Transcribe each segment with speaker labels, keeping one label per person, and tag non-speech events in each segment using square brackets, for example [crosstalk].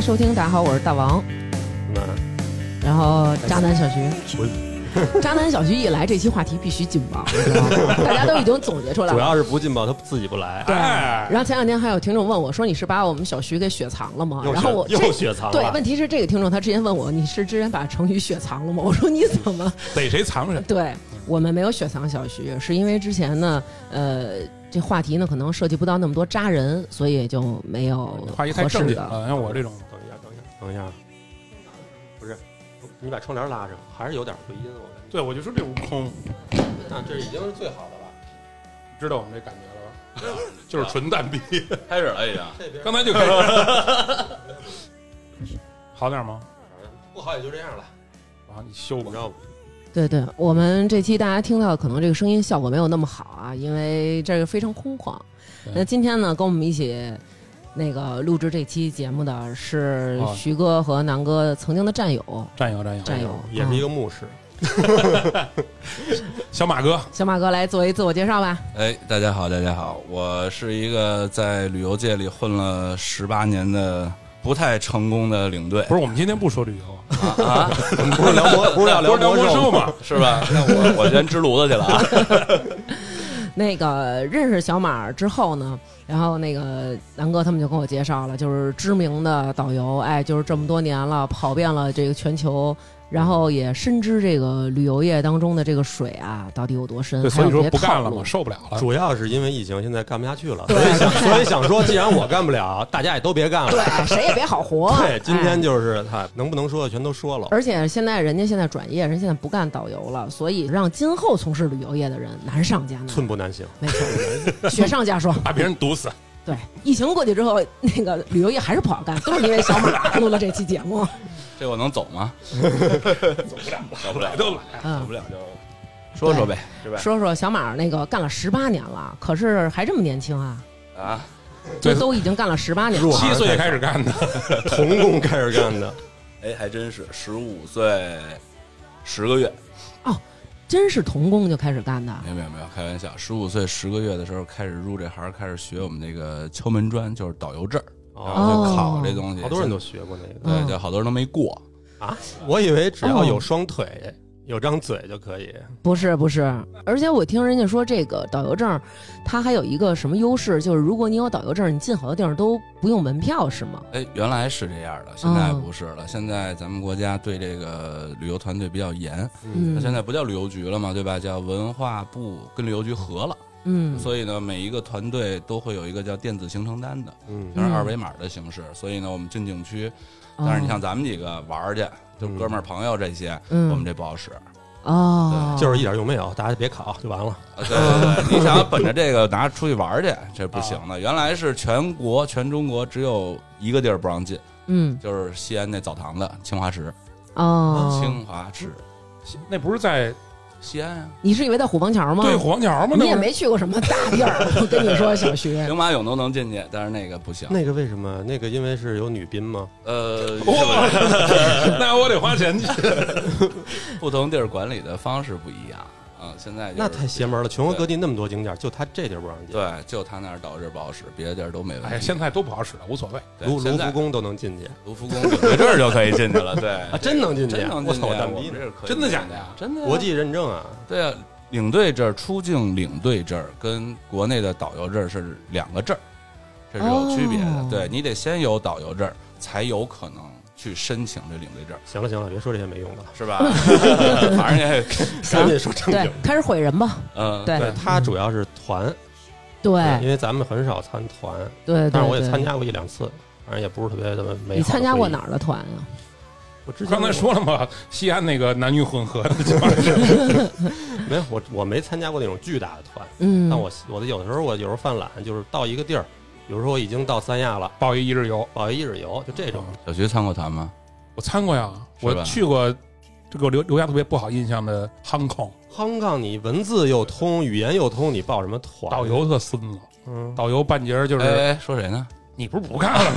Speaker 1: 收听，大家好，我是大王。
Speaker 2: 嗯，
Speaker 1: 然后渣男小徐，
Speaker 2: 我 [laughs]
Speaker 1: 渣男小徐一来，这期话题必须劲爆，你知道吗大家都已经总结出来
Speaker 2: 主
Speaker 1: 了。
Speaker 2: 要是不劲爆，他自己不来。
Speaker 1: 对，
Speaker 2: 哎
Speaker 1: 然后前两天还有听众问我说：“你是把我们小徐给雪藏了吗？”
Speaker 2: 又
Speaker 1: 然后我
Speaker 2: 雪又
Speaker 1: 这
Speaker 2: 雪藏了
Speaker 1: 对，问题是这个听众他之前问我：“你是之前把成语雪藏了吗？”我说：“你怎么 [laughs]
Speaker 3: 逮谁藏谁？”。
Speaker 1: 对我们没有雪藏小徐，是因为之前呢，呃，这话题呢可能涉及不到那么多渣人，所以也就没有
Speaker 3: 话题太
Speaker 1: 哦合
Speaker 3: 正
Speaker 1: 适
Speaker 3: 经
Speaker 1: 的。
Speaker 3: 了，像我这种
Speaker 2: 等一下，等一下，等一下，不是，你把窗帘拉上，还是有点回音，我感
Speaker 3: 对，我就说这悟空，
Speaker 2: 觉。那这已经是最好的了。
Speaker 3: 知道我们这感觉了吧？ [laughs] 就是纯蛋逼，
Speaker 4: 开始了已经。
Speaker 2: 这边
Speaker 3: 刚才就开始。好点吗？
Speaker 2: 不好也就这样了，
Speaker 3: 啊，你修
Speaker 2: 怎么
Speaker 3: 吧。
Speaker 2: 着？
Speaker 1: 对对，我们这期大家听到可能这个声音效果没有那么好啊，因为这个非常空旷。
Speaker 3: 对
Speaker 1: 那今天呢，跟我们一起那个录制这期节目的是
Speaker 3: 哦
Speaker 1: 徐哥和南哥曾经的战友，
Speaker 3: 战友，战友，
Speaker 1: 战友啊
Speaker 2: 也是一个牧师，
Speaker 3: 小马哥，
Speaker 1: 小马哥来做一自我介绍吧。
Speaker 4: 哎，大家好，大家好，我是一个在旅游界里混了十八年的不太成功的领队
Speaker 3: 不，是我们今天不说旅游，
Speaker 1: 嗯
Speaker 4: 啊，
Speaker 2: [laughs] 不是聊魔，不是要
Speaker 3: 不是聊魔
Speaker 2: 兽
Speaker 3: 兽？吗？
Speaker 4: 是吧？那我 [laughs] 我先支炉子去了啊。
Speaker 1: 那个认识小马之后呢，然后那个南哥他们就跟我介绍了，就是知名的导游，哎，就是这么多年了，跑遍了这个全球。然后也深知这个旅游业当中的这个水啊，到底有多深，
Speaker 3: 对，
Speaker 1: 还
Speaker 3: 所
Speaker 1: 有
Speaker 3: 以
Speaker 1: 这
Speaker 3: 说
Speaker 1: 些
Speaker 3: 不干
Speaker 1: 套
Speaker 3: 了
Speaker 1: 路
Speaker 3: 嘛，受不了了。
Speaker 2: 主要是因为疫情，现在干不下去了，
Speaker 1: 对
Speaker 2: 所以想，所以想说，既然我干不了，大家也都别干了。。
Speaker 1: 对，谁也别好活
Speaker 2: 对，今天
Speaker 1: 哎
Speaker 2: 就是他能不能说的全都说了。
Speaker 1: 而且现在人家现在转业，人现在不干导游了，所以让今后从事旅游业的人难上加难。
Speaker 2: 寸步难行，
Speaker 1: 没错，雪上加霜。
Speaker 3: 把别人毒死，
Speaker 1: 对，疫情过去之后，那个旅游业还是不好干，都是因为小马录了这期节目。
Speaker 4: 这我能走吗？走不了，
Speaker 3: 来
Speaker 4: 走
Speaker 3: 都来。
Speaker 4: 不了，走
Speaker 1: 嗯
Speaker 4: 不，了就说说呗，是吧？
Speaker 1: 说说小马那个干了十八年了，可是还这么年轻啊，
Speaker 4: 啊，
Speaker 1: 就
Speaker 3: 对
Speaker 1: 都已经干了十八年
Speaker 2: 入
Speaker 1: 了。
Speaker 2: 行
Speaker 3: 七岁开始干的，
Speaker 2: 童工开始干的，
Speaker 4: 哎，还真是十五岁十个月，
Speaker 1: 真是童工就开始干的，
Speaker 4: 没有没有没有，开玩笑。十五岁十个月的时候开始入这行，开始学我们这个敲门砖，就是导游证儿，然
Speaker 2: 哦，
Speaker 4: 后就考这东西。
Speaker 2: 好多人都学过那个。
Speaker 4: 对，就好多人都没过。
Speaker 2: 我以为只要
Speaker 1: 哦
Speaker 2: 有双腿、有张嘴就可以。
Speaker 1: 不是不是，而且我听人家说，这个导游证，它还有一个什么优势，就是如果你有导游证，你进好多地儿都不用门票，是吗？
Speaker 4: 哎，原来是这样的，现在
Speaker 1: 嗯
Speaker 4: 不是了。现在咱们国家对这个旅游团队比较严，那、
Speaker 1: 嗯，
Speaker 4: 现在不叫旅游局了嘛，对吧？叫文化部跟旅游局合了，
Speaker 1: 嗯，
Speaker 4: 所以呢，每一个团队都会有一个叫电子行程单的，
Speaker 2: 嗯
Speaker 4: 就是二维码的形式。所以呢，我们进景区，但
Speaker 1: 哦
Speaker 4: 是你像咱们几个玩儿去，就哥们儿朋友这些，
Speaker 1: 嗯
Speaker 4: 我们这不好使。
Speaker 1: 哦，
Speaker 2: 就是一点用没有，大家别考就完了。
Speaker 4: 啊对对对，你想本着这个拿出去玩儿去，这不行的。原来是全国全中国只有一个地儿不让进，
Speaker 1: 嗯
Speaker 4: 就是西安那澡堂子清华池，
Speaker 1: 哦，
Speaker 4: 清华池。
Speaker 3: 那不
Speaker 1: [laughs]
Speaker 3: 是在
Speaker 4: 西安啊，
Speaker 1: 你是以为在虎坊桥吗？
Speaker 3: 对虎坊桥吗？
Speaker 1: 你
Speaker 3: 那
Speaker 1: 也
Speaker 3: 不是
Speaker 1: 没去过什么大地儿， [laughs] 我跟你说，小徐，
Speaker 4: 兵马俑都能进去，但是那个不行。
Speaker 2: 那哦个为什么？那个因为是有女宾吗？
Speaker 4: 呃，
Speaker 3: 哇， [laughs] 那我得花钱去。
Speaker 4: 不同地儿管理的方式不一样啊。现在就是
Speaker 2: 那太邪门了！全国各地那么多景点，就他这地儿不让进。
Speaker 4: 对，就他那儿导致不好使，别的地儿都没问题。
Speaker 3: 哎呀，现在都不好使了，无所谓。
Speaker 4: 对
Speaker 2: 卢卢
Speaker 4: 现
Speaker 2: 浮
Speaker 4: 在
Speaker 2: 宫都能进去啊，
Speaker 4: 卢浮宫就在这儿就可以进去了，对，
Speaker 2: 真能进去！
Speaker 4: 真能
Speaker 2: 我
Speaker 4: 进去
Speaker 2: 操，
Speaker 4: 啊，
Speaker 2: 我蛋
Speaker 4: 我
Speaker 2: 逼
Speaker 4: 们
Speaker 2: 呢！
Speaker 4: 这儿可以
Speaker 3: 真的假
Speaker 4: 进
Speaker 3: 的
Speaker 4: 去
Speaker 3: 呀？
Speaker 4: 真的呀
Speaker 2: 国际认证啊，
Speaker 4: 对啊，领队证儿、出境领队证儿跟国内的导游证儿是两个证儿，这是有区别的。
Speaker 1: 哦
Speaker 4: 对你得先有导游证儿，才有可能去申请这领队证儿，
Speaker 2: 行了行了，别说这些没用的了，
Speaker 4: 是
Speaker 2: [laughs]
Speaker 4: 吧？反正也
Speaker 1: 行
Speaker 2: 赶，紧说正
Speaker 1: 啊对
Speaker 2: 经。，
Speaker 1: 开始毁人吧，
Speaker 4: 嗯，
Speaker 1: 对
Speaker 2: 对，他主要是团，因
Speaker 1: 对
Speaker 2: 为咱们很少参团，
Speaker 1: 对，
Speaker 2: 但是我也
Speaker 1: 对
Speaker 2: 参，加过一两次，反正也不是特别的
Speaker 1: 对
Speaker 2: 美。
Speaker 1: 你参加过哪？儿的团啊？
Speaker 2: 我之前
Speaker 3: 刚才说了嘛，西安那个男女混合，
Speaker 2: 没有，我我没参加过那种巨大的团，
Speaker 1: 嗯，
Speaker 2: 但我我的有的时候我有时候犯懒，就是到一个地儿，有时候我已经到三亚了，
Speaker 3: 报一一日游，嗯
Speaker 2: 报一日游，就这种。
Speaker 4: 小徐参过团吗？
Speaker 3: 我参过呀，
Speaker 4: 是吧
Speaker 3: 我去过，这给我留留下特别不好印象的 Hong Kong
Speaker 2: 香港你文字又通，语言又通，你报什么团？
Speaker 3: 导，游特孙子，
Speaker 2: 嗯，
Speaker 3: 导游半截儿就
Speaker 4: 哎
Speaker 3: 是
Speaker 4: 哎，说谁呢？
Speaker 3: 你不是不干了吗？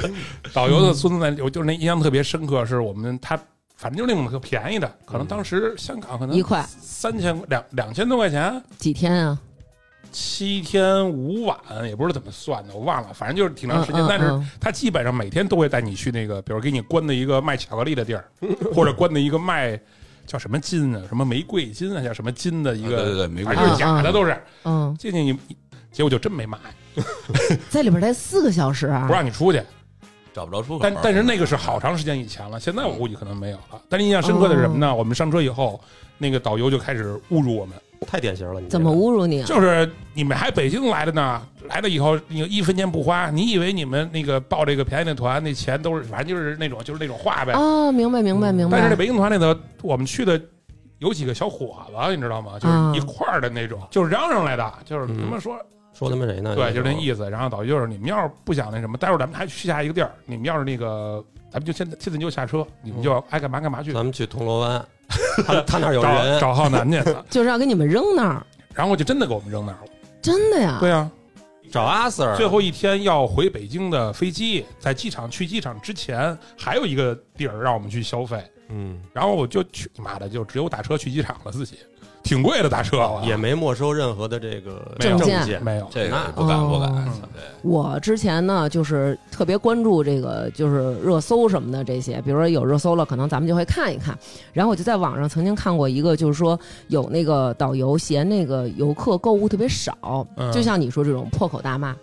Speaker 4: [laughs]
Speaker 3: 导游的孙子，我就是那印象特别深刻，是我们他反正就那种特便宜的，
Speaker 4: 嗯
Speaker 3: 可能当时香港可能
Speaker 1: 一块
Speaker 3: 三千两两千多块钱，
Speaker 1: 几天啊？
Speaker 3: 七天五晚，也不知道怎么算的，我忘了，反正就是挺长时间。
Speaker 1: 嗯嗯
Speaker 3: 但是
Speaker 1: 嗯
Speaker 3: 他基本上每天都会带你去那个，比如给你关的一个卖巧克力的
Speaker 1: [laughs]
Speaker 3: 地儿，或者关的一个卖叫什么金啊，什么玫瑰金啊，叫什么金的一个，
Speaker 4: 啊对对对玫瑰
Speaker 3: 反正就是假
Speaker 1: 嗯
Speaker 3: 的
Speaker 1: 嗯
Speaker 3: 都是。
Speaker 1: 嗯，
Speaker 3: 进去你，结果就真没买，
Speaker 1: 在里边待四个小时啊
Speaker 3: 不，让你出去。
Speaker 4: 找不着出口。
Speaker 3: 但但是那个是好长时间以前了，现在我估计可能没有了。但是印象深刻的是什么
Speaker 1: 哦
Speaker 3: 呢？我们上车以后，那个导游就开始侮辱我们，
Speaker 2: 太典型了。你这
Speaker 1: 怎么
Speaker 2: 个
Speaker 1: 侮辱你啊？
Speaker 3: 就是你们还北京来的呢，来了以后你一分钱不花，你以为你们那个报这个便宜的团那钱都是反正就是那种就是那种话呗。
Speaker 1: 啊，明白明白明白。
Speaker 3: 但是那北京团里头，我们去的有几个小伙子，你知道吗？
Speaker 1: 嗯
Speaker 3: 就是一块儿的那种，就是嚷嚷来的，就是
Speaker 2: 嗯
Speaker 3: 他们说
Speaker 2: 说他妈谁呢？
Speaker 3: 对，就是那
Speaker 2: 思。
Speaker 3: 意思。然后导游就是你们要是不想那什么，待会儿咱们还去下一个地儿，你们要是那个，咱们就现在现在就下车，你们就爱干嘛干嘛去。
Speaker 2: 嗯咱们去铜锣湾，
Speaker 3: [laughs]
Speaker 2: 他他那儿有
Speaker 3: 找
Speaker 2: 人，
Speaker 3: 找浩南去，
Speaker 1: 就是要给你们扔那儿，
Speaker 3: 然后就真的给我们扔那儿了。
Speaker 1: 真的呀？
Speaker 3: 对啊，
Speaker 2: 找阿 Sir。
Speaker 3: 最后一天要回北京的飞机，在机场去机场之前，还有一个地儿让我们去消费，
Speaker 2: 嗯，
Speaker 3: 然后我就去你妈的，就只有打车去机场了，自己挺贵的打车啊，
Speaker 2: 也没没收任何的这个
Speaker 3: 没有
Speaker 2: 证
Speaker 1: 证
Speaker 2: 件，
Speaker 3: 没有，
Speaker 4: 这个
Speaker 2: 那
Speaker 4: 不敢不敢
Speaker 3: 嗯，
Speaker 4: 对，
Speaker 1: 我之前呢，就是特别关注这个，就是热搜什么的这些，比如说有热搜了，可能咱们就会看一看。然后我就在网上曾经看过一个，就是说有那个导游嫌那个游客购物特别少，
Speaker 3: 嗯
Speaker 1: 就像你说这种破口大骂。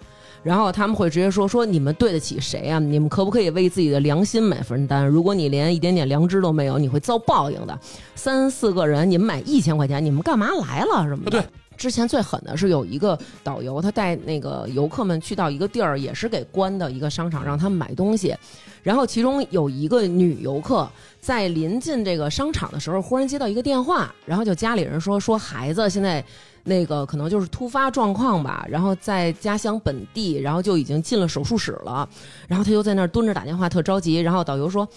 Speaker 1: 然后他们会直接说说你们对得起谁啊？你们可不可以为自己的良心买分担？如果你连一点点良知都没有，你会遭报应的。三四个人，你们买一千块钱，你们干嘛来了什么的？
Speaker 3: 啊对，
Speaker 1: 之前最狠的是有一个导游，他带那个游客们去到一个地儿，也是给关的一个商场，让他们买东西。然后其中有一个女游客在临近这个商场的时候，忽然接到一个电话，然后就家里人说说孩子现在那个可能就是突发状况吧，然后在家乡本地，然后就已经进了手术室了，然后他就在那儿蹲着打电话，特着急。然后导游说：“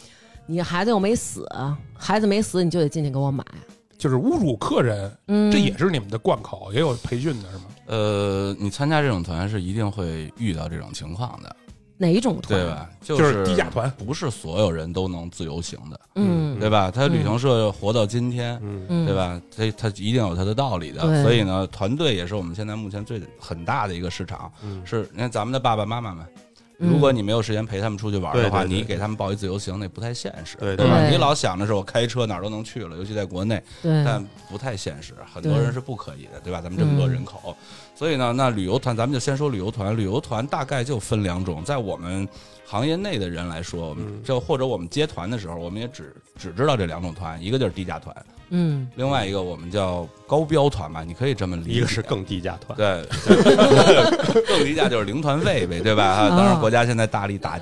Speaker 1: 你孩子又没死，啊孩子没死你就得进去给我买。
Speaker 3: 就是侮辱客人，”
Speaker 1: 嗯，
Speaker 3: 这也是你们的贯口，也有培训的是吗？
Speaker 4: 呃，你参加这种团是一定会遇到这种情况的，
Speaker 1: 哪一种团？啊
Speaker 4: 对吧？就
Speaker 3: 就是低价团，
Speaker 4: 不是所有人都能自由行的，
Speaker 1: 嗯，
Speaker 4: 对吧？他旅行社活到今天，
Speaker 2: 嗯，
Speaker 1: 嗯，
Speaker 4: 对？吧？他他一定有他的道理的。
Speaker 1: 对
Speaker 4: 所以呢，团队也是我们现在目前最很大的一个市场。
Speaker 2: 嗯
Speaker 4: 是，你看咱们的爸爸妈妈们，
Speaker 1: 嗯
Speaker 4: 如果你没有时间陪他们出去玩
Speaker 2: 对
Speaker 4: 的
Speaker 2: 对
Speaker 4: 话，
Speaker 2: 对
Speaker 4: 你
Speaker 2: 对
Speaker 4: 给他们报一自由行，那不太现实，
Speaker 2: 对
Speaker 4: 对吧？
Speaker 1: 对
Speaker 4: 你老想的是我开车哪儿都能去了，尤其在国内，
Speaker 1: 嗯对，
Speaker 4: 但不太现实，很
Speaker 1: 对
Speaker 4: 多人是不可以的，对吧？咱们这么多人口，所以呢，那旅游
Speaker 1: 嗯
Speaker 4: 团，咱们就先说旅游团。旅游团大概就分两种，在我们行业内的人来说，我
Speaker 2: 嗯
Speaker 4: 们就或者我们接团的时候，我们也只只知道这两种团，一个就是低价团，
Speaker 1: 嗯，
Speaker 4: 另外一个我们叫高标团吧，你可以这么理解。
Speaker 2: 一个是更低价团，
Speaker 4: 对，对 [laughs] 更低价就是零团费呗，对吧？啊，
Speaker 1: 嗯
Speaker 4: 当然国家现在大力打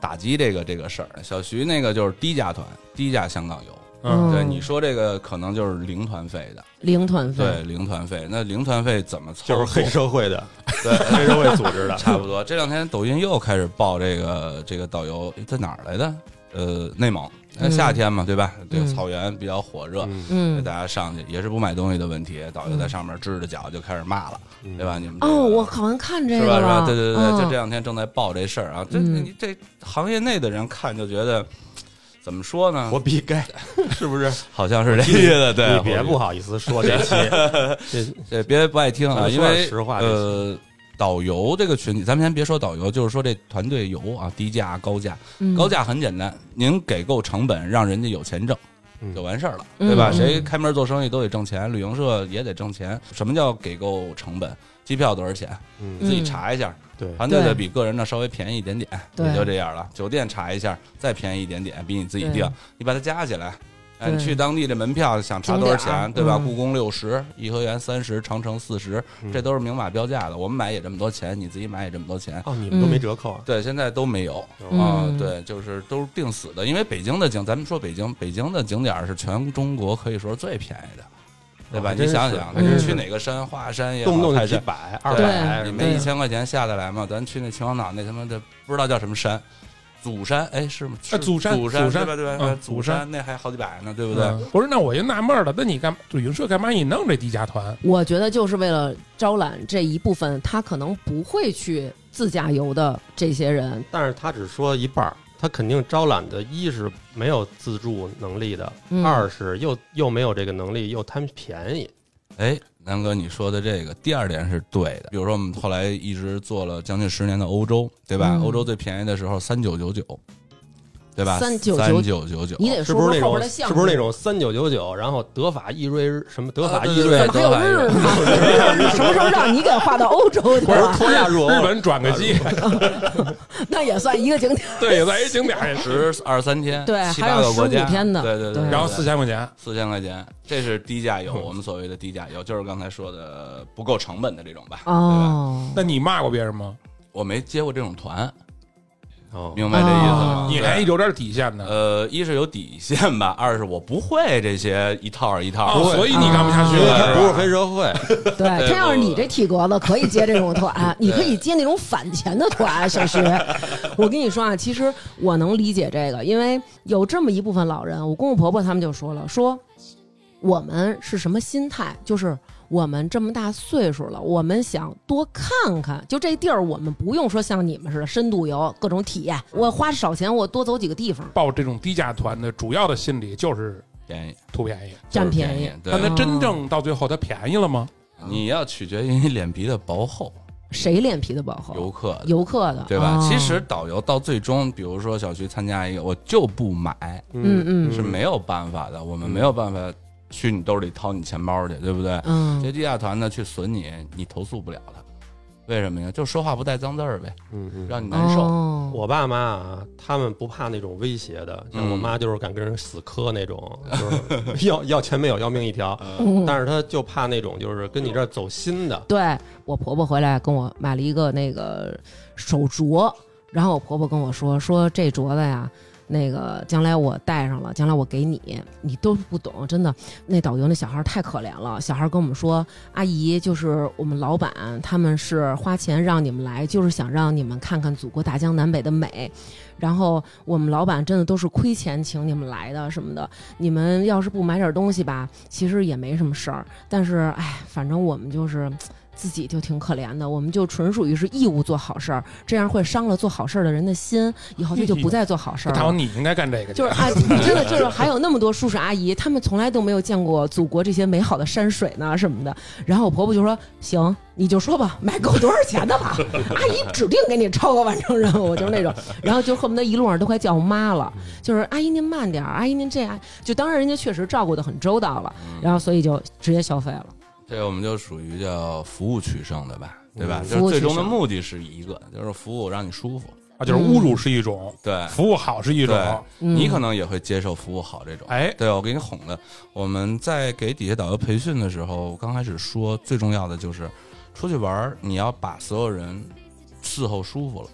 Speaker 4: 打击这个这个事儿。小徐那个就是低价团，低价香港游。
Speaker 1: 嗯
Speaker 4: 对，你说这个可能就是零团费的，
Speaker 1: 零团费，
Speaker 4: 对，零团费。那零团费怎么操
Speaker 2: 就
Speaker 4: 作？
Speaker 2: 是黑社会的，
Speaker 4: 对，
Speaker 2: 黑社会组织
Speaker 3: [laughs]
Speaker 2: 的，
Speaker 4: [laughs] 差不多。这两天抖音又开始报这个这个导游在哪儿来的？呃，内蒙。那
Speaker 1: 嗯
Speaker 4: 夏天嘛，对吧？这个
Speaker 1: 嗯
Speaker 4: 草原比较火热，
Speaker 2: 嗯
Speaker 1: 嗯，
Speaker 4: 大家上去也是不买东西的问题。导游在上面支着脚就开始骂了，
Speaker 2: 嗯
Speaker 4: 对吧？你们这个
Speaker 1: 哦，我好像看这
Speaker 4: 是
Speaker 1: 个
Speaker 4: 吧？是吧？
Speaker 1: 了，
Speaker 4: 对对对，
Speaker 1: 嗯
Speaker 4: 就这两天正在报这事儿啊。这
Speaker 1: 嗯
Speaker 4: 你这行业内的人看就觉得，怎么说呢
Speaker 2: 活？逼
Speaker 3: [laughs]
Speaker 2: 该，是不是？
Speaker 4: 好像是这意 [laughs] 思，对，
Speaker 2: 你别不好意思说这期，
Speaker 3: [laughs]
Speaker 2: 这
Speaker 4: 对，别不爱听啊，
Speaker 2: 咱们
Speaker 4: 因
Speaker 2: 说点
Speaker 4: 为
Speaker 2: 实话这期
Speaker 4: 呃。导游这个群体，咱们先别说导游，就是说这团队游啊，低价、高价，
Speaker 1: 嗯
Speaker 4: 高价很简单，您给够成本，让人家有钱挣
Speaker 2: 嗯，
Speaker 4: 就完事儿了，
Speaker 1: 嗯
Speaker 4: 对吧？
Speaker 1: 嗯
Speaker 4: 谁开门做生意都得挣钱，旅行社也得挣钱。什么叫给够成本？机票多少钱？
Speaker 2: 嗯，
Speaker 4: 自己查一下，
Speaker 2: 对，
Speaker 4: 团队的
Speaker 1: 对
Speaker 4: 比个人呢稍微便宜一点点，
Speaker 1: 对
Speaker 4: 也就这样了。酒店查一下，再便宜一点点，比你自己定
Speaker 1: 对，
Speaker 4: 你把它加起来。哎，
Speaker 1: 对
Speaker 4: 你去当地这门票想查多少
Speaker 1: 景点儿
Speaker 4: 钱，对吧？
Speaker 1: 嗯
Speaker 4: 故宫六十，颐和园三十，长城四十，
Speaker 2: 嗯
Speaker 4: 这都是明码标价的。我们买也这么多钱，你自己买也这么多钱。
Speaker 2: 哦，你们都没折扣啊？
Speaker 4: 对，现在都没有
Speaker 1: 嗯
Speaker 4: 啊，对，就是都是定死的。因为北京的景，咱们说北京，北京的景点儿是全中国可以说是最便宜的，对
Speaker 2: 哦
Speaker 4: 吧？
Speaker 2: 还真
Speaker 4: 你想
Speaker 2: 是
Speaker 4: 想，
Speaker 2: 还
Speaker 1: 真
Speaker 4: 你
Speaker 1: 是
Speaker 4: 去哪个山，华山也
Speaker 2: 嗯
Speaker 4: 好，
Speaker 2: 动不动
Speaker 4: 泰
Speaker 2: 就
Speaker 4: 山
Speaker 2: 几百、二
Speaker 4: 对
Speaker 2: 百，
Speaker 4: 你
Speaker 2: 什么
Speaker 4: 哎没
Speaker 1: 对
Speaker 4: 一千块钱下得来吗？咱去那秦皇岛那他妈的不知道叫什么山，祖山哎是吗？是
Speaker 3: 祖山
Speaker 4: 祖
Speaker 3: 祖
Speaker 4: 对
Speaker 3: 山
Speaker 4: 吧？对吧？
Speaker 3: 嗯
Speaker 4: 呃
Speaker 3: 祖
Speaker 4: 祖
Speaker 3: 山
Speaker 4: 山那还好几百呢，对不对？
Speaker 3: 嗯不是，那我就纳闷了，那你干旅行社干嘛你弄这低价团？
Speaker 1: 我觉得就是为了招揽这一部分，他可能不会去自驾游的这些人，
Speaker 2: 但是他只说一半儿，他肯定招揽的一是没有自助能力的，
Speaker 1: 嗯
Speaker 2: 二是又又没有这个能力，又贪便宜，
Speaker 4: 哎，南哥，你说的这个第二点是对的。比如说，我们后来一直做了将近十年的欧洲，对吧？
Speaker 1: 嗯
Speaker 4: 欧洲最便宜的时候三九九九，对吧？三
Speaker 1: 3999
Speaker 4: 九九九，
Speaker 1: 你得
Speaker 2: 是
Speaker 1: 说
Speaker 2: 不是那
Speaker 1: 说后边
Speaker 2: 种
Speaker 1: 的项
Speaker 2: 是
Speaker 1: 目，
Speaker 2: 不是那种三九九九，然后德法意瑞日什么德法
Speaker 4: 啊对
Speaker 2: 意
Speaker 4: 对
Speaker 2: 瑞
Speaker 4: 对
Speaker 1: 怎么还有
Speaker 2: [laughs]
Speaker 1: 日呢？ [laughs] 什么时候让你给划到欧洲去啊
Speaker 2: 不是
Speaker 1: 了？
Speaker 2: 脱亚入欧
Speaker 3: 日本转个机，
Speaker 1: 那也算一个景点。
Speaker 3: [laughs] 对，也在一景点儿也是，
Speaker 4: 十二三天，
Speaker 1: 对
Speaker 4: 七
Speaker 1: 还
Speaker 4: 八
Speaker 1: 有
Speaker 4: 个国家，
Speaker 1: 15天的
Speaker 4: 对对
Speaker 1: 对
Speaker 4: 对，
Speaker 3: 然后四千块钱，
Speaker 4: 四千块钱，这是低价 [laughs] 游，我们所谓的低价游，就是刚才说的不够成本的这种吧，对吧？
Speaker 1: 哦，
Speaker 3: 那你骂过别人吗？
Speaker 4: 我没接过这种团，
Speaker 2: 哦，
Speaker 4: 明白这意思吗
Speaker 1: 哦？
Speaker 3: 你
Speaker 4: 嗯对
Speaker 3: 还有点底线呢，
Speaker 4: 呃，一是有底线吧，二是我不会这些一套一套，
Speaker 3: 哦所以你干不下去
Speaker 2: 因
Speaker 4: 嗯
Speaker 2: 为他
Speaker 3: 了，
Speaker 2: 不是
Speaker 3: 吧
Speaker 2: 黑社会，
Speaker 1: 对，真要是
Speaker 4: 我
Speaker 1: 你这体格子，可以接这种
Speaker 4: [laughs]
Speaker 1: 团，你可以接那种反钱的团。小徐，我跟你说啊，其实我能理解这个，因为有这么一部分老人，我公公婆婆他们就说了，说我们是什么心态，就是。我们这么大岁数了，我们想多看看，就这地儿，我们不用说像你们似的深度游，各种体验。我花少钱，我多走几个地方，
Speaker 3: 报这种低价团的主要的心理就是
Speaker 4: 便宜，
Speaker 3: 图便宜。
Speaker 1: 占
Speaker 4: 就是
Speaker 1: 便
Speaker 4: 便
Speaker 1: 宜。
Speaker 4: 对
Speaker 3: 但，他真正到最后，他便宜了吗？
Speaker 4: 你要取决于你脸皮的薄厚，
Speaker 1: 谁脸皮的薄厚？
Speaker 4: 游客的
Speaker 1: 游客的，
Speaker 4: 对吧？
Speaker 1: 哦
Speaker 4: 其实导游到最终，比如说小徐参加一个，我就不买
Speaker 1: 嗯嗯
Speaker 4: 是没有办法的，我们没有办法去你兜里掏你钱包去，对不对？这
Speaker 1: 嗯，
Speaker 4: 低价团呢去损你，你投诉不了他，为什么呀？就说话不带脏字儿呗，
Speaker 2: 嗯嗯。
Speaker 4: 让你难受。
Speaker 1: 哦
Speaker 2: 我爸妈啊，他们不怕那种威胁的，像我妈就是敢跟人死磕那种，就是 [laughs] 要要钱没有，要命一条。
Speaker 1: 嗯
Speaker 2: 但是她就怕那种就是跟你这儿走心的，
Speaker 1: 对我婆婆回来跟我买了一个那个手镯，然后我婆婆跟我说说这镯子呀。那个将来我戴上了，将来我给你，你都不懂，真的。那导游那小孩太可怜了，小孩跟我们说，阿姨就是我们老板，他们是花钱让你们来，就是想让你们看看祖国大江南北的美。然后我们老板真的都是亏钱请你们来的什么的，你们要是不买点东西吧，其实也没什么事儿。但是哎，反正我们就是自己就挺可怜的，我们就纯属于是义务做好事儿，这样会伤了做好事儿的人的心，以后他就不再做好事儿
Speaker 3: 大王，
Speaker 1: 了。
Speaker 3: 你应该干这个去，
Speaker 1: 就是啊，真的就是还有那么多叔叔阿姨，他们从来都没有见过祖国这些美好的山水呢什么的。然后我婆婆就说：“行，你就说吧，买够多少钱的吧，阿姨指定给你超额完成任务。”就是那种，然后就恨不得一路上都快叫妈了，就是阿姨您慢点儿，阿姨您这样，啊就当然人家确实照顾的很周到了，
Speaker 4: 嗯
Speaker 1: 然后所以就直接消费了。
Speaker 4: 这个我们就属于叫服务取胜的吧，对吧？
Speaker 2: 嗯
Speaker 4: 就是最终的目的是一个，就是服务让你舒服。
Speaker 3: 啊，就是侮辱是一种，
Speaker 4: 对，
Speaker 3: 服务好是一
Speaker 4: 嗯对
Speaker 3: 种，
Speaker 1: 嗯
Speaker 4: 你可能也会接受服务好这种。
Speaker 3: 哎，
Speaker 4: 对，我给你哄的。我们在给底下导游培训的时候，刚开始说最重要的就是出去玩儿，你要把所有人伺候舒服了，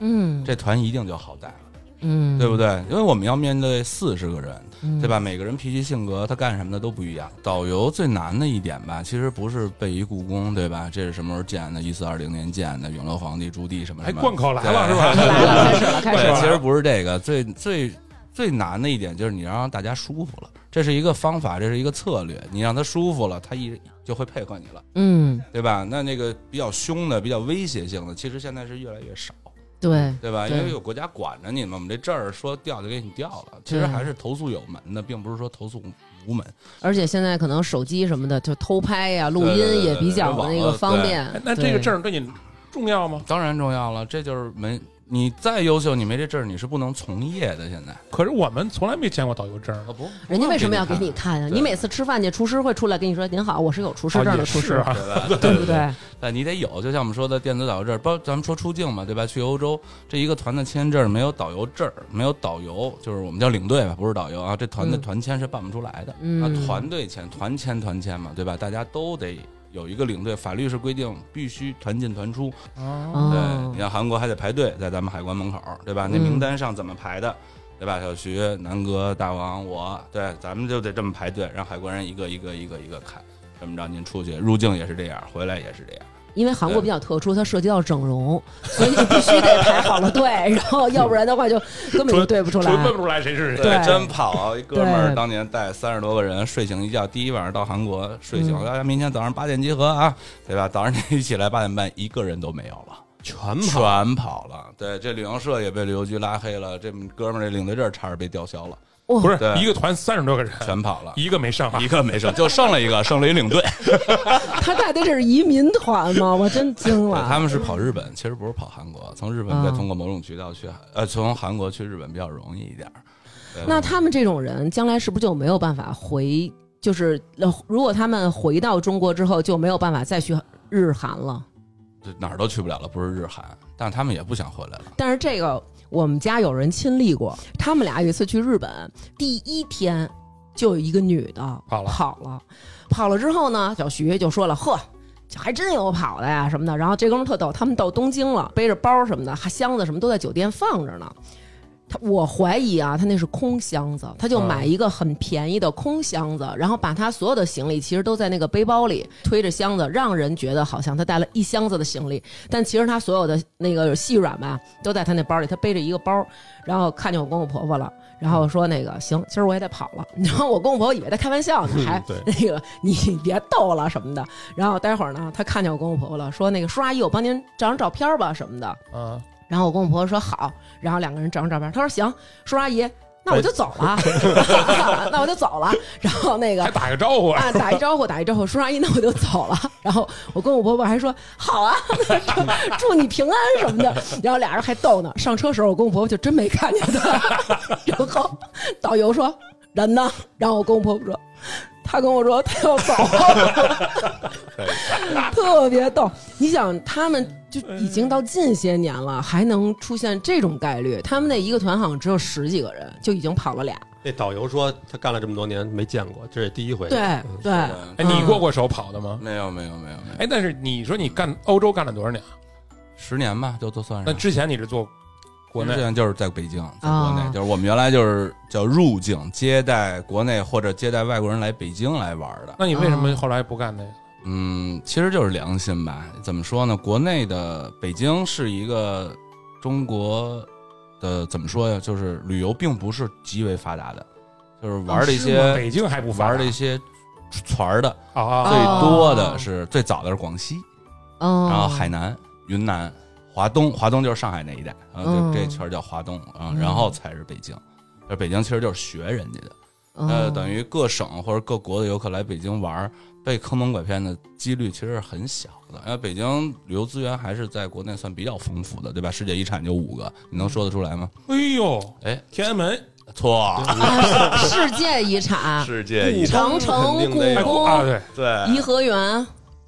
Speaker 1: 嗯，
Speaker 4: 这团一定就好带了，
Speaker 1: 嗯，
Speaker 4: 对不对？因为我们要面对四十个人，
Speaker 1: 嗯
Speaker 4: 对吧？每个人脾气、性格，他干什么的都不一样。导游最难的一点吧，其实不是背一故宫，对吧？这是什么时候建的？一四二零年建的，永乐皇帝朱棣什么
Speaker 3: 哎，
Speaker 4: 什么。
Speaker 3: 贯口来了 [laughs] 是
Speaker 4: [laughs]
Speaker 3: 吧？
Speaker 1: 来了，嗯开始了，开始
Speaker 4: 对，
Speaker 1: 了。
Speaker 4: 其实不是这个，最最最难的一点就是你让大家舒服了，这是一个方法，这是一个策略。你让他舒服了，他一就会配合你了，
Speaker 1: 嗯，
Speaker 4: 对吧？那那个比较凶的、比较威胁性的，其实现在是越来越少，
Speaker 1: 对，
Speaker 4: 对吧？
Speaker 1: 对
Speaker 4: 因为有国家管着你们，我们这证儿说掉就给你掉了。其实
Speaker 1: 对
Speaker 4: 还是投诉有门的，并不是说投诉无门。
Speaker 1: 而且现在可能手机什么的，就偷拍呀、录
Speaker 4: 对对对
Speaker 1: 音也比较
Speaker 4: 对对
Speaker 1: 那
Speaker 4: 网
Speaker 1: 个
Speaker 4: 络
Speaker 1: 方便
Speaker 3: 哎。那这个
Speaker 1: 对
Speaker 3: 证儿对你重要吗？
Speaker 4: 当然重要了，这就是没你再优秀，你没这证儿你是不能从业的。现在
Speaker 3: 可是我们从来没见过导游证儿，
Speaker 4: 啊不，
Speaker 1: 人家为什么要给你看啊？
Speaker 4: 对
Speaker 1: 你每次吃饭去，厨师会出来跟你说：“您好，我是有厨师
Speaker 3: 啊
Speaker 1: 证
Speaker 3: 也
Speaker 1: 的厨
Speaker 3: 是
Speaker 1: 师，
Speaker 3: 啊， [laughs]
Speaker 4: 对吧？
Speaker 1: 对不对
Speaker 4: 但哎你得有，就像我们说的电子导游证，包咱们说出境嘛，对吧？去欧洲这一个团的签证没有导游证，没有导游，就是我们叫领队吧，不是导游啊。这团的
Speaker 1: 嗯
Speaker 4: 团签是办不出来的，
Speaker 1: 嗯
Speaker 4: 啊，团队签、团签、团签嘛，对吧？大家都得有一个领队，法律是规定必须团进团出。？”对，
Speaker 1: 哦
Speaker 4: 你，看韩国还得排队，在咱们海关门口，对吧？那
Speaker 1: 嗯
Speaker 4: 名单上怎么排的？对吧？小徐、南哥、大王，我，对，咱们就得这么排队，让海关人一个一个一个一个看，这么着您出去入境也是这样，回来也是这样。
Speaker 1: 因为韩国比较特殊，它涉及到整容，所以你必须得排好了队，然后要不然的话就根本就对不出
Speaker 3: 纯
Speaker 1: 来
Speaker 3: 问。不出来谁是谁。
Speaker 1: 对
Speaker 4: 真跑啊！一哥们儿
Speaker 1: 对
Speaker 4: 当年带三十多个人，睡醒一觉，第一晚上到韩国睡醒，
Speaker 1: 嗯
Speaker 4: 大家明天早上八点集合啊，对吧？早上一起来八点半，一个人都没有了，
Speaker 2: 全跑。
Speaker 4: 全跑了。对，这旅行社也被旅游局拉黑了，这哥们儿这领队证差点被吊销了。
Speaker 1: 哇
Speaker 3: 不是
Speaker 4: 对
Speaker 3: 一个团三十多个人，
Speaker 4: 全跑了，
Speaker 3: 一个没上
Speaker 4: [laughs]
Speaker 3: 啊
Speaker 4: 一个没剩，就剩了一个，剩了一领队。
Speaker 1: 他带的这是移民团吗？我真惊
Speaker 4: 对他
Speaker 1: 了。
Speaker 4: 们是跑日本，其实不是跑韩国，从日本再
Speaker 1: 嗯
Speaker 4: 通过某种渠道去韩，呃，从韩国去日本比较容易一点儿。
Speaker 3: 嗯
Speaker 4: 呃对
Speaker 1: 那他们这种人将来是不是就没有办法回？就是呃如果他们回到中国之后，就没有办法再去日韩了。
Speaker 4: 就哪儿都去不了了，不是日韩，但他们也不想回来了。
Speaker 1: 但是这个我们家有人亲历过，他们俩有一次去日本，第一天就有一个女的
Speaker 3: 跑了
Speaker 1: 跑了，跑了之后呢，小徐就说了：“呵。”还真有跑的呀什么的，然后这哥们儿特逗，他们到东京了，背着包什么的，还箱子什么都在酒店放着呢。他我怀疑啊，他那是空箱子，他就
Speaker 3: 啊
Speaker 1: 买一个很便宜的空箱子，然后把他所有的行李其实都在那个背包里推着箱子，让人觉得好像他带了一箱子的行李，但其实他所有的那个细软吧都在他那包里，他背着一个包，然后看见我公公婆婆了，然后说那个行，今儿我也得跑了。 [laughs] 然后我公公婆婆以为他开玩笑呢，还、
Speaker 2: 对
Speaker 1: [laughs] 那个你别逗了什么的。然后待会儿呢，他看见我公公婆婆了，说那个叔阿姨，我帮您照张照片吧什么的。
Speaker 3: 啊，
Speaker 1: 然后我公公婆婆说好，然后两个人照张照片。他说行，叔阿姨，那我就走了， [laughs] 那我就走了。然后那个
Speaker 3: 还打个招呼，
Speaker 1: 啊，打一招呼，打一招呼，叔阿姨，那我就走了。然后我跟我婆婆还说好啊，祝你平安什么的。然后俩人还逗呢。上车时候，我跟我婆婆就真没看见他。 [laughs] 然后导游说人呢？然后我跟我婆婆说，她跟我说她要走了， [laughs] 特别逗。你想，他们就已经到近些年了，还能出现这种概率？他们那一个团好像只有十几个人，就已经跑了俩。
Speaker 2: 那导游说他干了这么多年没见过，这是第一回。
Speaker 1: 对
Speaker 2: 嗯
Speaker 1: 对，
Speaker 4: 啊
Speaker 3: 哎，你过过手跑的吗？
Speaker 4: 没有，没有，没有，没有，
Speaker 3: 哎，但是你说你干欧洲干了多少年？
Speaker 4: 十年吧，就都算
Speaker 3: 那
Speaker 4: 上。
Speaker 3: 之前你是做国内
Speaker 4: 之前就是在北京，在国
Speaker 1: 啊
Speaker 4: 内，就是我们原来就是叫入境接待国内或者接待外国人来北京来玩的。
Speaker 3: 那你为什么后来不干那个？
Speaker 4: 嗯，其实就是良心吧。怎么说呢？国内的北京是一个中国的怎么说呀？就是旅游并不是极为发达的，就是玩的一些、
Speaker 3: 哦北京还不发达
Speaker 4: 玩的一些船儿的，
Speaker 3: 啊啊
Speaker 4: 最
Speaker 3: 啊！
Speaker 4: 多的是最早的是广西，
Speaker 1: 嗯，
Speaker 4: 然后海南、云南、华东，华东就是上海那一带，啊，
Speaker 1: 嗯
Speaker 4: 就这圈儿叫华东啊
Speaker 1: 嗯，
Speaker 4: 然后才是北京。就北京其实就是学人家的，呃，等
Speaker 1: 于
Speaker 4: 于各省或者各国的游客来北京玩儿，被坑蒙拐骗的几率其实是很小的。因为北京旅游资源还是在国内算比较丰富的，对吧？世界遗产就五个，你能说得出来吗？
Speaker 3: 哎呦，
Speaker 4: 哎，
Speaker 3: 天安门
Speaker 4: 错，
Speaker 1: 啊，世界遗产，
Speaker 4: 世界遗产
Speaker 1: 长城、
Speaker 2: 肯
Speaker 1: 故
Speaker 2: 定得有
Speaker 3: 啊，
Speaker 1: 宫、
Speaker 3: 对，
Speaker 4: 对，
Speaker 1: 颐和园、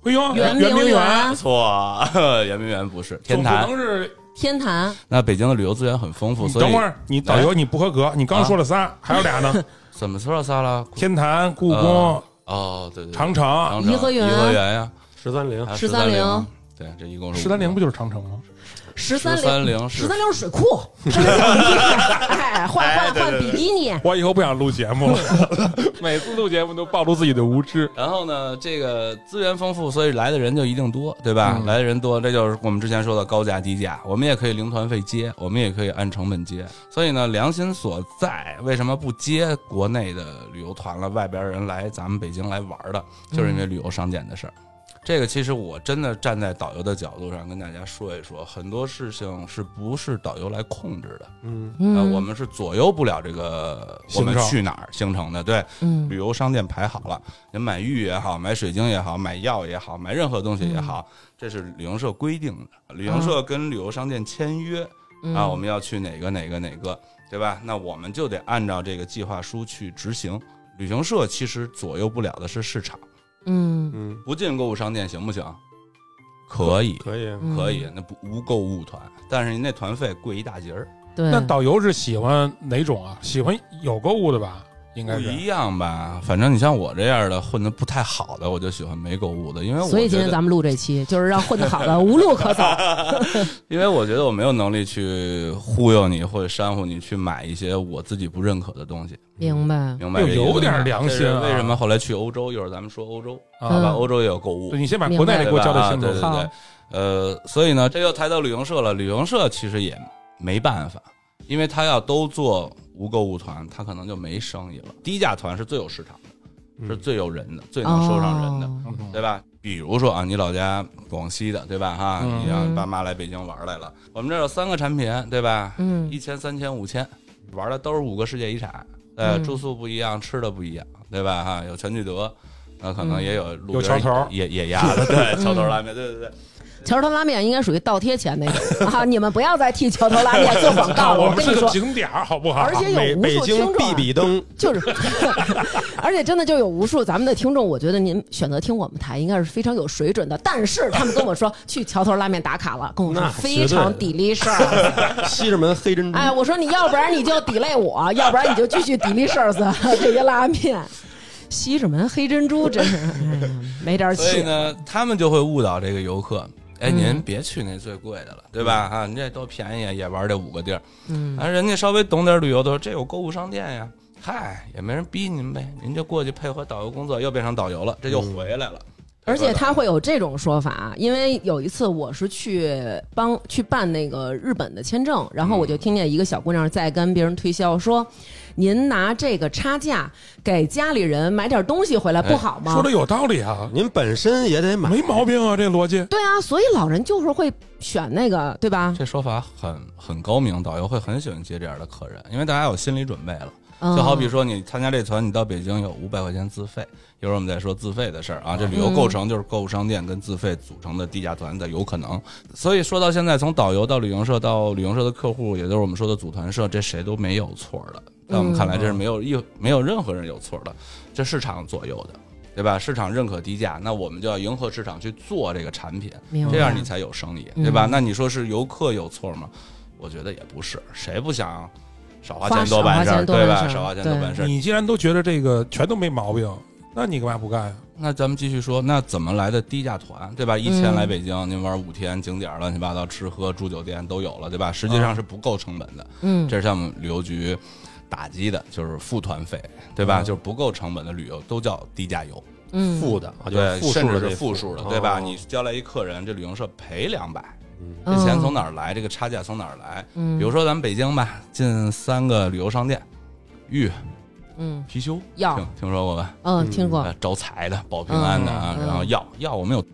Speaker 3: 哎呦，
Speaker 1: 圆
Speaker 3: 圆
Speaker 1: 明
Speaker 3: 明园，
Speaker 4: 错，啊 [laughs] 圆明园不是天
Speaker 3: 总
Speaker 4: 坛
Speaker 3: 不。能是
Speaker 1: 天坛，
Speaker 4: 那北京的旅游资源很丰富，
Speaker 3: 你
Speaker 4: 所以
Speaker 3: 等会儿你导游你不合格，你刚说了仨，还有俩呢，
Speaker 4: 怎么说仨了？
Speaker 3: 天坛、故宫
Speaker 4: 呃、哦，对对，对
Speaker 3: 长城。
Speaker 4: 长城
Speaker 1: 颐和园
Speaker 4: 颐和园呀，
Speaker 2: 十三陵
Speaker 4: 还有
Speaker 1: 十三
Speaker 4: 三
Speaker 1: 陵，
Speaker 4: 对，这一共是
Speaker 3: 十三陵不就是长城吗？
Speaker 1: 十
Speaker 4: 十
Speaker 1: 陵。
Speaker 4: 三陵
Speaker 1: 十
Speaker 4: 是
Speaker 1: 三陵水库，穿小比基尼哎，换换换比基
Speaker 4: 啊
Speaker 1: 尼，
Speaker 3: 我以后不想录节目了，每次录节目都暴露自己的无知。
Speaker 4: 然后呢，这个资源丰富，所以来的人就一定多，对吧？
Speaker 3: 嗯
Speaker 4: 来的人多，这就是我们之前说的高价低价。我们也可以零团费接，我们也可以按成本接。所以呢，良心所在，为什么不接国内的旅游团了？外边人来咱们北京来玩的，
Speaker 3: 嗯
Speaker 4: 就是因为旅游商检的事儿。这个其实我真的站在导游的角度上跟大家说一说，很多事情是不是导游来控制的？
Speaker 2: 嗯，
Speaker 4: 呃，
Speaker 1: 嗯，
Speaker 4: 我们是左右不了这个我
Speaker 3: 行
Speaker 4: 们
Speaker 3: 程
Speaker 4: 去哪儿形成的，对。旅
Speaker 1: 嗯
Speaker 4: 游商店排好了，您买玉也好，买水晶也好，买药也好，买任何东西也好，
Speaker 1: 嗯
Speaker 4: 这是旅行社规定的。旅行社跟旅游商店签约、
Speaker 1: 嗯
Speaker 4: 啊，我们要去哪个哪个哪个，对吧？那我们就得按照这个计划书去执行。旅行社其实左右不了的是市场，
Speaker 1: 嗯
Speaker 2: 嗯，
Speaker 4: 不进购物商店行不行？可以，
Speaker 2: 可以。
Speaker 1: 嗯
Speaker 4: 可以，那不无购物团，但是您那团费贵一大截儿，
Speaker 1: 嗯对，
Speaker 3: 那导游是喜欢哪种啊？喜欢有购物的吧？应
Speaker 4: 不
Speaker 3: 该是。
Speaker 4: 一样吧？反正你像我这样的混的不太好的，我就喜欢没购物的，因为我
Speaker 1: 所以今
Speaker 4: 觉
Speaker 1: 天
Speaker 4: 得
Speaker 1: 咱们录这期就是让混得好的无路可走，
Speaker 4: 因为我觉得我没有能力去忽悠你或者煽乎你去买一些我自己不认可的东西，
Speaker 1: 明白？
Speaker 4: 明白
Speaker 3: 有
Speaker 4: 这意思吗？
Speaker 3: 嗯有点良心啊！
Speaker 4: 这是为什么后来去欧洲？一会儿咱们说欧洲，好吧？
Speaker 3: 啊？
Speaker 1: 嗯
Speaker 4: 欧洲也有购物
Speaker 3: 对，，你先把国内的给我交代清
Speaker 4: 对
Speaker 3: 楚。
Speaker 4: 吧
Speaker 1: 好
Speaker 4: 对对对，呃，所以呢，这又抬到旅行社了。旅行社其实也没办法，因为他要都做无购物团，他可能就没生意了。低价团是最有市场的，
Speaker 2: 嗯
Speaker 4: 是最有人的，最能收上人的。
Speaker 1: 哦
Speaker 3: 嗯
Speaker 4: 对吧？比如说啊，你老家广西的，对吧？哈，
Speaker 3: 嗯
Speaker 4: 你让爸妈来北京玩来了，我们这儿有三个产品，对吧？
Speaker 1: 嗯
Speaker 4: 一千、三千、五千，玩的都是五个世界遗产，呃，
Speaker 1: 嗯
Speaker 4: 住宿不一样，吃的不一样，对吧？哈，有全聚德，那可能
Speaker 1: 嗯
Speaker 4: 也有路
Speaker 3: 有桥
Speaker 4: 边
Speaker 3: 头
Speaker 4: 野野鸭子，
Speaker 3: [laughs]
Speaker 4: 对，桥头拉面，对对对。
Speaker 1: 桥头拉面应该属于倒贴钱那种啊！你们不要再替桥头拉面做广告了，
Speaker 3: [laughs] 我们
Speaker 1: 跟你
Speaker 3: 是
Speaker 1: 说。
Speaker 3: 景点儿好不好？
Speaker 1: 而且有
Speaker 2: 北
Speaker 1: 无
Speaker 2: 北
Speaker 1: 数听
Speaker 2: 京
Speaker 1: 众啊
Speaker 2: 必比登，
Speaker 1: 就是， [laughs] 而且真的就有无数咱们的听众，我觉得您选择听我们台应该是非常有水准的。但是他们跟我说去桥头拉面打卡了，跟我说
Speaker 2: 那
Speaker 1: 非
Speaker 2: 绝对
Speaker 1: 常 delicious。
Speaker 2: 西直门黑珍珠。
Speaker 1: 哎，我说你要不然你就 delay 我，要不然你就继续 delicious 这些拉面。西直门黑珍珠真是、哎呀没点儿
Speaker 4: 所以
Speaker 1: 气。
Speaker 4: 呢，他们就会误导这个游客。哎，
Speaker 1: 嗯
Speaker 4: 您别去那最贵的了，对吧？啊，你这多便宜啊，也玩这五个地儿。
Speaker 1: 嗯，
Speaker 4: 啊，人家稍微懂点旅游的说，这有购物商店呀，嗨，也没人逼您呗，您就过去配合导游工作，又变成导游了，这就
Speaker 1: 嗯
Speaker 4: 回来了。
Speaker 1: 而且他
Speaker 4: 会。
Speaker 1: 会有这种说法，啊因为有一次我是去帮去办那个日本的签证，然后我
Speaker 4: 嗯
Speaker 1: 就听见一个小姑娘在跟别人推销说：“您拿这个差价给家里人买点东西回
Speaker 4: 哎
Speaker 1: 来不好吗？”
Speaker 3: 说的有道理啊，
Speaker 2: 您本身也得买，
Speaker 3: [laughs] 没毛病啊，这逻辑。
Speaker 1: 对啊，所以老人就是会选那个，对吧？
Speaker 4: 这说法很很高明，导游会很喜欢接这样的客人，因为大家有心理准备了。
Speaker 1: 嗯
Speaker 4: 就好比说你参加这团，你到北京有五百块钱自费，一会儿我们再说自费的事儿啊。这旅游构成就是购物商店跟自费组成的低价团的有可能。所以说到现在，从导游到旅行社到旅行社的客户，也就是我们说的组团社，这谁都没有错的。在我们看来，这是没有一没有任何人有错的，这市场左右的。对吧？市场认可低价，那我们就要迎合市场去做这个产品，
Speaker 1: 明白
Speaker 4: 这样你才有生意，对吧？那你说是游客有错吗？我觉得也不是，谁不想少花
Speaker 1: 花
Speaker 4: 钱多
Speaker 1: 少花
Speaker 4: 办事
Speaker 1: 钱
Speaker 4: 儿，
Speaker 1: 多
Speaker 4: 对
Speaker 1: 办
Speaker 4: 吧？
Speaker 1: 事儿
Speaker 4: 少花钱多
Speaker 1: 对
Speaker 4: 办事儿。
Speaker 3: 你既然都觉得这个全都没毛病，那你干嘛不干呀？啊
Speaker 4: 那咱们继续说，那怎么来的低价团，对吧？一千来北京，您玩五天，景点儿乱七八糟，吃喝住酒店都有了，对吧？实际上是不够成本的，
Speaker 1: 嗯，
Speaker 4: 这是向我们旅游局打击的，就是付团费，对吧？就是不够成本的旅游都叫低价游，
Speaker 1: 嗯
Speaker 2: 负的啊，就是
Speaker 4: 对，
Speaker 2: 负
Speaker 4: 甚
Speaker 2: 数
Speaker 4: 至
Speaker 2: 的
Speaker 4: 是
Speaker 2: 这
Speaker 4: 负
Speaker 2: 负
Speaker 4: 数的，对吧？
Speaker 2: 哦
Speaker 4: 你交来一客人，这旅行社赔两百，
Speaker 2: 嗯
Speaker 4: 这钱从哪儿来？这个差价从哪儿来？
Speaker 1: 嗯
Speaker 4: 比如说咱们北京吧，进三个旅游商店，玉、
Speaker 1: 嗯
Speaker 4: 貔貅，
Speaker 1: 药
Speaker 4: 听听说过吧？
Speaker 1: 嗯听过
Speaker 4: 呃招财的、保平安的啊，
Speaker 1: 嗯嗯
Speaker 4: 然后药药我们有，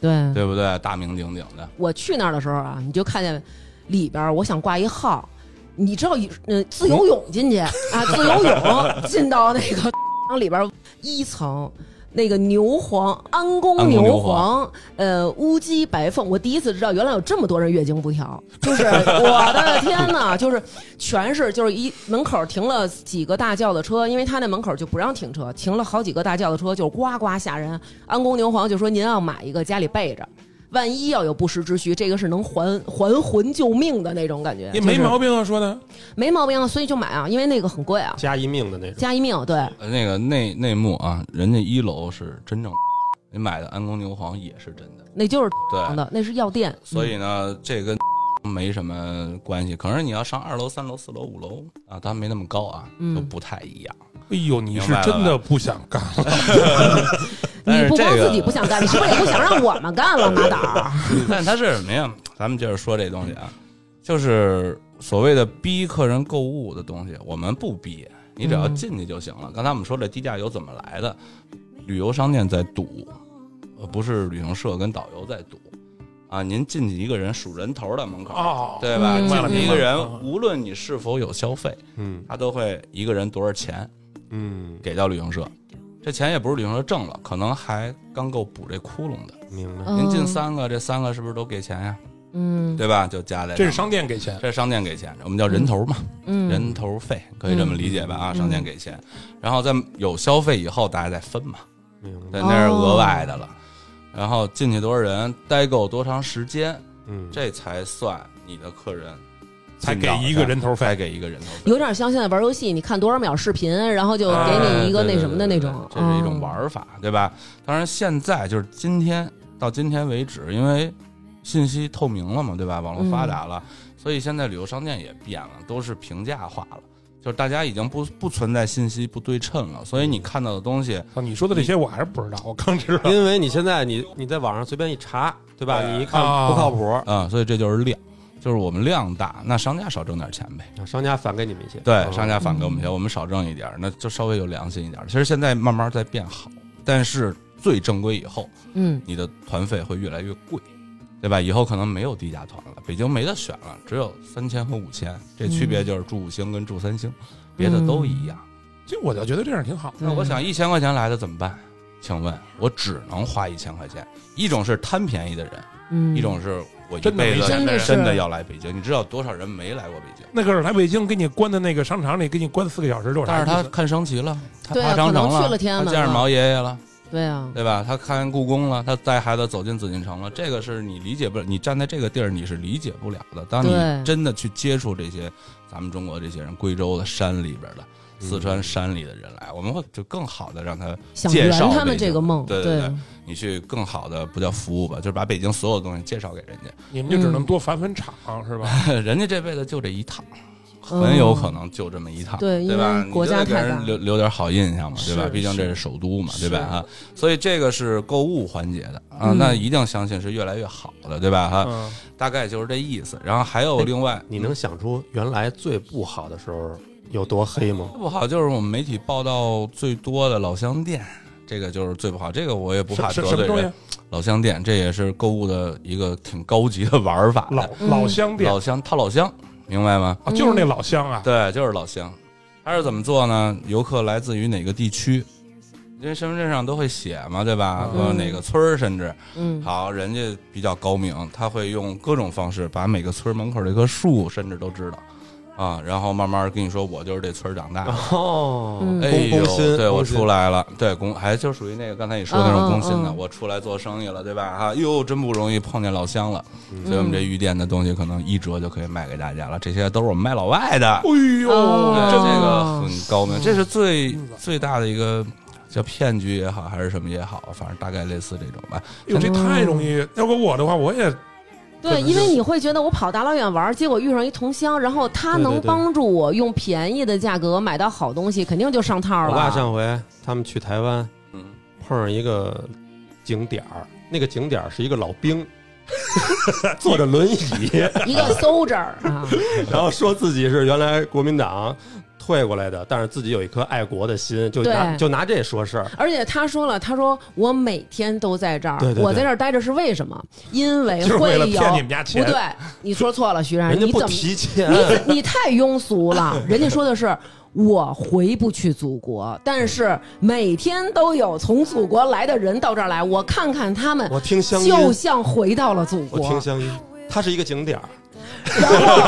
Speaker 1: 对
Speaker 4: 对不对？大名鼎鼎的，
Speaker 1: 我去那儿的时候啊，你就看见里边儿，我想挂一号，你知道一，呃，自由泳进去啊，自由泳进到那个 [laughs] 里边儿一层。那个牛黄、安宫
Speaker 4: 安宫牛
Speaker 1: 黄、呃乌鸡、白凤，我第一次知道原来有这么多人月经不调，就是我的天呐，就是全是就是一门口停了几个大轿的车，因为他那门口就不让停车，停了好几个大轿的车，就是呱呱吓人。安宫牛黄就说您要买一个家里备着，万一要有不时之需，这个是能还还魂救命的那种感觉，
Speaker 3: 也没
Speaker 1: 就是
Speaker 3: 毛病啊，说的。
Speaker 1: 没毛病啊，所以就买啊，因为那个很贵啊，
Speaker 2: 加一命的那种。
Speaker 1: 加一命对。
Speaker 4: 呃那个内内幕啊，人家一楼是真正，你买的安宫牛黄也是真的，
Speaker 1: 那就是
Speaker 4: 对，
Speaker 1: 的，那是药店，
Speaker 4: 所以呢，这跟没什么关系。可是你要上二楼、三楼、四楼、五楼啊，它没那么高啊，
Speaker 1: 嗯
Speaker 4: 都不太一样。
Speaker 3: 哎呦，你是
Speaker 4: 明白了
Speaker 3: 真的不想干了？
Speaker 1: 嗯
Speaker 4: 但
Speaker 1: 你
Speaker 4: 是
Speaker 1: 不
Speaker 4: 这
Speaker 1: 光
Speaker 4: 个
Speaker 1: 自己不想干，你是不是也不想让我们干了，马
Speaker 4: [laughs]
Speaker 1: 导？
Speaker 4: 但它是什么呀？咱们接着说这东西啊，就是所谓的逼客人购物的东西，我们不逼，你只要
Speaker 1: 嗯
Speaker 4: 进去就行了。刚才我们说这低价游怎么来的，旅游商店在赌，呃，不是旅行社跟导游在赌啊。您进去一个人数人头的门口，
Speaker 3: 哦，
Speaker 4: 对吧？
Speaker 1: 嗯明白了嗯
Speaker 4: 进去
Speaker 1: 明
Speaker 4: 一个
Speaker 1: 白
Speaker 4: 人，无论你是否有消费，
Speaker 2: 嗯
Speaker 4: 他都会一个人多少钱
Speaker 2: 嗯，
Speaker 4: 给到旅行社。这钱也不是旅行社挣了，可能还刚够补这窟窿的。
Speaker 2: 明白。
Speaker 1: 嗯
Speaker 4: 您进三个，这三个是不是都给钱呀？
Speaker 1: 嗯
Speaker 4: 对吧？就加在
Speaker 3: 这是
Speaker 4: 上
Speaker 3: 商店给钱
Speaker 4: 面，。这是商店给钱，我们叫人头嘛，
Speaker 1: 嗯，
Speaker 4: 人头费可以这么理解吧？啊，
Speaker 1: 嗯
Speaker 4: 商店给钱，
Speaker 3: 嗯
Speaker 4: 然后在有消费以后，大家再分嘛，
Speaker 2: 明
Speaker 3: 哦
Speaker 2: 白。
Speaker 4: 对，那是额外的了。然后进去多少人，待够多长时间，
Speaker 2: 嗯，
Speaker 4: 这才算你的客人
Speaker 3: 才
Speaker 4: 进
Speaker 3: 给
Speaker 4: 到
Speaker 3: 一个
Speaker 4: 这儿
Speaker 3: 人头
Speaker 4: 才
Speaker 3: 费，
Speaker 4: 给一个人头费，
Speaker 1: 有点像现在玩游戏，你看多少秒视频，然后就给你一个
Speaker 4: 哎哎对
Speaker 1: 那什么的那
Speaker 4: 对对
Speaker 1: 种嗯
Speaker 4: 对，这是一种玩儿法，对吧？当然，现在就是今天到今天为止，因为信息透明了嘛，对吧？网络发达了，
Speaker 1: 嗯
Speaker 4: 所以现在旅游商店也变了，都是平价化了，就是大家已经不不存在信息不对称了，所以你看到的东西，
Speaker 3: 啊，你说的这些我还是不知道，我刚知
Speaker 4: 嗯
Speaker 3: 道。
Speaker 2: 因为你现在你你在网上随便一查，对吧？
Speaker 4: 对
Speaker 2: 你一看
Speaker 3: 啊
Speaker 2: 不靠谱，
Speaker 4: 啊、所以这就是量，就是我们量大，那商家少挣点钱呗。
Speaker 2: 啊商家返给你们一些。
Speaker 4: 对，
Speaker 2: 嗯
Speaker 4: 商家返给我
Speaker 1: 哦
Speaker 4: 们钱，我们少挣一点儿，那就稍微有良心一点儿。其实现在慢慢在变好，但是最正规以后，
Speaker 1: 嗯
Speaker 4: 你的团费会越来越贵，对吧？以后可能没有低价团了，北京没得选了，只有三千和五千，这区别就是住五星跟住三星，别的都一样。
Speaker 3: 这我就觉得这样挺好。
Speaker 4: 那我想一千块钱来的怎么办？请问，我只能花一千块钱。一种是贪便宜的人，
Speaker 1: 嗯，
Speaker 4: 一种是我一
Speaker 3: 真的
Speaker 4: 辈
Speaker 3: 没
Speaker 4: 子
Speaker 3: 钱的人
Speaker 4: 真的要来北京。你知道多少人没来过北京？
Speaker 3: 那个来北京给你关在那个商场里，给你关四个小时，这有啥
Speaker 4: 但是他
Speaker 3: 意思
Speaker 4: 看升旗了，他
Speaker 1: 对啊
Speaker 4: 爬长城
Speaker 1: 可能去了天安
Speaker 4: 他
Speaker 1: 门
Speaker 4: 见着
Speaker 1: 了
Speaker 4: 毛爷爷了，
Speaker 1: 对啊，
Speaker 4: 对吧？他看故宫了，他带孩子走进紫禁城了，这个是你理解不了。你站在这个地儿，你是理解不了的。当你
Speaker 1: 对
Speaker 4: 真的去接触这些咱们中国这些人，贵州的山里边的、四川山里的人来，我们会就更好的让他
Speaker 1: 想
Speaker 4: 介
Speaker 1: 圆
Speaker 4: 绍
Speaker 1: 他们
Speaker 4: 北京
Speaker 1: 这个梦，
Speaker 4: 对对，你去更好的不叫服务吧，就是把北京所有东西介绍给人家，
Speaker 3: 你们就只能多返返场，是吧？
Speaker 4: [laughs] 人家这辈子就这一趟，
Speaker 1: 嗯
Speaker 4: 很有可能就这么一趟，
Speaker 1: 对因
Speaker 4: 对吧？
Speaker 1: 为
Speaker 4: 你
Speaker 1: 国
Speaker 4: 就
Speaker 1: 家
Speaker 4: 得给
Speaker 1: 太
Speaker 4: 人
Speaker 1: 大
Speaker 4: 留留点好印象嘛，对吧
Speaker 1: 是？
Speaker 4: 毕竟这
Speaker 1: 是
Speaker 4: 是首都嘛，对吧？
Speaker 1: 是
Speaker 4: 啊，所以这个是购物环节的啊，
Speaker 1: 嗯
Speaker 4: 那一定相信是越来越好的，对吧？哈，
Speaker 3: 嗯，
Speaker 4: 大概就是这意思。然后还有另外，
Speaker 2: 你能想出原来最不好的时候有多黑吗？
Speaker 4: 不好就是我们媒体报道最多的老乡店。这个就是最不好，这个我也不怕
Speaker 3: 什
Speaker 4: 得
Speaker 3: 什什么
Speaker 4: 罪
Speaker 3: 东
Speaker 4: 人
Speaker 1: 啊
Speaker 3: 西。？
Speaker 4: 老乡店，这也是购物的一个挺高级的玩法的。
Speaker 3: 老
Speaker 1: 嗯
Speaker 3: 老乡店
Speaker 4: 老嗯乡，他老乡，明白吗？
Speaker 3: 啊，就是那老乡啊，
Speaker 4: 对，就是老乡。他是怎么做呢？游客来自于哪个地区？因为身份证上都会写嘛，对吧？
Speaker 1: 嗯
Speaker 4: 和哪个村儿，甚至
Speaker 1: 嗯，
Speaker 4: 好，人家比较高明，他会用各种方式把每个村门口这棵树，甚至都知道啊。然后慢慢跟你说，我就是这村儿长大的。
Speaker 2: 哦
Speaker 1: 嗯
Speaker 4: 哎
Speaker 2: 攻
Speaker 4: 呦
Speaker 2: 攻，心，
Speaker 4: 对我
Speaker 2: 攻心
Speaker 4: 出来了，对工还就属于那个刚才你说的那种工薪
Speaker 1: 嗯嗯
Speaker 4: 的，
Speaker 1: 嗯
Speaker 4: 我出来做生意了，对吧？哈，哟，真不容易碰见老乡了，
Speaker 2: 嗯
Speaker 4: 所以我们这玉店的东西可能一折就可以卖给大家了，这些都是我们卖老外的，
Speaker 3: 哎呦，
Speaker 1: 哦嗯
Speaker 4: 对，
Speaker 1: 真
Speaker 4: 这
Speaker 1: 的
Speaker 4: 个很高明，这是最最大的一个叫骗局也好，还是什么也好，反正大概类似这种吧。
Speaker 3: 哎呦，这太容易。要搁我的话，我也
Speaker 1: 对，因为你会觉得我跑大老远玩儿，结果遇上一同乡，然后他
Speaker 2: 对对
Speaker 1: 能
Speaker 2: 对
Speaker 1: 帮助我用便宜的价格买到好东西，肯定就上套
Speaker 2: 我
Speaker 1: 了。
Speaker 2: 爸上回他们去台湾
Speaker 4: 嗯，
Speaker 2: 碰上一个景点儿，那个景点儿是一个老兵， [laughs] 坐着轮
Speaker 1: [laughs]
Speaker 2: 椅，[laughs]
Speaker 1: 一个 soldier 啊，
Speaker 2: 然后说自己是原来国民党退过来的，但是自己有一颗爱国的心，就拿
Speaker 1: 对
Speaker 2: 就拿这说事儿。
Speaker 1: 而且他说了，他说我每天都在这儿，
Speaker 2: 对对对
Speaker 1: 我在这儿待着是为什么？因为
Speaker 3: 就是
Speaker 1: 会有
Speaker 3: 为了骗你们家钱
Speaker 1: 不对，你说错了，徐然，
Speaker 2: 人家
Speaker 1: 啊你
Speaker 2: 不
Speaker 1: 怎么
Speaker 2: 提钱，
Speaker 1: 你你太庸俗了，人家说的是。我回不去祖国，但是每天都有从祖国来的人到这儿来，我看看他们，
Speaker 2: [laughs] 我听乡音
Speaker 1: 就像回到了祖
Speaker 2: 我
Speaker 1: 国。
Speaker 2: 听乡音，它是一个景点儿，
Speaker 1: [laughs]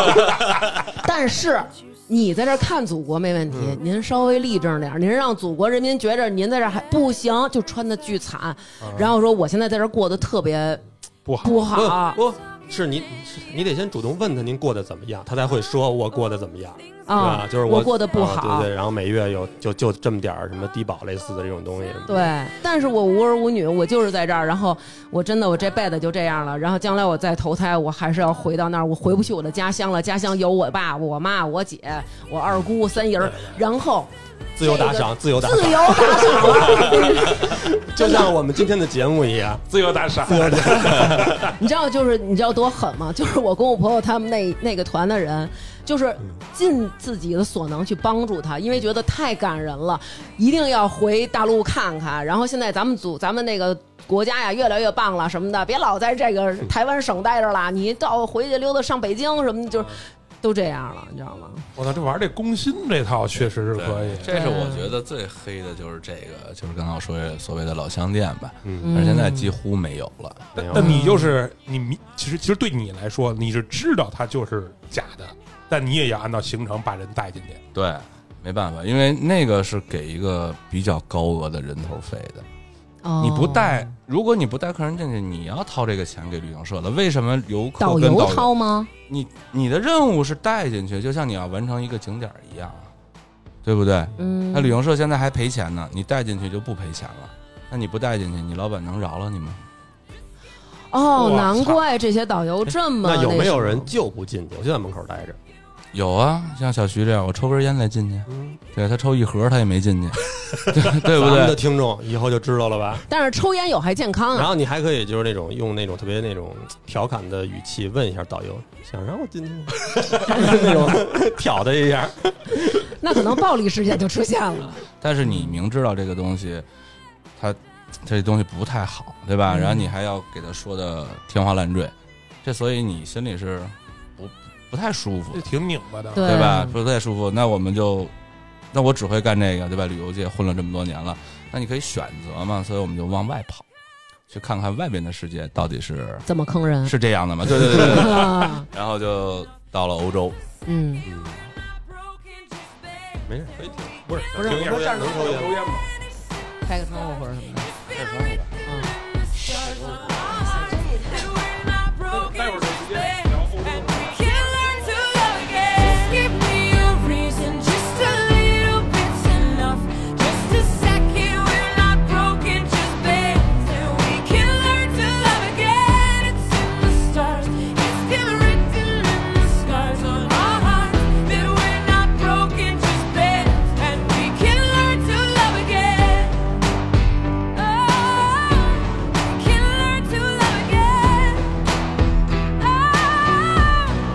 Speaker 1: 但是你在这儿看祖国没问题，
Speaker 2: 嗯
Speaker 1: 您稍微立正点儿，您让祖国人民觉着您在这儿还不行，就穿的巨
Speaker 2: 啊
Speaker 1: 惨，然后说我现在在这儿过得特别
Speaker 3: 不好。
Speaker 1: 不好啊
Speaker 2: 不不哦是你是你得先主动问他您过得怎么样，他才会说我过得怎么样。对
Speaker 1: 啊
Speaker 2: 吧？，就是
Speaker 1: 我
Speaker 2: 我
Speaker 1: 过得不
Speaker 2: 啊
Speaker 1: 好
Speaker 2: 对。对。然后每月有就就这么点儿什么低保类似的这种东西。
Speaker 1: 对，但是我无儿无女，我就是在这儿，然后我真的我这辈子就这样了，然后将来我再投胎，我还是要回到那儿，我回不去我的家乡了，家乡有我爸、我妈、我姐、我二姑、三姨儿，然后
Speaker 2: 自由打赏，自由打赏
Speaker 1: 自，由打赏了。
Speaker 2: 就像我们今天的节目一样。
Speaker 3: 自由打赏，
Speaker 1: 你知道就是你知道多狠吗？就是我跟我朋友他们那那个团的人，就是尽自己的所能去帮助他，因为觉得太感人了，一定要回大陆看看。然后现在咱们组咱们那个国家呀越来越棒了什么的，别老在这个台湾省待着了，你到回去溜达上北京什么的，就是都这样了，你知道吗？
Speaker 3: 我操，这玩这攻心这套确实是可以。
Speaker 4: 这是我觉得最黑的就是这个，就是刚刚我说的所谓的老乡店吧，
Speaker 2: 嗯，
Speaker 4: 但是现在几乎没有了。
Speaker 3: 那
Speaker 2: 没有
Speaker 3: 那
Speaker 1: 嗯
Speaker 3: 你就是你明，其实其实对你来说，你是知道它就是假的，但你也要按照行程把人带进去。
Speaker 4: 对，没办法，因为那个是给一个比较高额的人头费的。
Speaker 1: 哦
Speaker 4: 你不带，如果你不带客人进去，你要掏这个钱给旅行社的。为什么游客
Speaker 1: 导
Speaker 4: 跟
Speaker 1: 游
Speaker 4: 导游？
Speaker 1: 掏吗？
Speaker 4: 你你的任务是带进去，就像你要完成一个景点儿一样啊，对不对？
Speaker 1: 嗯，
Speaker 4: 那旅行社现在还赔钱呢，你带进去就不赔钱了。那你不带进去，你老板能饶了你吗？
Speaker 1: 哦，
Speaker 3: 我操
Speaker 1: 难怪这些导游这么
Speaker 2: 那有没
Speaker 1: 什
Speaker 2: 有
Speaker 1: 么
Speaker 2: 人就不进去？我就在门口待着。
Speaker 4: 有啊，像小徐这样，我抽根烟才进去。对他抽一盒，他也没进去， [laughs] 对对不
Speaker 2: 咱们的
Speaker 4: 对？
Speaker 2: 听众以后就知道了吧？
Speaker 1: 但是抽烟有害健康
Speaker 2: 然
Speaker 1: 啊！
Speaker 2: 后你还可以就是那种用那种特别那种调侃的语气问一下导游，想让我进去吗？那种 [laughs] 挑他一下，
Speaker 1: 那可能暴力事件就出现了。
Speaker 4: 但是你明知道这个东西，它这东西不太好，对吧？然后你还要给他说的天花乱坠，这所以你心里是不不太舒服
Speaker 3: 这
Speaker 4: 的，
Speaker 3: 挺拧巴的。
Speaker 1: 对
Speaker 4: 对吧？不太舒服，那我们就那我只会干这个，对吧？旅游界混了这么多年了，那你可以选择嘛，所以我们就往外跑，去看看外边的世界到底是
Speaker 1: 这么坑人。
Speaker 4: 是这样的
Speaker 1: [laughs]
Speaker 4: 吗？对对对对。
Speaker 1: 啊，
Speaker 4: 然后就到了欧洲，
Speaker 1: 嗯，
Speaker 2: 嗯，
Speaker 5: broken, just bend.
Speaker 2: 没事，可以听，
Speaker 3: 不是
Speaker 2: 不是能抽烟能抽烟
Speaker 3: 烟吗？
Speaker 1: 开个窗户或者什么的。嗯，
Speaker 5: My broken
Speaker 3: 待会儿
Speaker 5: just
Speaker 3: 直接
Speaker 5: bend.
Speaker 3: 聊欧洲
Speaker 5: And we can learn to love again. Give me a reason, just a little bit's enough. Just a second, we're not broken, just bend. And we can learn to love again. It's in the stars, it's been written in the scars on our hearts that we're not broken, just bend. And we can learn to love again. Oh, we can learn to love again. Oh, we can learn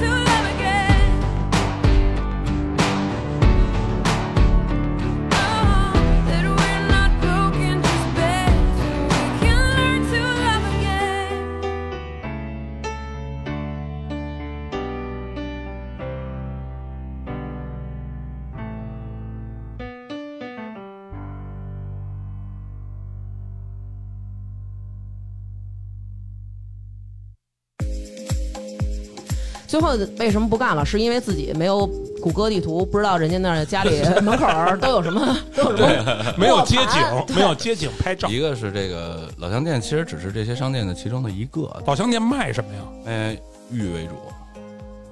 Speaker 5: to love again. Oh, that we're not broken, just bent. We can learn to love again.
Speaker 1: 最后为什么不干了？是因为自己没有谷歌地图，不知道人家那儿家
Speaker 4: [laughs]
Speaker 1: 里门口儿都有什么，都有什么。
Speaker 3: 没有街景，没有街景拍照。
Speaker 4: 一个是这个老乡店，其实只是这些商店的其中的一个，
Speaker 3: 老乡店卖什么呀？
Speaker 4: 呃，玉为主，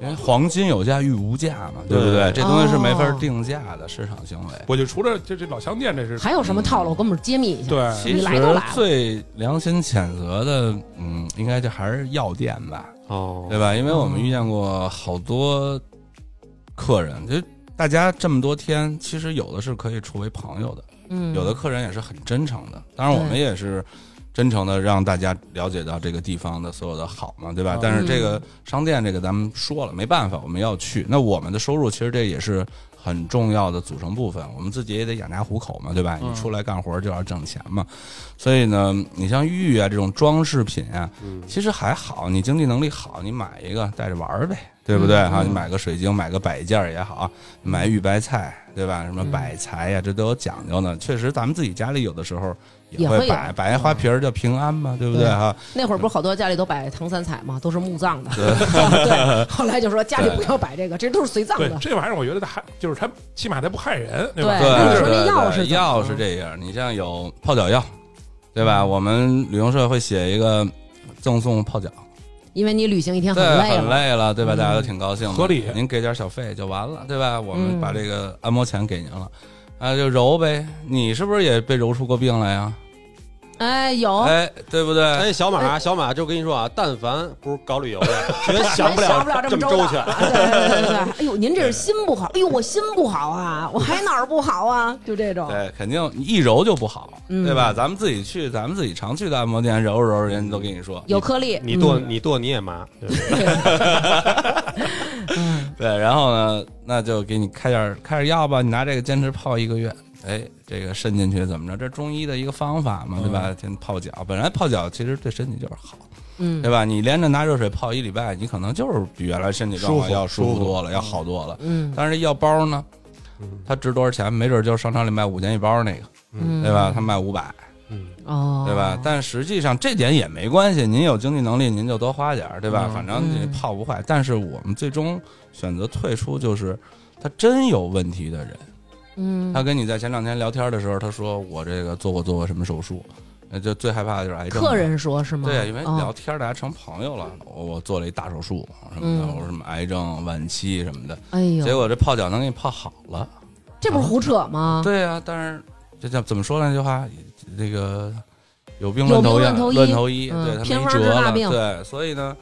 Speaker 4: 因为黄金有价，玉无价嘛，对不
Speaker 1: 哦
Speaker 4: 对？这东西是没法定价的，市场行为。
Speaker 3: 我就除了这这老乡店，这是
Speaker 1: 还有什么套路？给我们揭秘一下。
Speaker 3: 对
Speaker 4: 其
Speaker 1: 你
Speaker 4: 实
Speaker 1: 来都来了
Speaker 4: 最良心谴责的，嗯，应该就还是药店吧，
Speaker 2: 哦，
Speaker 4: 对吧？因为我们遇见过好多客人，就大家这么多天，其实有的是可以处为朋友的，
Speaker 1: 嗯，
Speaker 4: 有的客人也是很真诚的，当然我们
Speaker 1: 对
Speaker 4: 也是真诚的让大家了解到这个地方的所有的好嘛，对吧？
Speaker 3: 嗯
Speaker 4: 但是这个商店这个咱们说了没办法，我们要去。那我们的收入其实这也是很重要的组成部分，我们自己也得养家糊口嘛，对吧？
Speaker 3: 嗯
Speaker 4: 你出来干活就要挣钱嘛，所以呢，你像玉啊这种装饰品啊，
Speaker 2: 嗯
Speaker 4: 其实还好，你经济能力好，你买一个带着玩儿呗，对不对
Speaker 1: 嗯
Speaker 4: 哈？
Speaker 1: 嗯
Speaker 4: 你买个水晶，买个摆件儿也好，买玉白菜，对吧？什么摆财呀，这都有讲究呢。确实，咱们自己家里有的时候
Speaker 1: 也会
Speaker 4: 会
Speaker 1: 有
Speaker 4: 摆摆一花瓶儿叫平安嘛，对不对
Speaker 1: 对
Speaker 4: 哈？
Speaker 1: 那会儿不是好多家里都摆唐三彩嘛，都是墓
Speaker 4: [laughs]
Speaker 1: 葬的。对，后来就说家里不要摆这个，这都是随葬
Speaker 3: 对
Speaker 1: 的。
Speaker 3: 这玩意儿，我觉得它就是它，起码它不害人，对吧？
Speaker 1: 对那你哎
Speaker 4: 对
Speaker 1: 说那钥匙
Speaker 4: 对
Speaker 1: 怎么
Speaker 4: 钥
Speaker 1: 了
Speaker 4: 匙这样，你像有泡脚药，对吧？我们旅行社会写一个赠送泡脚，
Speaker 1: 因为你旅行一天很
Speaker 4: 对，
Speaker 1: 累
Speaker 4: 很
Speaker 1: 了。
Speaker 4: 累了，对吧？
Speaker 1: 嗯
Speaker 4: 大家都挺高兴的，
Speaker 3: 合理
Speaker 4: 您给点小费就完了，对吧？我们
Speaker 1: 嗯
Speaker 4: 把这个按摩钱给您了，啊，就揉呗。你是不是也被揉出过病来呀？
Speaker 1: 哎，有
Speaker 4: 哎，对不对？
Speaker 2: 哎，小马啊，小马，就跟你说啊，但凡不是搞旅
Speaker 1: [laughs]
Speaker 2: 游的，绝想不
Speaker 1: 想不了
Speaker 2: 了
Speaker 1: 这
Speaker 2: 这
Speaker 1: 么周
Speaker 2: 么周
Speaker 1: 到
Speaker 2: 全。
Speaker 1: 对对对对
Speaker 4: [laughs]
Speaker 1: 对，哎呦，您这是心不好，哎呦，我心不好啊，我还哪儿不好啊？就这种，
Speaker 4: 对，肯定你一揉就不好，
Speaker 1: 嗯
Speaker 4: 对吧？咱们自己去，咱们自己常去的按摩店揉揉，人家都跟你说
Speaker 1: 有颗粒。
Speaker 2: 你
Speaker 1: 嗯
Speaker 2: 剁你剁你也麻，
Speaker 1: [laughs]
Speaker 2: 对
Speaker 4: 对，然后呢，那就给你开点儿开点儿药吧，你拿这个坚持泡一个月，哎，这个渗进去怎么着？这是中医的一个方法
Speaker 2: 嗯
Speaker 4: 嘛，对吧？先泡脚，本来泡脚其实对身体就是好，
Speaker 1: 嗯
Speaker 4: 对吧？你连着拿热水泡一礼拜，你可能就是比原来身体状况
Speaker 2: 舒服
Speaker 4: 要舒
Speaker 2: 舒
Speaker 4: 服
Speaker 2: 服嗯
Speaker 4: 多了，要好多了。
Speaker 1: 嗯
Speaker 4: 但是这药包呢，它值多少钱？没准就是商场里卖五钱一包那个，
Speaker 1: 嗯，
Speaker 4: 对吧？它卖五百，
Speaker 2: 嗯，
Speaker 1: 哦，
Speaker 4: 对吧？但实际上这点也没关系，您有经济能力，您就多花点儿，对吧？
Speaker 3: 嗯
Speaker 4: 反正这泡不坏。但是我们最终选择退出，就是他真有问题的人，
Speaker 1: 嗯，
Speaker 4: 他跟你在前两天聊天的时候，他说我这个做过做过什么手术，那就最害怕的就是癌症嘛。
Speaker 1: 客人说是吗？
Speaker 4: 对，啊因为
Speaker 1: 哦
Speaker 4: 聊天儿大家成朋友了，我我做了一大手术什么的，
Speaker 1: 嗯
Speaker 4: 我说什么癌症晚期什么的，
Speaker 1: 哎呦，
Speaker 4: 结果这泡脚能给你泡好了。
Speaker 1: 这不是胡扯吗？
Speaker 4: 对呀、但是这叫怎么说呢？那句话，这个有病
Speaker 1: 有
Speaker 4: 乱
Speaker 1: 病
Speaker 4: 投
Speaker 1: 乱投
Speaker 4: 医，
Speaker 1: 医
Speaker 4: 乱投医，
Speaker 1: 嗯
Speaker 4: 对他
Speaker 1: 偏
Speaker 4: 没
Speaker 1: 方
Speaker 4: 辙
Speaker 1: 治大
Speaker 4: 了，
Speaker 1: 病
Speaker 4: 对，所以呢，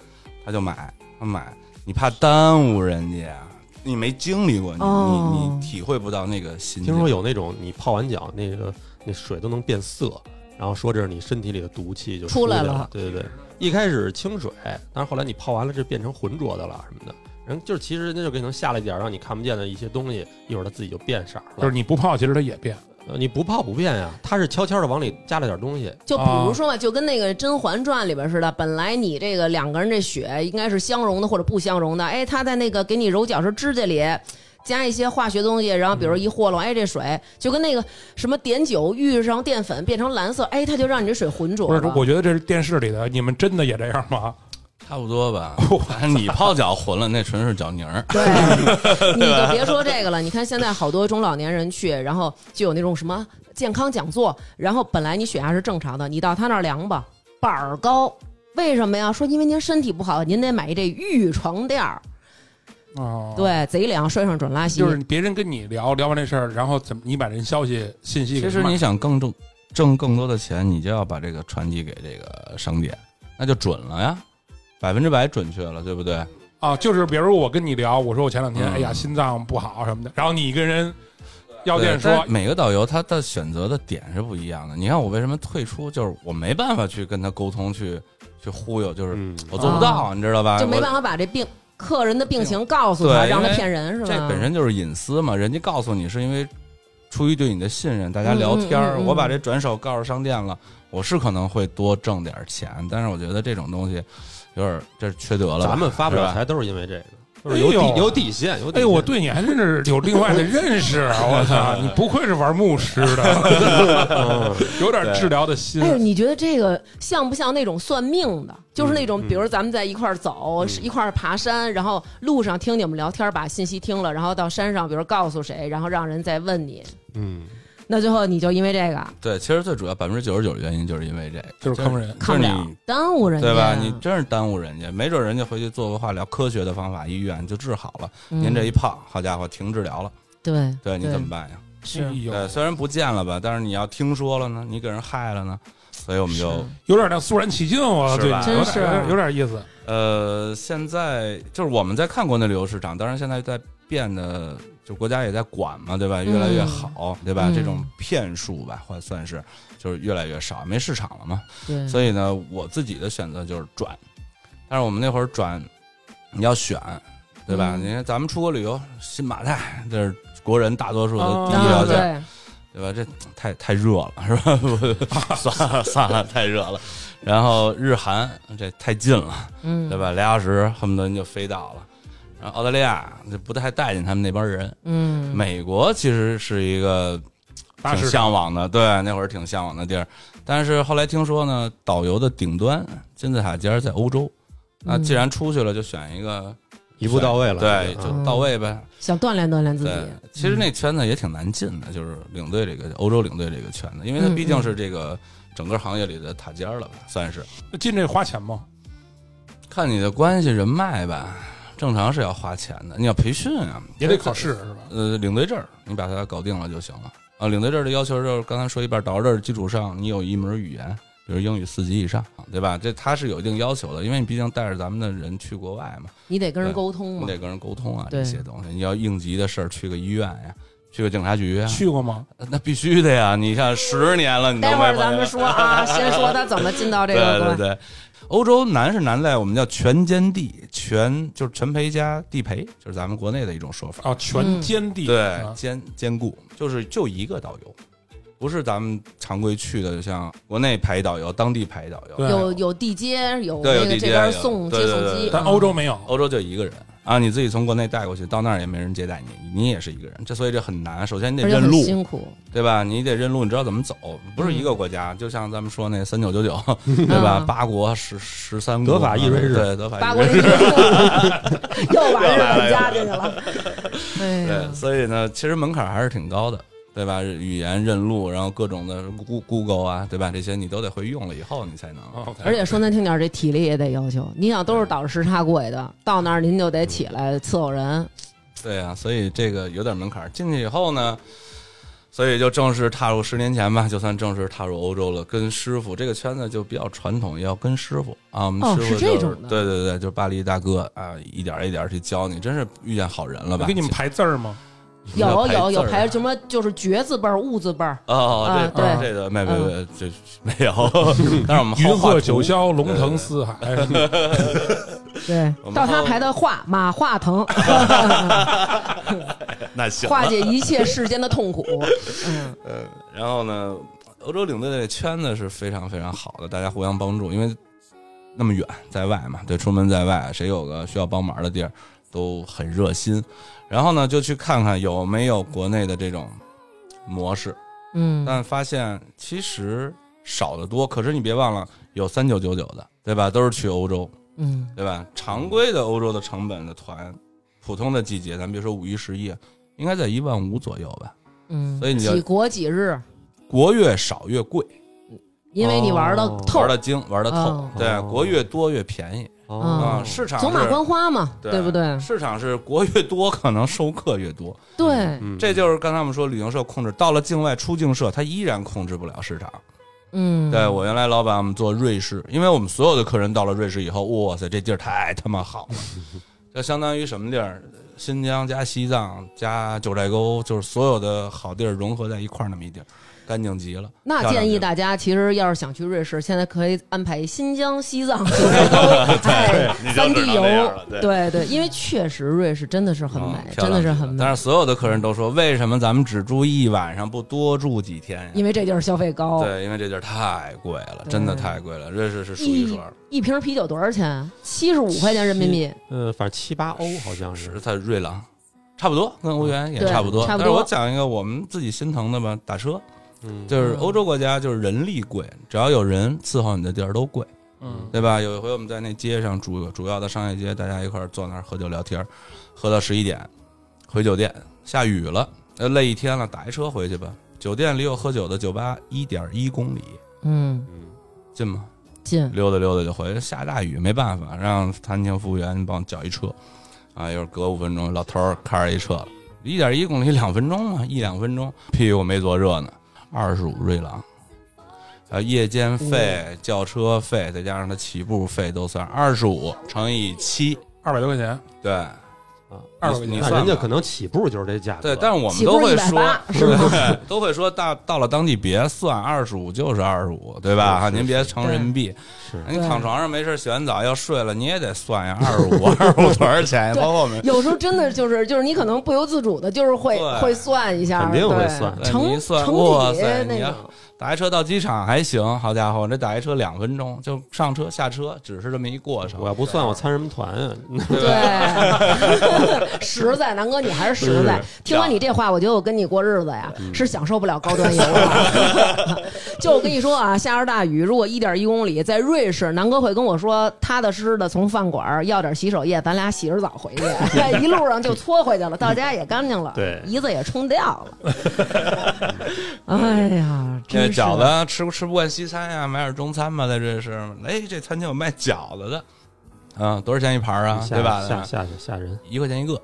Speaker 4: 他就买，他买，你怕耽误人家呀，你没经历过，你、
Speaker 1: 哦
Speaker 4: 你你体会不到那个心情。
Speaker 2: 听说有那种你泡完脚，那个那水都能变色，然后说这是你身体里的毒气就
Speaker 1: 出来
Speaker 2: 来
Speaker 1: 了
Speaker 2: 对对对，一开始是清水，但是后来你泡完了，这变成浑浊的了什么的。人就是其实人家就给能下了一点让你看不见的一些东西，一会儿它自己就变色
Speaker 3: 就是
Speaker 2: 了。
Speaker 3: 你不泡，其实它也变。
Speaker 2: 呃你不泡不变呀，它是悄悄的往里加了点东西。
Speaker 1: 就比如说嘛，就跟那个《甄嬛传》里边似的，本来你这个两个人这血应该是相融的或者不相融的，哎，他在那个给你揉脚时指甲里加一些化学东西，然后比
Speaker 4: 嗯
Speaker 1: 如一和拢，哎，这水就跟那个什么碘酒遇上淀粉变成蓝色，哎，它就让你这水浑浊
Speaker 3: 不
Speaker 1: 了。
Speaker 3: 是，我觉得这是电视里的，你们真的也这样吗？
Speaker 4: 差不多 [laughs] 吧。你泡脚混了，那纯是脚泥儿。
Speaker 1: 对，你就别说这个了。你看现在好多中老年人去，然后就有那种什么健康讲座，然后本来你血压是正常的，你到他那儿量吧，板儿高，为什么呀？说因为您身体不好，您得买这玉床垫儿，
Speaker 3: 哦，，
Speaker 1: 嗯对，贼凉，摔上准拉稀。
Speaker 3: 就是别人跟你聊聊完这事儿，然后怎么你把人消息信息给
Speaker 4: [laughs] 其实
Speaker 3: 卖
Speaker 4: 你想更挣挣更多的钱，你就要把这个传递给这个商店，那就准了呀，百分之百准确了，对不对？
Speaker 3: 啊，就是比如我跟你聊，我说我前两天、
Speaker 4: 嗯
Speaker 3: 哎呀心脏不好什么的，然后你跟人药店
Speaker 4: 对但
Speaker 3: 说
Speaker 4: 是每个导游他的选择的点是不一样的。你看我为什么退出，就是我没办法去跟他沟通，去去忽悠，就是
Speaker 2: 嗯
Speaker 4: 我做不到，你知道吧？
Speaker 1: 哦就没
Speaker 4: 我
Speaker 1: 办法把这病客人的病情告诉他，
Speaker 4: 对
Speaker 1: 让他
Speaker 4: 因为
Speaker 1: 骗人是吧？
Speaker 4: 这本身就是隐私嘛，人家告诉你是因为出于对你的信任，大家聊天
Speaker 1: 嗯
Speaker 4: 儿，
Speaker 1: 嗯嗯嗯
Speaker 4: 我把这转手告诉商店了，我是可能会多挣点钱，但是我觉得这种东西有点儿这缺德了吧。
Speaker 2: 咱们发不
Speaker 4: 是
Speaker 2: 了
Speaker 4: 吧
Speaker 2: 财都是因为这个，都是
Speaker 3: 哎
Speaker 2: 有
Speaker 3: 呦
Speaker 2: 底有底线，有底
Speaker 3: 哎，
Speaker 2: 线。
Speaker 3: 我对你还真是有另外的认识啊！我
Speaker 1: [laughs]
Speaker 3: 操，你不愧是玩牧师的，
Speaker 2: [laughs]
Speaker 3: 有点治疗的心
Speaker 1: 哎。呦，你觉得这个像不像那种算命的？就是那种，
Speaker 2: 嗯
Speaker 1: 比如咱们在一块儿走，
Speaker 4: 嗯
Speaker 1: 是一块儿爬山，然后路上听你们聊天，把信息听了，然后到山上，比如告诉谁，然后让人再问你，
Speaker 2: 嗯，
Speaker 1: 那最后你就因为这个
Speaker 4: 对，其实最主要百分之九十九的原因就是因为这个，
Speaker 3: 就是坑人，
Speaker 1: 看不
Speaker 4: 就是
Speaker 1: 了
Speaker 4: 你，
Speaker 1: 耽误人家，啊
Speaker 4: 对吧？你真是耽误人家，没准人家回去做个化疗，科学的方法，医院就治好了。
Speaker 1: 嗯
Speaker 4: 您这一胖，好家伙，停治疗了，
Speaker 1: 对
Speaker 4: 对你怎么办呀？
Speaker 3: 哎
Speaker 1: 是
Speaker 3: 呦
Speaker 4: 对，虽然不见了吧，但是你要听说了呢，你给人害了呢，所以我们就是
Speaker 3: 有点那肃然起敬，我
Speaker 4: 是
Speaker 3: 对，
Speaker 4: 吧
Speaker 3: 有
Speaker 1: 真是啊
Speaker 3: 点有点意思。
Speaker 4: 呃，现在就是我们在看国内旅游市场，当然现在在变得，就国家也在管嘛，对吧？越来越好，对吧？
Speaker 1: 嗯
Speaker 4: 这种骗术吧，或算是就是越来越少，没市场了嘛。
Speaker 1: 对，
Speaker 4: 所以呢，我自己的选择就是转，但是我们那会儿转，你要选，对吧？
Speaker 1: 嗯
Speaker 4: 你看咱们出国旅游，新马泰这是国人大多数的
Speaker 3: 哦
Speaker 4: 第一
Speaker 1: 啊
Speaker 4: 条件，
Speaker 1: 对，
Speaker 4: 对吧？这太太热了，是吧？ [laughs] 不算了算了，太热了。然后日韩这太近了。
Speaker 1: 嗯，
Speaker 4: 对？吧？俩小时恨不得你就飞到了。然后澳大利亚就不太待见他们那帮人。
Speaker 1: 嗯，
Speaker 4: 美国其实是一个
Speaker 3: 大
Speaker 4: 挺
Speaker 3: 市场
Speaker 4: 向往的，对，那会儿挺向往的地儿。但是后来听说呢，导游的顶端金字塔尖儿在欧洲。那既然出去了，就选一个
Speaker 2: 一步到位了，
Speaker 4: 对，
Speaker 2: 嗯
Speaker 4: 就到位呗。
Speaker 1: 想锻炼锻炼自己嗯
Speaker 4: 对，，其实那圈子也挺难进的，就是领队这个欧洲领队这个圈子，因为它
Speaker 1: 嗯
Speaker 4: 毕竟是这个整个行业里的塔尖儿了吧，算是。
Speaker 3: 进这花钱吗？
Speaker 4: 看你的关系人脉吧，正常是要花钱的，你要培训啊，
Speaker 3: 也得考试是吧？
Speaker 4: 呃，领队证儿你把它搞定了就行了啊。领队证儿的要求就是刚才说一半，导游证儿基础上你有一门语言，比如英语四级以上，对吧？这它是有一定要求的，因为你毕竟带着咱们的人去国外嘛，
Speaker 1: 你得跟人
Speaker 4: 对
Speaker 1: 沟通
Speaker 4: 你
Speaker 1: 嘛
Speaker 4: 得，跟人沟通啊，
Speaker 1: 嗯对
Speaker 4: 这些东西。你要应急的事儿，去个医院呀，去个警察局呀，
Speaker 3: 去过吗？
Speaker 4: 那必须的呀。你看十年了，你都
Speaker 1: 待会
Speaker 4: 没
Speaker 1: 儿
Speaker 4: 回
Speaker 1: 咱
Speaker 4: 来
Speaker 1: 们说啊，先说他怎么进到这个
Speaker 4: [laughs] 对对
Speaker 1: 关，
Speaker 4: 对，欧洲难是难在我们叫全兼地，全就是全培加地培，就是咱们国内的一种说法。
Speaker 3: 啊，
Speaker 1: 嗯
Speaker 3: 全兼地
Speaker 4: 对，
Speaker 3: 啊
Speaker 4: 兼兼顾就是就一个导游，不是咱们常规去的，就像国内排导游，当地排导游。
Speaker 3: 对
Speaker 1: 有有地接，有
Speaker 4: 对有
Speaker 1: 那个
Speaker 4: 地
Speaker 1: 这
Speaker 4: 接
Speaker 1: 边
Speaker 4: 有
Speaker 1: 送
Speaker 4: 对
Speaker 1: 接
Speaker 4: 对
Speaker 1: 送
Speaker 4: 对
Speaker 1: 机，嗯
Speaker 3: 但欧洲没有，
Speaker 4: 欧洲就一个人啊，你自己从国内带过去，到那儿也没人接待你，你也是一个人，这所以这很难。首先你
Speaker 1: 而
Speaker 4: 得
Speaker 1: 且
Speaker 4: 认
Speaker 1: 很
Speaker 4: 路，
Speaker 1: 辛苦，
Speaker 4: 对吧？你得认路，你知道怎么走，不是一个国家，就像咱们说那三九九九， [laughs] 对吧？
Speaker 1: 嗯
Speaker 4: 八国十十三
Speaker 2: 德
Speaker 4: 国，嗯
Speaker 2: 法意瑞日
Speaker 4: 对，德法
Speaker 1: 八
Speaker 4: 意
Speaker 1: 国
Speaker 4: 瑞
Speaker 1: 联
Speaker 4: 日。
Speaker 1: 军
Speaker 4: [laughs]
Speaker 1: 又把日本加进去了。哎呀
Speaker 4: 对，，所以呢，其实门槛还是挺高的，对吧？语言认路，然后各种的 Goo- Google 啊，对吧？这些你都得会用了以后，你才能。
Speaker 3: 啊
Speaker 1: 而且说难听点儿，这体力也得要求。你想，都是倒着时差过去的，到那儿您就得起来伺候人。
Speaker 4: 对啊，所以这个有点门槛。进去以后呢，所以就正式踏入十年前吧，就算正式踏入欧洲了。跟师傅这个圈子就比较传统，要跟师傅啊，我们
Speaker 1: 哦
Speaker 4: 师傅、
Speaker 1: 是
Speaker 4: 就
Speaker 1: 这种的
Speaker 4: 对对对，就巴黎大哥啊，一点儿一点儿去教你，真是遇见好人了吧？
Speaker 3: 给你们排字儿吗？
Speaker 1: 有有有
Speaker 4: 字儿
Speaker 1: 排
Speaker 4: 啊
Speaker 1: 什么就是绝字辈儿、兀字辈儿，
Speaker 4: 哦，这
Speaker 1: 啊
Speaker 4: 这个没没
Speaker 1: 嗯
Speaker 4: 没，这没有。但是我们
Speaker 3: 云
Speaker 4: 后画
Speaker 3: 鹤
Speaker 4: 图
Speaker 3: 九霄，龙腾四海。 [laughs] 嗯
Speaker 1: 对，
Speaker 4: 我们
Speaker 1: 到他
Speaker 4: 后
Speaker 1: 排的画马化腾，
Speaker 4: [laughs] 那行
Speaker 1: 化解一切世间的痛
Speaker 4: [laughs]
Speaker 1: 苦。嗯，
Speaker 4: 然后呢，欧洲领队的圈子是非常非常好的，大家互相帮助，因为那么远在外嘛，对，出门在外，谁有个需要帮忙的地儿，都很热心。然后呢，就去看看有没有国内的这种模式，
Speaker 1: 嗯，
Speaker 4: 但发现其实少得多。可是你别忘了，有三九九九的，对吧？都是去欧洲，
Speaker 1: 嗯，
Speaker 4: 对吧？常规的欧洲的成本的团，普通的季节，咱别说五一、十一，应该在一万五左右吧。
Speaker 1: 嗯，
Speaker 4: 所以你就
Speaker 1: 几国几日？
Speaker 4: 国越少越贵，
Speaker 1: 因为你玩的
Speaker 2: 哦
Speaker 1: 透
Speaker 4: 玩，的精，玩的透。
Speaker 1: 哦
Speaker 4: 对，国越多越便宜
Speaker 1: 嗯哦
Speaker 4: 啊、市场
Speaker 1: 走马
Speaker 4: 是
Speaker 1: 观花嘛，对不对？
Speaker 4: 市场是国越多，可能收客越多。
Speaker 1: 对，
Speaker 2: 嗯
Speaker 4: 这就是刚才我们说旅行社控制，到了境外出境社，它依然控制不了市场。
Speaker 1: 嗯，
Speaker 4: 对我原来老板，我们做瑞士，因为我们所有的客人到了瑞士以后，哇塞，这地儿太他妈好了，就相当于什么地儿？新疆加西藏加九寨沟，就是所有的好地儿融合在一块儿那么一地儿，干净极了。
Speaker 1: 那
Speaker 4: 漂
Speaker 1: 建
Speaker 4: 亮极
Speaker 1: 议
Speaker 4: 了
Speaker 1: 大家，其实要是想去瑞士，现在可以安排新疆、西
Speaker 4: [laughs]
Speaker 1: 藏、九寨沟， [laughs] 哎
Speaker 6: 你，就
Speaker 1: 三
Speaker 6: 只
Speaker 1: 地
Speaker 6: 能
Speaker 1: 游
Speaker 6: 那样了，对
Speaker 1: 对对，因为确实瑞士真的是很美
Speaker 4: 嗯，漂
Speaker 1: 真
Speaker 4: 亮
Speaker 1: 的是
Speaker 4: 极
Speaker 1: 很
Speaker 4: 了
Speaker 1: 美
Speaker 4: 但，是所有的客人都说，为什么咱们只住一晚上，不多住几天呀？
Speaker 1: 因为这地儿消费高，
Speaker 4: 对，因为这地儿太贵了，
Speaker 1: 对
Speaker 4: 真的太贵了，瑞士是数一数
Speaker 1: 一
Speaker 4: 二。
Speaker 1: 一瓶啤酒多少钱？七十五块钱人民币，
Speaker 2: 呃，反正七八欧好像
Speaker 4: 是
Speaker 2: 是，
Speaker 4: 在瑞郎，差不多，跟欧元也
Speaker 1: 对
Speaker 4: 差不多。
Speaker 1: 差不多
Speaker 4: 但是我讲一个我们自己心疼的吧，打车，
Speaker 2: 嗯，
Speaker 4: 就是欧洲国家就是人力贵，只要有人伺候你的地儿都贵，
Speaker 3: 嗯，
Speaker 4: 对吧？有一回我们在那街上主主要的商业街，大家一块儿坐那儿喝酒聊天儿，喝到十一点，回酒店，下雨了，呃，累一天了，打一车回去吧。酒店离我喝酒的酒吧一点一公里，
Speaker 1: 嗯，
Speaker 2: 嗯
Speaker 4: 近吗？
Speaker 1: 近，
Speaker 4: 溜达溜达就回去，下大雨没办法，让餐厅服务员帮我叫一车，啊，一会儿隔五分钟，老头儿开着一车了，一点一公里两分钟嘛，一两分钟，屁股没坐热呢，二十五瑞郎，呃，夜
Speaker 1: 嗯
Speaker 4: 间费、轿车费，再加上他起步费都算二十五乘以七，
Speaker 3: 二百多块钱，
Speaker 4: 对
Speaker 2: 啊，
Speaker 3: 二百块
Speaker 4: 你
Speaker 3: 钱
Speaker 2: 那
Speaker 4: 算
Speaker 2: 人家
Speaker 4: 吧
Speaker 2: 可能起步就是这价格，
Speaker 4: 对，但是我们
Speaker 1: 起
Speaker 4: 都
Speaker 1: 步
Speaker 4: 会
Speaker 1: 一百
Speaker 4: 说，
Speaker 1: 八是
Speaker 2: [laughs]
Speaker 1: 吗？
Speaker 4: 对 [laughs] 都会说到到了当地别算二十五就是二十五，对吧？
Speaker 2: 是
Speaker 4: 哈，
Speaker 2: 是
Speaker 4: 您别乘人民币。
Speaker 2: 是
Speaker 4: 你
Speaker 1: 对
Speaker 4: 躺床上没事洗完澡要睡了，你也得算呀，二十
Speaker 1: [laughs]
Speaker 4: 五， [laughs] 二十五多少钱？
Speaker 1: 对
Speaker 4: 包括我们
Speaker 1: 有时候真的就是就是你可能不由自主的，就是会
Speaker 4: 对
Speaker 1: 会算一下，
Speaker 2: 肯定会
Speaker 1: 对
Speaker 2: 算
Speaker 4: 对你一
Speaker 1: 乘
Speaker 4: 算
Speaker 1: 乘
Speaker 4: 哇
Speaker 1: 几
Speaker 4: 塞
Speaker 1: 那
Speaker 4: 你要
Speaker 1: 种，
Speaker 4: 打一车到机场还行，好家伙，这打一车两分钟就上车下车，只是这么一过程。
Speaker 2: 我要不算我参什么团啊？
Speaker 1: 对，实在，南哥你还是实在。听完你这话，我觉得我跟你过日子呀，是享受不了高端游了。就我跟你说啊，下着大雨，如果一点一公里，在瑞士，南哥会跟我说，踏踏实实的从饭馆要点洗手液，咱俩洗着澡回去，一路上就搓回去了，到家也干净了，
Speaker 2: 对
Speaker 1: 胰子也冲掉了。哎呀，
Speaker 4: 这
Speaker 1: 真是
Speaker 4: 饺子吃吃不惯西餐呀，买点中餐吧，在瑞士。哎，这餐厅有卖饺子的，啊，多少钱一盘啊？
Speaker 2: 吓
Speaker 4: 对吧？
Speaker 2: 吓吓吓吓人！
Speaker 4: 一块钱一个，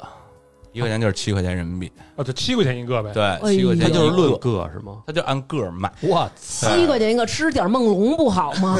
Speaker 4: 一块钱就是七块钱人民币，
Speaker 3: 哦，就七块钱一个呗。
Speaker 4: 对，七块
Speaker 1: 哎
Speaker 4: 钱
Speaker 2: 他
Speaker 1: 呀
Speaker 4: 一
Speaker 2: 就是
Speaker 4: 个
Speaker 2: 论，个是吗？
Speaker 4: 他就按个儿卖。
Speaker 2: 我
Speaker 1: 七块钱一个，吃点梦龙不好吗？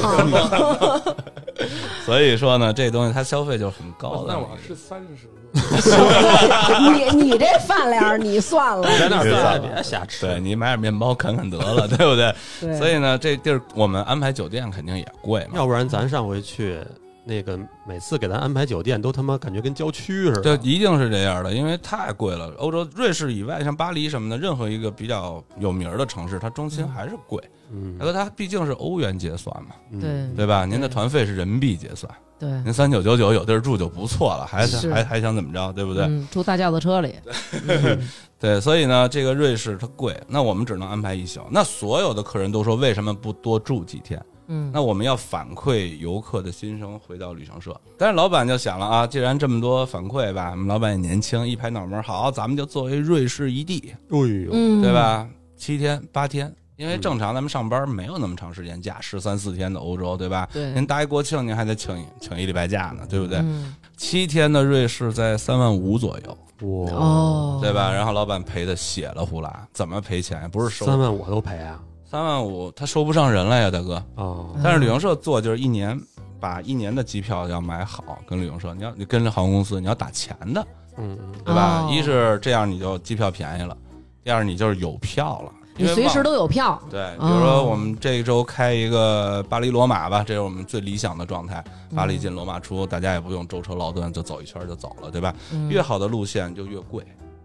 Speaker 4: 所以说呢，这东西它消费就很高的。
Speaker 3: 那我要吃三十个，
Speaker 1: 你你这饭量，你算了。
Speaker 2: 在那儿
Speaker 4: 别
Speaker 2: 算
Speaker 4: 算
Speaker 2: 了，别瞎吃。
Speaker 4: 对你买点面包啃啃得了，对不对？
Speaker 1: 对
Speaker 4: 所以呢，这地儿我们安排酒店肯定也贵嘛，
Speaker 2: 要不然咱上回去那个，每次给咱安排酒店都他妈感觉跟郊区似
Speaker 4: 就
Speaker 2: 的。
Speaker 4: 一定是这样的，因为太贵了。欧洲、瑞士以外，像巴黎什么的，任何一个比较有名儿的城市，它中心还是贵。
Speaker 2: 嗯
Speaker 4: 那、，它毕竟是欧元结算嘛，
Speaker 2: 嗯
Speaker 1: 对
Speaker 4: 对吧？您的团费是人民币结算，
Speaker 1: 对，
Speaker 4: 您三九九九有地儿住就不错了，还
Speaker 1: 是
Speaker 4: 还还想怎么着，对不对？
Speaker 1: 嗯，住大轿子车里，
Speaker 4: 对，所以呢，这个瑞士它贵，那我们只能安排一宿。那所有的客人都说，为什么不多住几天？
Speaker 1: 嗯，
Speaker 4: 那我们要反馈游客的心声，回到旅行社。但是老板就想了啊，既然这么多反馈吧，我们老板也年轻，一拍脑门，好，咱们就作为瑞士一地，
Speaker 2: 哎呦，
Speaker 1: 嗯，
Speaker 4: 对？吧？七天八天，因为正常咱们上班没有那么长时间假，十三四天的欧洲，对吧？
Speaker 1: 对
Speaker 4: 您搭一国庆，您还得请一请一礼拜假呢，对不对？
Speaker 1: 嗯，
Speaker 4: 七天的瑞士在三万五左右，
Speaker 2: 哇，
Speaker 1: 哦，
Speaker 4: 对？吧？然后老板赔的血了呼啦，怎么赔钱？不是收
Speaker 2: 三万我都赔啊！
Speaker 4: 三万五，他收不上人了呀，大哥。
Speaker 2: 哦，
Speaker 1: 嗯
Speaker 4: 但是旅行社做就是一年把一年的机票要买好，跟旅行社你要你跟着航空公司你要打钱的，
Speaker 2: 嗯嗯，
Speaker 4: 对吧？
Speaker 1: 哦
Speaker 4: 一是这样你就机票便宜了，第二你就是有票了，
Speaker 1: 你
Speaker 4: 因为
Speaker 1: 随时
Speaker 4: 忘
Speaker 1: 都有票，
Speaker 4: 对。比
Speaker 1: 哦
Speaker 4: 如说我们这一周开一个巴黎罗马吧，这是我们最理想的状态。巴
Speaker 1: 嗯
Speaker 4: 黎进罗马出，大家也不用舟车劳顿，就走一圈就走了，对吧？
Speaker 1: 嗯
Speaker 4: 越好的路线就越贵，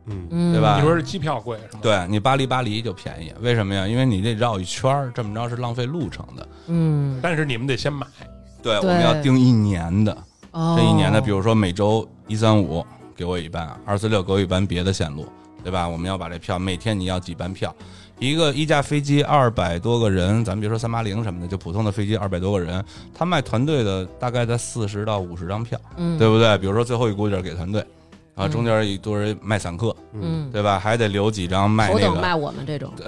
Speaker 2: 嗯，
Speaker 1: 嗯，
Speaker 4: 对吧
Speaker 3: 你说是机票贵是吗？
Speaker 4: 对你巴黎巴黎就便宜，为什么呀？因为你得绕一圈儿，这么着是浪费路程的。
Speaker 1: 嗯，
Speaker 3: 但是你们得先买，
Speaker 4: 对，我
Speaker 1: 对
Speaker 4: 们要订一年的。
Speaker 1: 哦，
Speaker 4: 这一年呢，比如说每周一、三、五给我一班，二四六给我一班别的线路，对吧？我们要把这票，每天你要几班票？一个一架飞机二百多个人，咱们别说三八零什么的，就普通的飞机二百多个人，他卖团队的大概在四十到五十张票，
Speaker 1: 嗯，
Speaker 4: 对不对？比如说最后一股点给团队，啊，
Speaker 1: 嗯
Speaker 4: 中间一堆人卖散客，
Speaker 1: 嗯，
Speaker 4: 对吧？还得留几张卖
Speaker 1: 头
Speaker 4: 那
Speaker 1: 等
Speaker 4: 个，
Speaker 1: 卖我们这种，
Speaker 4: 可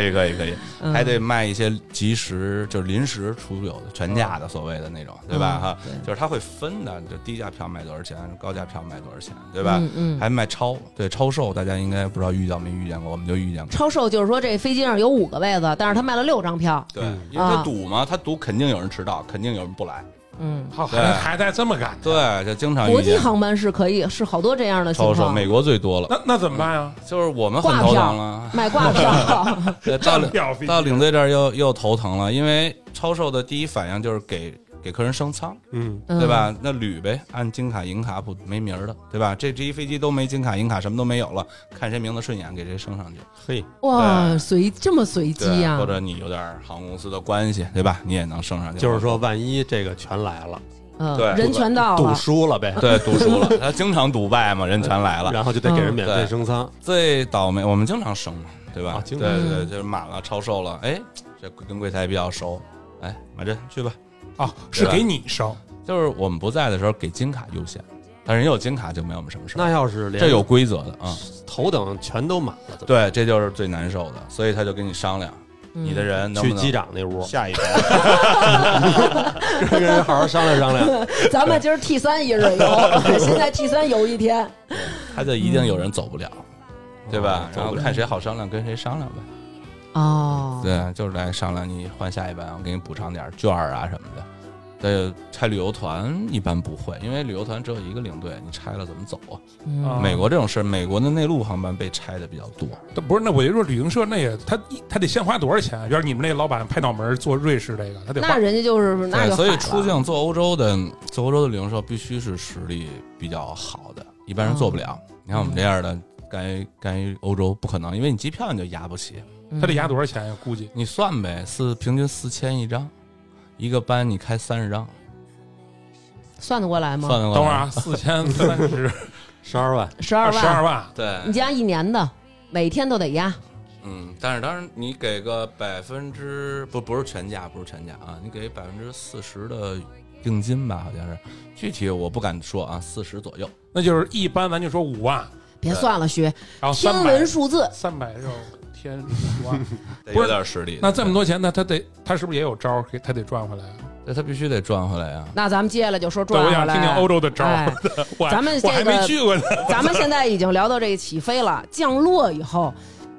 Speaker 4: 以可以可以，
Speaker 1: 嗯
Speaker 4: 还得卖一些即时就是临时出有的全价的所谓的那种，对吧？
Speaker 1: 嗯
Speaker 4: 哈，
Speaker 1: 对
Speaker 4: 就是他会分的，就低价票卖多少钱，高价票卖多少钱，对吧？
Speaker 1: 嗯嗯
Speaker 4: 还卖超，对超售，大家应该不知道遇到没遇见过，我们就遇见过。
Speaker 1: 超售就是说这飞机上有五个位子，但是他卖了六张票，
Speaker 4: 对
Speaker 2: 嗯，
Speaker 4: 因为他
Speaker 1: 啊
Speaker 4: 赌嘛，他赌肯定有人迟到，肯定有人不来。
Speaker 1: 嗯，
Speaker 3: 好，
Speaker 4: 对
Speaker 3: 还还带这么干？
Speaker 4: 对，就经常
Speaker 1: 国
Speaker 4: 遇
Speaker 1: 际
Speaker 4: 见
Speaker 1: 航班是可以是好多这样的情
Speaker 4: 超售，
Speaker 1: 况，
Speaker 4: 美国最多了。
Speaker 3: 那那怎么办呀？
Speaker 4: 就是我们很
Speaker 1: 挂
Speaker 4: 头
Speaker 1: 票
Speaker 4: 疼了，
Speaker 1: 买挂票，
Speaker 4: 对到了
Speaker 3: 票飞机
Speaker 4: 到领队这儿又又头疼了，因为超售的第一反应就是给给客人升舱，
Speaker 2: 嗯，
Speaker 1: 嗯
Speaker 4: [laughs] 对？吧？那捋呗，按金卡、银卡不没名儿的，对吧？这这一飞机都没金卡、银卡，什么都没有了，看谁名字顺眼给谁升上去，
Speaker 2: 嘿，
Speaker 1: 哇，
Speaker 4: 对
Speaker 1: 随这么随机啊
Speaker 4: 对，
Speaker 1: 呀
Speaker 4: 或，者你有点儿航空公司的关系，对吧？你也能升上去，
Speaker 2: 就是说，万一这个全来了，
Speaker 1: 嗯
Speaker 4: 对，
Speaker 1: 人全到
Speaker 2: 赌
Speaker 1: 了，
Speaker 2: 输了呗，
Speaker 4: [laughs] 对赌输了，他经常赌败嘛，人全来了，
Speaker 2: [laughs] 然后就得给人免
Speaker 4: 嗯
Speaker 2: 费
Speaker 4: 对
Speaker 2: 升舱，
Speaker 4: 最倒霉，我们经常升嘛，对吧？
Speaker 2: 啊
Speaker 4: 对
Speaker 2: 经常
Speaker 4: 对对，就是满了超售了，哎，这跟柜台比较熟，哎，马珍去吧。
Speaker 3: 啊，是
Speaker 4: 对吧
Speaker 3: 给你升，
Speaker 4: 就是我们不在的时候给金卡优先，但人有金卡就没我们什么事儿。
Speaker 2: 那要是连
Speaker 4: 这有规则的啊、
Speaker 2: 头等全都满了，怎么
Speaker 4: 对，这就是最难受的，所以他就跟你商量，
Speaker 1: 嗯
Speaker 4: 嗯你的人能不
Speaker 2: 去
Speaker 4: 能
Speaker 2: 机长那屋，
Speaker 4: 下一班？
Speaker 2: 跟人好好商量商 [laughs] 量。
Speaker 1: [laughs] 咱们今儿 T 三一日
Speaker 3: [laughs]
Speaker 1: 游，现在 T 三游一天，
Speaker 4: [laughs] 他就一定有人走不了，对吧
Speaker 2: 哦？
Speaker 4: 然后看谁好商量，跟谁商量呗。
Speaker 1: 哦，
Speaker 4: 对，就是来商量你换下一班，我给你补偿点券儿啊什么的。对，拆旅游团一般不会，因为旅游团只有一个领队，你拆了怎么走啊？
Speaker 1: 嗯
Speaker 3: 啊
Speaker 4: 美国这种事儿，美国的内陆航班被拆的比较多。
Speaker 3: 都啊不是，那我就说旅行社那也他一他得先花多少钱啊？要是你们那老板拍脑门儿做瑞士这个，他得
Speaker 1: 那
Speaker 3: 花
Speaker 1: 人家就是那
Speaker 4: 对，
Speaker 1: 就
Speaker 4: 所以
Speaker 1: 海了
Speaker 4: 出境做欧洲的，做欧洲的旅行社必须是实力比较好的，一般人做不了。你看我们这样的，干干欧洲不可能，因为你机票你就压不起。
Speaker 1: 嗯
Speaker 3: 他得压多少钱呀？估计
Speaker 4: 你算呗，四平均四千一张，一个班你开三十张，
Speaker 1: 算得过来吗？
Speaker 4: 算得过来
Speaker 3: 等会儿啊，四
Speaker 1: [laughs]
Speaker 3: 千三十
Speaker 2: 十二万，
Speaker 1: 十二
Speaker 3: 十二
Speaker 1: 万，
Speaker 3: 万，
Speaker 1: 你
Speaker 4: 对，
Speaker 1: 加一年的，每天都得压，
Speaker 4: 嗯，但是当然你给个百分之不不是全价，不是全价啊，你给百分之四十的定金吧，好像是，具体我不敢说啊，四十左右。
Speaker 3: 那就是一般咱就说五万，
Speaker 1: 别算了，徐，
Speaker 3: 然
Speaker 1: 天
Speaker 3: 后哦三百
Speaker 1: 文数字，
Speaker 3: 三百六天五万，
Speaker 4: 得
Speaker 3: 不
Speaker 4: 有
Speaker 3: 是
Speaker 4: 点实力，
Speaker 3: 那这么多钱，那他得他是不是也有招儿？给他得赚回来啊？
Speaker 4: 对，他必须得赚回来啊！
Speaker 1: 那咱们接下来就说
Speaker 3: 对，
Speaker 1: 转
Speaker 3: 我
Speaker 1: 过
Speaker 3: 想
Speaker 1: 来。
Speaker 3: 听听欧洲的招儿 [laughs]
Speaker 1: 哎。
Speaker 3: 我
Speaker 1: 咱们这
Speaker 3: 我还
Speaker 1: 个
Speaker 3: 没去过呢。
Speaker 1: [laughs] 咱们现在已经聊到这个起飞了，降落以后，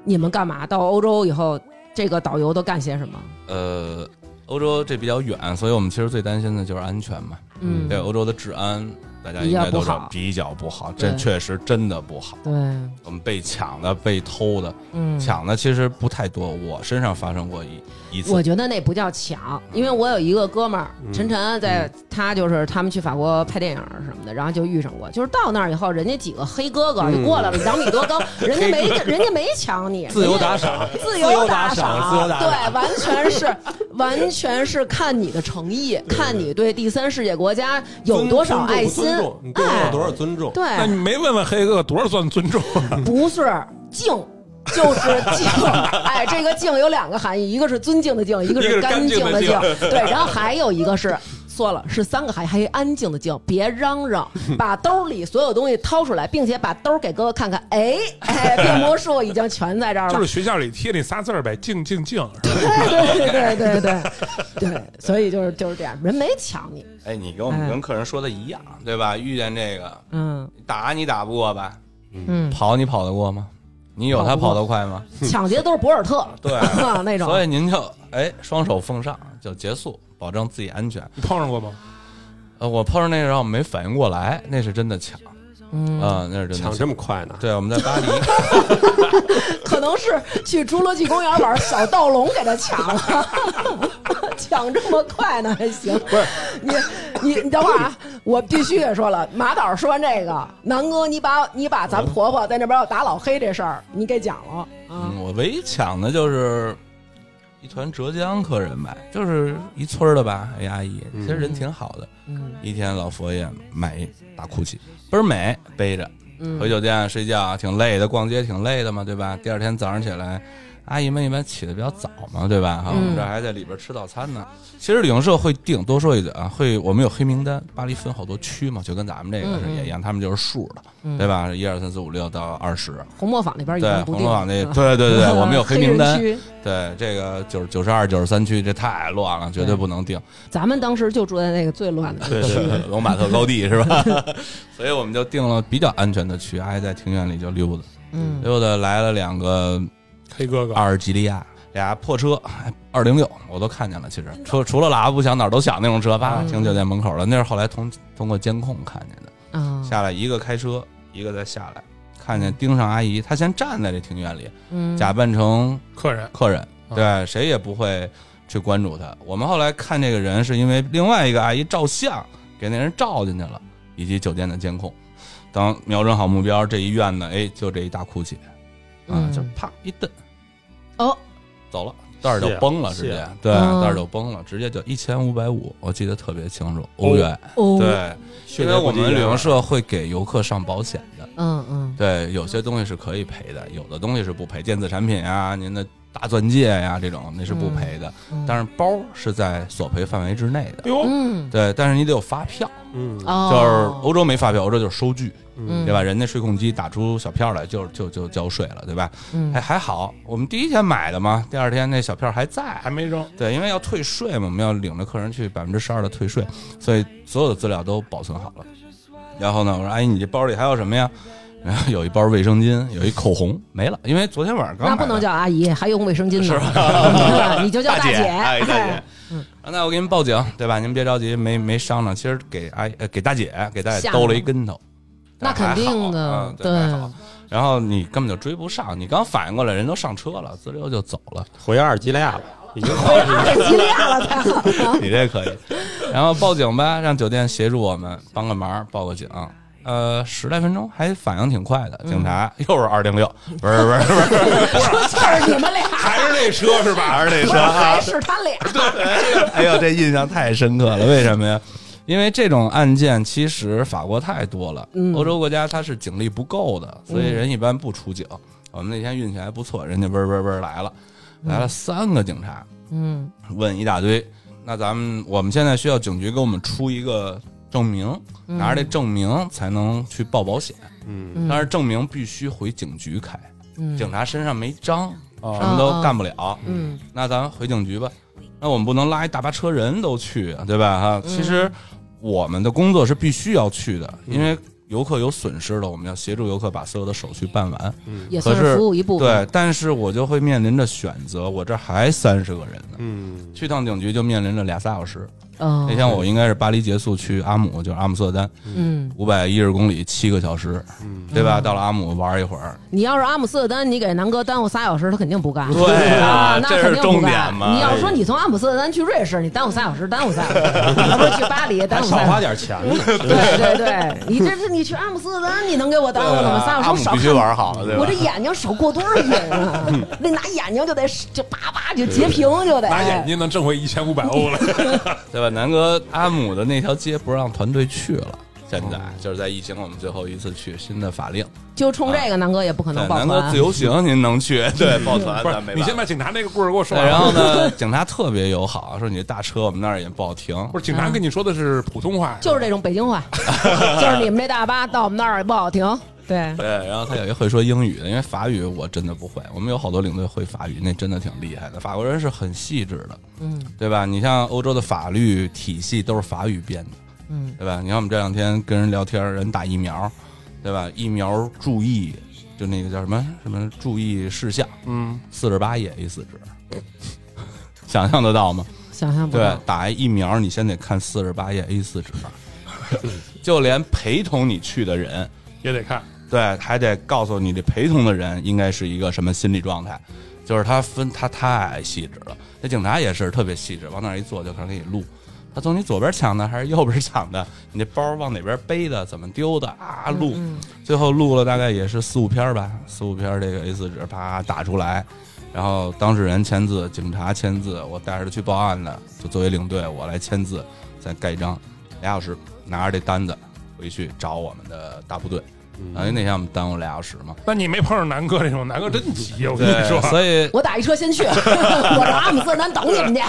Speaker 1: 你们干嘛？到欧洲以后，这个导游都干些什么？
Speaker 4: 呃，欧洲这比较远，所以我们其实最担心的就是安全嘛。
Speaker 1: 嗯，
Speaker 4: 对，欧洲的治安大家应该都
Speaker 1: 比较不
Speaker 4: 知道
Speaker 1: 好
Speaker 4: 比较不好，
Speaker 1: 对
Speaker 4: 这确实真的不好。
Speaker 1: 对，
Speaker 4: 我们被抢的、被偷的，
Speaker 1: 嗯，
Speaker 4: 抢的其实不太多，我身上发生过一一
Speaker 1: 我
Speaker 4: 次。
Speaker 1: 觉得那不叫抢，因为我有一个哥们儿
Speaker 2: 嗯
Speaker 1: 晨晨在，他就是他们去法国拍电影儿什么的，然后就遇上过，就是到那儿以后，人家几个黑哥哥
Speaker 2: 嗯
Speaker 1: 就过来了，两米多高，
Speaker 2: [laughs]
Speaker 1: 人家没人家没抢你，
Speaker 2: 自由
Speaker 1: 人家
Speaker 2: 打赏，
Speaker 1: 自由
Speaker 2: 打
Speaker 1: 赏，
Speaker 2: 自由打赏。
Speaker 1: 对，完全是完全是看你的诚意，看你对第三世界国家有多少爱心
Speaker 2: 尊重，你对我
Speaker 1: 哎
Speaker 2: 有，多少尊重？
Speaker 3: 那你
Speaker 1: 对，
Speaker 3: 没问问黑哥哥多少算尊重啊？
Speaker 1: [laughs] 不是敬。就是敬， [laughs] 哎，这个敬有两个含义，一个是尊敬的敬，一个
Speaker 3: 一个是
Speaker 1: 干
Speaker 3: 干净
Speaker 1: 的
Speaker 3: 的
Speaker 1: 敬，
Speaker 3: 敬
Speaker 1: 对，然后还有一个是错了，是三个含义，还有安静的静，别嚷嚷，把兜里所有东西掏出来，并且把兜给哥哥看看，哎，哎，变魔术已经全在这儿了，
Speaker 3: 就是学校里贴那仨字儿呗，静静静。是吧
Speaker 1: 对对对对对对，所以就是就是这样，人没抢你，
Speaker 4: 哎，你跟我们
Speaker 1: 哎
Speaker 4: 跟客人说的一样，对吧？遇见这个
Speaker 1: 嗯
Speaker 4: 打你打不过吧？
Speaker 1: 嗯，
Speaker 4: 跑你跑得过吗？你有他跑得快
Speaker 1: [laughs]
Speaker 4: 吗？
Speaker 1: 抢劫都是博尔特，啊
Speaker 4: 对
Speaker 1: 那种，
Speaker 4: 所以您就哎双手奉上就结束，保证自己安全。
Speaker 3: 你碰上过吗？
Speaker 4: 呃，我碰上那个时候没反应过来，那是真的抢啊、
Speaker 1: 嗯，
Speaker 4: 那是真的
Speaker 2: 抢这么快呢？
Speaker 4: 对，我们在巴黎，
Speaker 1: 可能是去侏罗纪公园玩，小盗龙给他抢了， [laughs] 抢这么快呢还行？不是你你你等会儿啊，我必须得说了，马导说完这个，南哥你把你把咱婆
Speaker 4: 嗯
Speaker 1: 婆在那边要打老黑这事儿你给讲了啊，
Speaker 4: 嗯我唯一抢的就是一团浙江客人买，就是一村儿的吧，一阿姨，
Speaker 2: 嗯
Speaker 4: 其实人挺好的。
Speaker 1: 嗯
Speaker 4: 一天老佛爷买一大哭泣，倍儿美，背着回
Speaker 1: 嗯，
Speaker 4: 酒店睡觉，挺累的，逛街挺累的嘛，对吧？第二天早上起来。阿姨们一般起的比较早嘛，对吧？哈、
Speaker 1: 嗯
Speaker 4: 我们这还在里边吃早餐呢。其实旅行社会定，多说一句啊，会我们有黑名单，巴黎分好多区嘛，就跟咱们这个是也一样，他们就是数的，
Speaker 1: 嗯
Speaker 4: 对吧？一二三四五六到二十，
Speaker 1: 红磨坊那边已
Speaker 4: 对
Speaker 1: 经，不
Speaker 4: 红
Speaker 1: 定
Speaker 4: 楼
Speaker 1: 了
Speaker 4: 网那，对
Speaker 1: [laughs]
Speaker 4: 对对，我们有黑名单
Speaker 1: 黑，人区
Speaker 4: 对这个九九十二、九十三区，这太乱了，绝对不能定。
Speaker 1: 咱们当时就住在那个最乱的
Speaker 2: 对对对，
Speaker 4: 龙马特高地是吧？ [laughs] 所以我们就定了比较安全的区，阿姨在庭院里就溜达
Speaker 1: 嗯
Speaker 4: 溜达，来了两个
Speaker 3: 黑哥哥，
Speaker 4: 阿尔及利亚俩破车，二零六我都看见了，其实除除了喇叭不响，哪儿都响那种车，叭
Speaker 1: 嗯
Speaker 4: 停酒店门口了。那是后来通通过监控看见的，
Speaker 1: 啊，
Speaker 4: 下来一个开车，一个再下来，看见盯上阿姨，她先站在这庭院里，
Speaker 1: 嗯
Speaker 4: 假扮成
Speaker 3: 客人
Speaker 4: 客人，
Speaker 3: 啊
Speaker 4: 对，谁也不会去关注他。我们后来看这个人，是因为另外一个阿姨照相给那人照进去了，以及酒店的监控。当瞄准好目标，这一院子，哎，就这一大哭泣啊，
Speaker 1: 嗯
Speaker 4: 就啪一蹬
Speaker 1: 哦，
Speaker 4: 走了。袋儿就
Speaker 2: 谢了
Speaker 4: 崩了，直
Speaker 2: 谢
Speaker 4: 接
Speaker 2: 了
Speaker 4: 对，
Speaker 1: 嗯
Speaker 4: 袋儿就崩了，直接就一千五百五，我记得特别清楚，欧元。
Speaker 1: 哦，
Speaker 4: 对，
Speaker 2: 血
Speaker 4: 因
Speaker 2: 液
Speaker 4: 为
Speaker 2: 不
Speaker 4: 我
Speaker 2: 均
Speaker 4: 们旅
Speaker 2: 匀
Speaker 4: 行
Speaker 2: 了
Speaker 4: 社会给游客上保险的，
Speaker 1: 嗯嗯
Speaker 4: 对，有些东西是可以赔的，有的东西是不赔，电子产品啊，您的大钻戒呀、这种那是不赔的。
Speaker 1: 嗯，
Speaker 4: 但是包是在索赔范围之内的
Speaker 3: 哎。呦，
Speaker 1: 嗯
Speaker 4: 对，但是你得有发票，
Speaker 2: 嗯
Speaker 1: 哦，
Speaker 4: 就是欧洲没发票，欧洲就是收据，
Speaker 1: 嗯
Speaker 4: 对吧？人家税控机打出小票来，就就就交税了，对吧？
Speaker 1: 嗯
Speaker 4: 哎，还好，我们第一天买的嘛，第二天那小票还在
Speaker 3: 还。没扔，
Speaker 4: 对，因为要退税嘛，我们要领着客人去百分之十二的退税，所以所有的资料都保存好了。然后呢，我说：“哎阿姨，你这包里还有什么呀？”然后有一包卫生巾，有一口红，没了，因为昨天晚上刚
Speaker 1: 那
Speaker 4: 买
Speaker 1: 不能
Speaker 4: 的
Speaker 1: 叫阿姨，还用卫生巾呢， [laughs] 你就叫
Speaker 4: 姐，
Speaker 1: 姐，
Speaker 4: 哎，大
Speaker 1: 哎
Speaker 4: 姐，啊，那我给您报警，对吧？您别着急，没没伤着。其实给阿姨、呃、给大姐给大姐
Speaker 1: 吓
Speaker 4: 兜了
Speaker 1: 着
Speaker 4: 一跟头，
Speaker 1: 那肯定
Speaker 4: 还好
Speaker 1: 的
Speaker 4: 嗯，对
Speaker 1: 对，
Speaker 4: 还好然后你根本就追不上，你刚反应过来，人都上车了，滋溜就走了。
Speaker 2: 回阿尔及利亚了，
Speaker 1: [laughs]
Speaker 2: 已经好几年
Speaker 1: 太激烈了，太好了，
Speaker 4: [laughs] 你这可以。然后报警吧，让酒店协助我们帮个忙，报个警。呃，十来分钟还反应挺快的，警察、又是二零六，不是不是不是，
Speaker 1: 出气儿 [laughs] 你们俩，
Speaker 4: 还是那车是吧？还 [laughs] 是那
Speaker 1: [laughs]
Speaker 4: 车啊
Speaker 1: 还是他俩，
Speaker 4: 哎呦，这印象太深刻了，为什么呀？因为这种案件其实法国太多了，
Speaker 1: 嗯
Speaker 4: 欧洲国家它是警力不够的，所以人一般不出警。我们那天运气还不错，人家嗡嗡嗡来了，来了三个警察，
Speaker 1: 嗯
Speaker 4: 问一大堆。那咱们我们现在需要警局给我们出一个证明，拿着这证明才能去报保险，
Speaker 2: 嗯，
Speaker 1: 嗯
Speaker 4: 但是证明必须回警局开，
Speaker 1: 嗯
Speaker 4: 警察身上没章，
Speaker 3: 哦
Speaker 4: 什么都干不了。
Speaker 1: 嗯
Speaker 4: 那咱回警局吧。那我们不能拉一大巴车人都去啊，对吧？
Speaker 1: 嗯
Speaker 4: 哈，其实我们的工作是必须要去的，因为游客有损失了，我们要协助游客把所有的手续办完。
Speaker 1: 也算是服务一部分，
Speaker 4: 对，但是我就会面临着选择，我这还三十个人呢，
Speaker 2: 嗯，
Speaker 4: 去趟警局就面临着俩仨小时。
Speaker 1: 嗯
Speaker 4: 那天我应该是巴黎结束去阿姆，就是阿姆斯特丹，
Speaker 1: 嗯，
Speaker 4: 五百一十公里，七个小时，对吧？到了阿姆玩一会儿，
Speaker 1: 你要是阿姆斯特丹，你给南哥耽误仨小时，他肯定不干。
Speaker 4: 对啊
Speaker 1: 啊，那
Speaker 4: 这是
Speaker 1: 肯定不
Speaker 4: 重点
Speaker 1: 干。
Speaker 4: 嘛哎
Speaker 1: 你要说你从阿姆斯特丹去瑞士，你耽误仨小时，耽误仨小时，
Speaker 4: [laughs]
Speaker 1: 你不是去巴黎
Speaker 2: 还
Speaker 1: 耽误
Speaker 2: 少
Speaker 1: 仨
Speaker 2: 花
Speaker 1: 小时。
Speaker 2: 点钱呢，
Speaker 1: 对 [laughs] 对对，你这是你去阿姆斯特丹，你能给我耽误了吗？仨
Speaker 4: 啊阿
Speaker 1: 小
Speaker 4: 姆
Speaker 1: 时少
Speaker 4: 必须嗯
Speaker 1: 看。
Speaker 4: 玩好了，对吧？
Speaker 1: 我这眼睛少过多少瘾啊！ [laughs] 那拿眼睛就得就叭叭就截屏就得。
Speaker 3: 拿眼睛能挣回一千五百欧来，
Speaker 1: 哎
Speaker 4: 对吧？南哥阿姆的那条街不让团队去了，现在就是在疫情我们最后一次去新的法令。
Speaker 1: 就冲这个，南哥也不可
Speaker 4: 对，
Speaker 1: 能啊抱
Speaker 4: 南哥
Speaker 1: 团
Speaker 4: 自。由行您能去， [laughs] 对，抱团
Speaker 3: 不
Speaker 4: 咱
Speaker 3: 是
Speaker 4: 没
Speaker 3: 你
Speaker 4: 办
Speaker 3: 先
Speaker 4: 法。
Speaker 3: 把警察那个故事给我说
Speaker 4: 对，
Speaker 3: 完。
Speaker 4: 然后呢， [laughs] 警察特别友好，说你这大车我们那儿也不好停。
Speaker 3: 不是警察跟你说的是普通话，
Speaker 1: 就是这种北京话， [laughs] 就是你们这大巴到我们那儿也不好停。对，
Speaker 4: 对，然后他有一会说英语的，因为法语我真的不会。我们有好多领队会法语，那真的挺厉害的。法国人是很细致的，
Speaker 1: 嗯
Speaker 4: 对吧？你像欧洲的法律体系都是法语编的，
Speaker 1: 嗯
Speaker 4: 对吧？你看我们这两天跟人聊天，人打疫苗，对吧？疫苗注意，就那个叫什么什么注意事项，
Speaker 3: 嗯，
Speaker 4: 四十八页 A 四纸，想象得到吗？
Speaker 1: 想象不
Speaker 4: 对
Speaker 1: 到。，
Speaker 4: 打一疫苗你先得看四十八页 A 四纸，就连陪同你去的人，
Speaker 3: 也得看。
Speaker 4: 对，还得告诉你这陪同的人应该是一个什么心理状态，就是他分他太细致了，那警察也是特别细致，往那儿一坐就开始给你录。他从你左边抢的还是右边抢的？你这包往哪边背的？怎么丢的啊？录，最后录了大概也是四五篇吧，四五篇这个 A 四纸啪打出来，然后当事人签字，警察签字，我带着他去报案的，就作为领队我来签字，再盖章，俩小时拿着这单子回去找我们的大部队，
Speaker 3: 嗯
Speaker 4: 啊因为那天我们耽误俩小时
Speaker 3: [laughs]
Speaker 4: 嘛。
Speaker 3: 那你没碰上南哥这种，南哥真急，我跟你说，
Speaker 4: 所以
Speaker 1: 我打一车
Speaker 3: [laughs]
Speaker 1: 先去，我上阿姆斯特丹等你们去，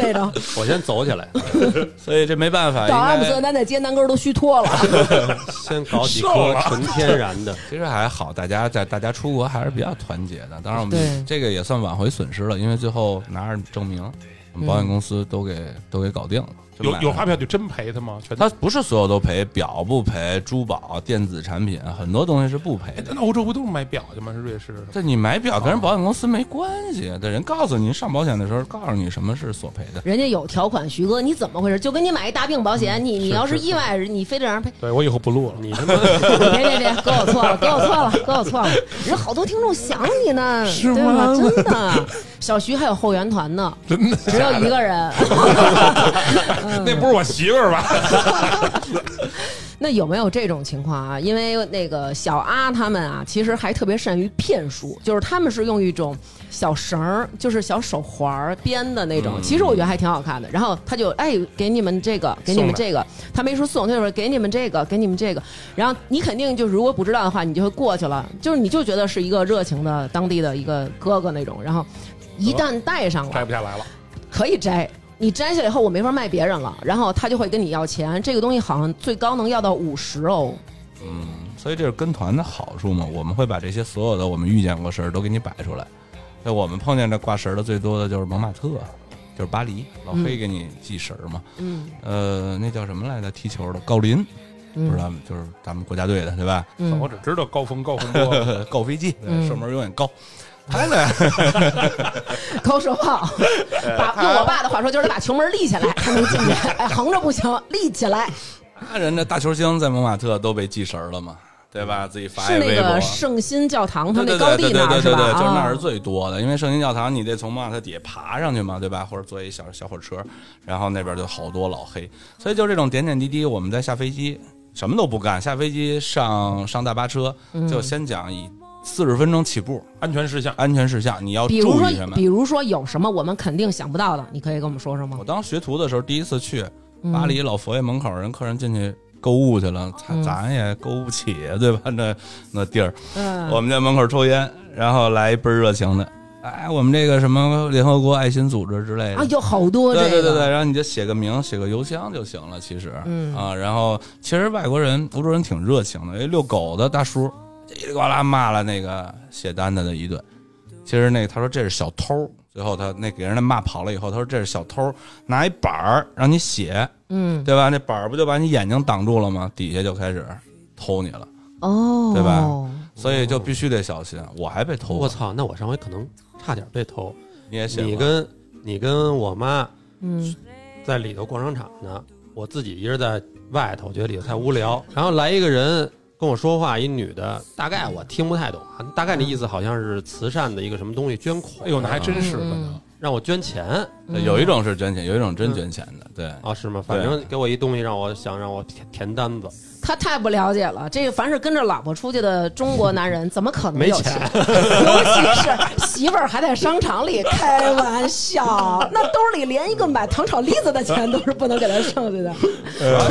Speaker 1: 那种
Speaker 2: 我先走起来，
Speaker 4: [laughs] 所以这没办
Speaker 3: 哎
Speaker 4: 法，
Speaker 1: 到阿
Speaker 4: 应
Speaker 1: 姆斯
Speaker 4: 该
Speaker 1: 特丹在接南哥都虚脱了。
Speaker 2: 先搞几
Speaker 3: 瘦
Speaker 2: 颗
Speaker 3: 了
Speaker 2: 纯天然 [laughs] 的。
Speaker 4: 其实还好，大家在大家出国还是比较团结的。当然，我
Speaker 1: 对
Speaker 4: 们这个也算挽回损失了，因为最后拿着证明，我们保险公司都给、都给搞定了。就
Speaker 3: 有
Speaker 4: 买了
Speaker 3: 有发票就真赔他吗？全
Speaker 4: 他不是所有都赔，表不赔，珠宝、电子产品很多东西是不赔
Speaker 3: 哎
Speaker 4: 的
Speaker 3: 那。欧洲不都是买表去吗？是瑞士。
Speaker 4: 这你买表跟人保险公司没关系，这人告诉你上保险的时候告诉你什么是索赔的。
Speaker 1: 人家有条款，徐哥，你怎么回事？就跟你买一大病保
Speaker 3: 嗯
Speaker 1: 险，你你要是意外，你非得让人赔。 [laughs]
Speaker 3: 对我以后不录了。
Speaker 2: 你他妈
Speaker 1: 别别别，哥我错了，哥我错了，哥我错了。人好多听众想你呢，
Speaker 3: 是
Speaker 1: 对
Speaker 3: 吗
Speaker 1: 吧？真的，小徐还有后援团呢，
Speaker 3: [laughs] 真的，
Speaker 1: 只有一个人。
Speaker 3: 那不是我媳妇儿吧？
Speaker 1: 那有没有这种情况啊？因为那个小阿他们啊，其实还特别善于骗术，就是他们是用一种小绳儿，就是小手环儿编的那种，其实我觉得还挺好看的。然后他就哎，给你们这个，给你们这个，他没说送，他就说给你们这个，给你们这个。然后你肯定就如果不知道的话，你就会过去了，就是你就觉得是一个热情的当地的一个哥哥那种，然后。一旦戴上了
Speaker 3: 摘，不下来了，
Speaker 1: 可以摘。你摘下来以后，我没法卖别人了，然后他就会跟你要钱。这个东西好像最高能要到五十哦。
Speaker 4: 所以这是跟团的好处嘛，我们会把这些所有的我们遇见过事儿都给你摆出来。那我们碰见这挂绳儿的最多的就是蒙马特，就是巴黎，老黑给你系绳儿嘛。
Speaker 1: 嗯，
Speaker 4: 呃，那叫什么来着？踢球的高林，
Speaker 1: 嗯
Speaker 4: 不知道就是咱们国家队的对吧？ [laughs]
Speaker 1: 嗯
Speaker 3: 我只知道高峰高洪波，
Speaker 4: 呃，高飞机，对
Speaker 1: 嗯
Speaker 4: 射门永远高。他呢？ [laughs]
Speaker 1: 高射
Speaker 4: 啊
Speaker 1: 炮，啊把用我爸的话说就是把球门立起来，还没进去，哎，横着不行，立起来。
Speaker 4: 那人家大球星在蒙马特都被系绳儿了嘛，对吧？自己发
Speaker 1: 是
Speaker 4: 一
Speaker 1: 那
Speaker 4: 微博
Speaker 1: 个。圣心教堂，他们那
Speaker 4: 对对
Speaker 1: 高
Speaker 4: 对
Speaker 1: 地
Speaker 4: 对对
Speaker 1: 那儿
Speaker 4: 对
Speaker 1: 是
Speaker 4: 对
Speaker 1: 吧？
Speaker 4: 对，就是那儿是
Speaker 1: 啊
Speaker 4: 最多的，因为圣心教堂你得从蒙马特底下爬上去嘛，对吧？或者坐一小小火车，然后那边就好多老黑，所以就这种点点滴滴，我们在下飞机什么都不干，下飞机上上大巴车，就先讲以四十分钟起步
Speaker 3: 安全事项。
Speaker 4: 安全事项，你要
Speaker 1: 比如
Speaker 4: 注
Speaker 1: 说
Speaker 4: 意什，么
Speaker 1: 比？如说有什么我们肯定想不到的，你可以跟我们说说吗
Speaker 4: 我？当学徒的时候，第一次去巴黎老佛爷门口，人客人进去购物去了，咱咱也购物不起，对吧？那那地儿，
Speaker 1: 嗯
Speaker 4: 我们在门口抽烟，然后来一倍儿热情的，哎，我们这个什么联合国爱心组织之类的
Speaker 1: 啊，。有好多这
Speaker 4: 对
Speaker 1: 个，
Speaker 4: 对对对，然后你就写个名，写个邮箱就行了。其实，
Speaker 1: 嗯
Speaker 4: 啊，然后其实外国人、欧洲人挺热情的，哎，遛狗的大叔叽里呱啦骂了那个写单子的一顿。其实那个他说这是小偷，最后他那给人家骂跑了以后，他说这是小偷，拿一板儿让你写，
Speaker 1: 嗯，
Speaker 4: 对吧？那板儿不就把你眼睛挡住了吗？底下就开始偷你了，
Speaker 1: 哦，
Speaker 4: 对吧？所以就必须得小心。我还被偷过，
Speaker 2: 我操！那我上回可能差点被偷。
Speaker 4: 你也写
Speaker 2: 你
Speaker 4: 过
Speaker 2: 跟你跟我妈
Speaker 1: 嗯，
Speaker 2: 在里头逛商场呢，我自己一人在外头，觉得里头太无聊。然后来一个人跟我说话，一女的，大概我听不太懂啊，大概那意思好像是慈善的一个什么东西捐款，
Speaker 3: 哎呦，那还真是可
Speaker 1: 嗯
Speaker 3: 能。 [laughs]
Speaker 2: 让我捐钱
Speaker 4: 对有一种是捐钱，有一种真捐钱的，对。
Speaker 2: 啊，是吗？反正给我一东西，让我想让我填填单子，
Speaker 1: 他太不了解了，这个凡是跟着老婆出去的中国男人，怎么可能
Speaker 2: 没
Speaker 1: 有
Speaker 2: 钱
Speaker 1: 尤其是媳妇儿还在商场里开玩笑，那兜里连一个买糖炒栗子的钱都是不能给他剩下的。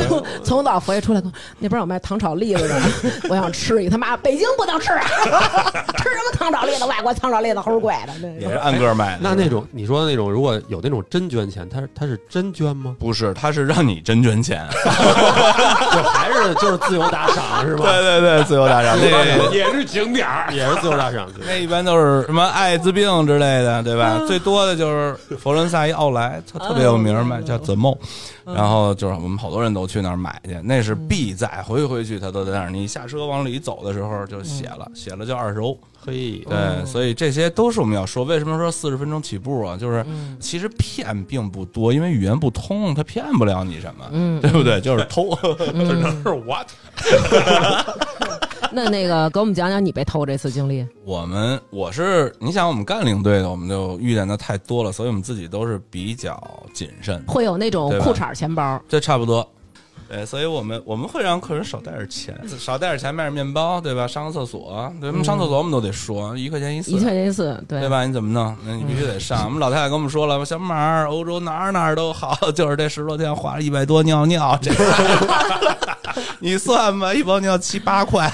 Speaker 1: 从从老佛爷出来跟我，那边有卖糖炒栗子的，我想吃一个。他妈，北京不能吃，啊 [laughs] 吃什么糖炒栗子？外国糖炒栗子齁贵的。那
Speaker 4: 也是按个卖的。
Speaker 2: 那那种你说的那种，如果有那种真捐钱，他是他是真捐吗？
Speaker 4: 不是，他是让你真捐钱。
Speaker 2: 就还是就是自由打赏是吧？
Speaker 4: [laughs] 对对，自由打赏 [laughs] 那
Speaker 3: 也是景点儿，
Speaker 2: [laughs] 也是自由打赏，
Speaker 4: 那一般都是什么艾滋病之类的，对吧？最多的就是佛罗伦萨一奥莱，它特别有名儿嘛，叫 The Mo。然后就是我们好多人都去那儿买去，那是必在，回回去他都在那儿。你下车往里走的时候就写了，写了就二十欧。
Speaker 2: 嘿，
Speaker 4: 对，所以这些都是我们要说。为什么说四十分钟起步啊？就是其实骗并不多，因为语言不通，他骗不了你什么，对不对？就是偷。
Speaker 3: 只能是 [laughs] 我。
Speaker 1: 那那个，给我们讲讲你被偷这次经历。
Speaker 4: 我们我是你想我们干领队的，我们就遇见的太多了，所以我们自己都是比较谨慎的，
Speaker 1: 会有那种
Speaker 4: 对吧
Speaker 1: 裤衩钱包，
Speaker 4: 这差不多。对，所以我们我们会让客人少带点钱，少带点钱买点面包，对吧？上个厕所，对，我们上厕所我们都得说一块钱一
Speaker 1: 嗯
Speaker 4: 次，
Speaker 1: 一块钱一次，对嗯
Speaker 4: 对？吧？你怎么弄？那你必须得上。我们老太太跟我们说了，小马儿，欧洲哪儿哪儿都好， [laughs] 就是这十多天花了一百多尿尿，这 [laughs] 你算吧，一包尿七八块，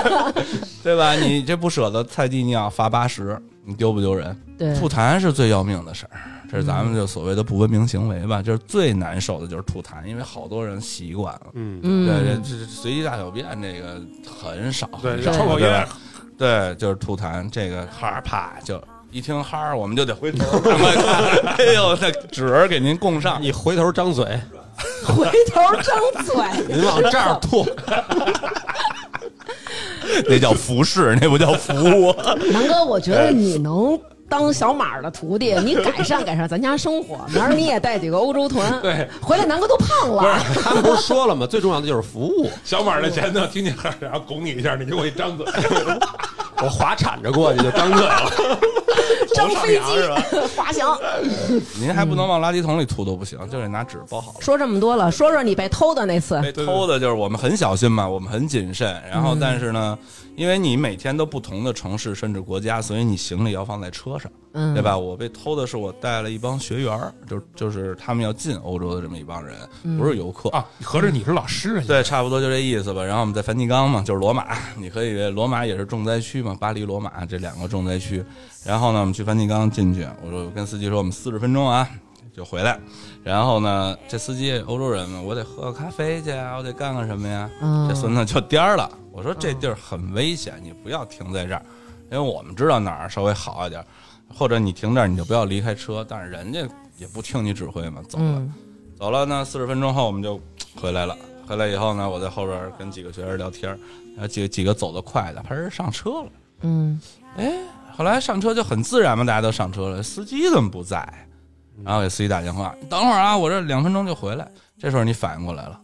Speaker 4: [laughs] 对吧？你这不舍得菜地尿罚八十，你丢不丢人？
Speaker 1: 对，嗯
Speaker 4: 吐痰是最要命的事儿，这是咱们就所谓的不文明行为吧，就是最难受的就是吐痰，因为好多人习惯了。
Speaker 2: 嗯，
Speaker 1: 嗯，
Speaker 4: 对，这这随地大小便这个很少，
Speaker 3: 对，
Speaker 4: 很
Speaker 3: 这
Speaker 4: 少
Speaker 3: 抽口
Speaker 4: 对吧
Speaker 3: 烟，
Speaker 4: 对，就是吐痰，这个哈儿啪就一听哈儿，我们就得回头赶快 [laughs] 看，哎呦，那纸儿给您供上。
Speaker 2: 你回头张 [laughs] 嘴，
Speaker 1: 回头张嘴，
Speaker 2: 您往这儿吐，
Speaker 4: 那叫服侍， [laughs] 那不叫服务。
Speaker 1: [laughs] 南哥，我觉
Speaker 4: 哎
Speaker 1: 得你能当小马儿的徒弟，你改善改善咱家生活，明儿你也带几个欧洲
Speaker 4: [laughs]
Speaker 1: 团，
Speaker 3: 对，
Speaker 1: 回来南哥都胖
Speaker 2: 不
Speaker 1: 了，
Speaker 2: 是他们不是说了吗？最重要的就是服
Speaker 4: [laughs]
Speaker 2: 务，
Speaker 3: 小马儿的前头听见哈儿，然后拱你一下，你就给我一张嘴，
Speaker 2: 我滑铲着过去就张嘴了。
Speaker 1: [laughs] 张
Speaker 4: 上
Speaker 1: 飞
Speaker 4: 梁是吧
Speaker 1: 机 [laughs] 滑翔。
Speaker 4: 您还不能往垃圾桶里吐都不行，就得拿纸包好了。
Speaker 1: 说这么多了，说说你被偷的那次，
Speaker 4: 被偷的就是我们很小心嘛，我们很谨慎。然后，但是呢，因为你每天都不同的城市甚至国家，所以你行李要放在车上，
Speaker 1: 嗯
Speaker 4: 对吧？我被偷的是我带了一帮学员儿，就就是他们要进欧洲的这么一帮人，不是游客。
Speaker 3: 啊，合着你是老师啊？
Speaker 4: 对，差不多就这意思吧。然后我们在梵蒂冈嘛，就是罗马，你可以罗马也是重灾区嘛，巴黎、罗马这两个重灾区。然后呢，我们去梵蒂冈进去，我说我跟司机说我们四十分钟啊就回来。然后呢，这司机欧洲人嘛，我得喝个咖啡去啊，我得干个什么呀？
Speaker 1: 嗯
Speaker 4: 这孙子就颠儿了。我说这地儿很危险，你不要停在这儿，因为我们知道哪儿稍微好一点，或者你停这儿你就不要离开车，但是人家也不听你指挥嘛，走了。
Speaker 1: 嗯
Speaker 4: 走了呢，四十分钟后我们就回来了。回来以后呢，我在后边跟几个学员聊天儿，然后几个几个走得快的，喷上车了。哎
Speaker 1: 嗯，
Speaker 4: 后来上车就很自然嘛，大家都上车了，司机怎么不在？然后给司机打电话，等会儿啊，我这两分钟就回来。这时候你反应过来了，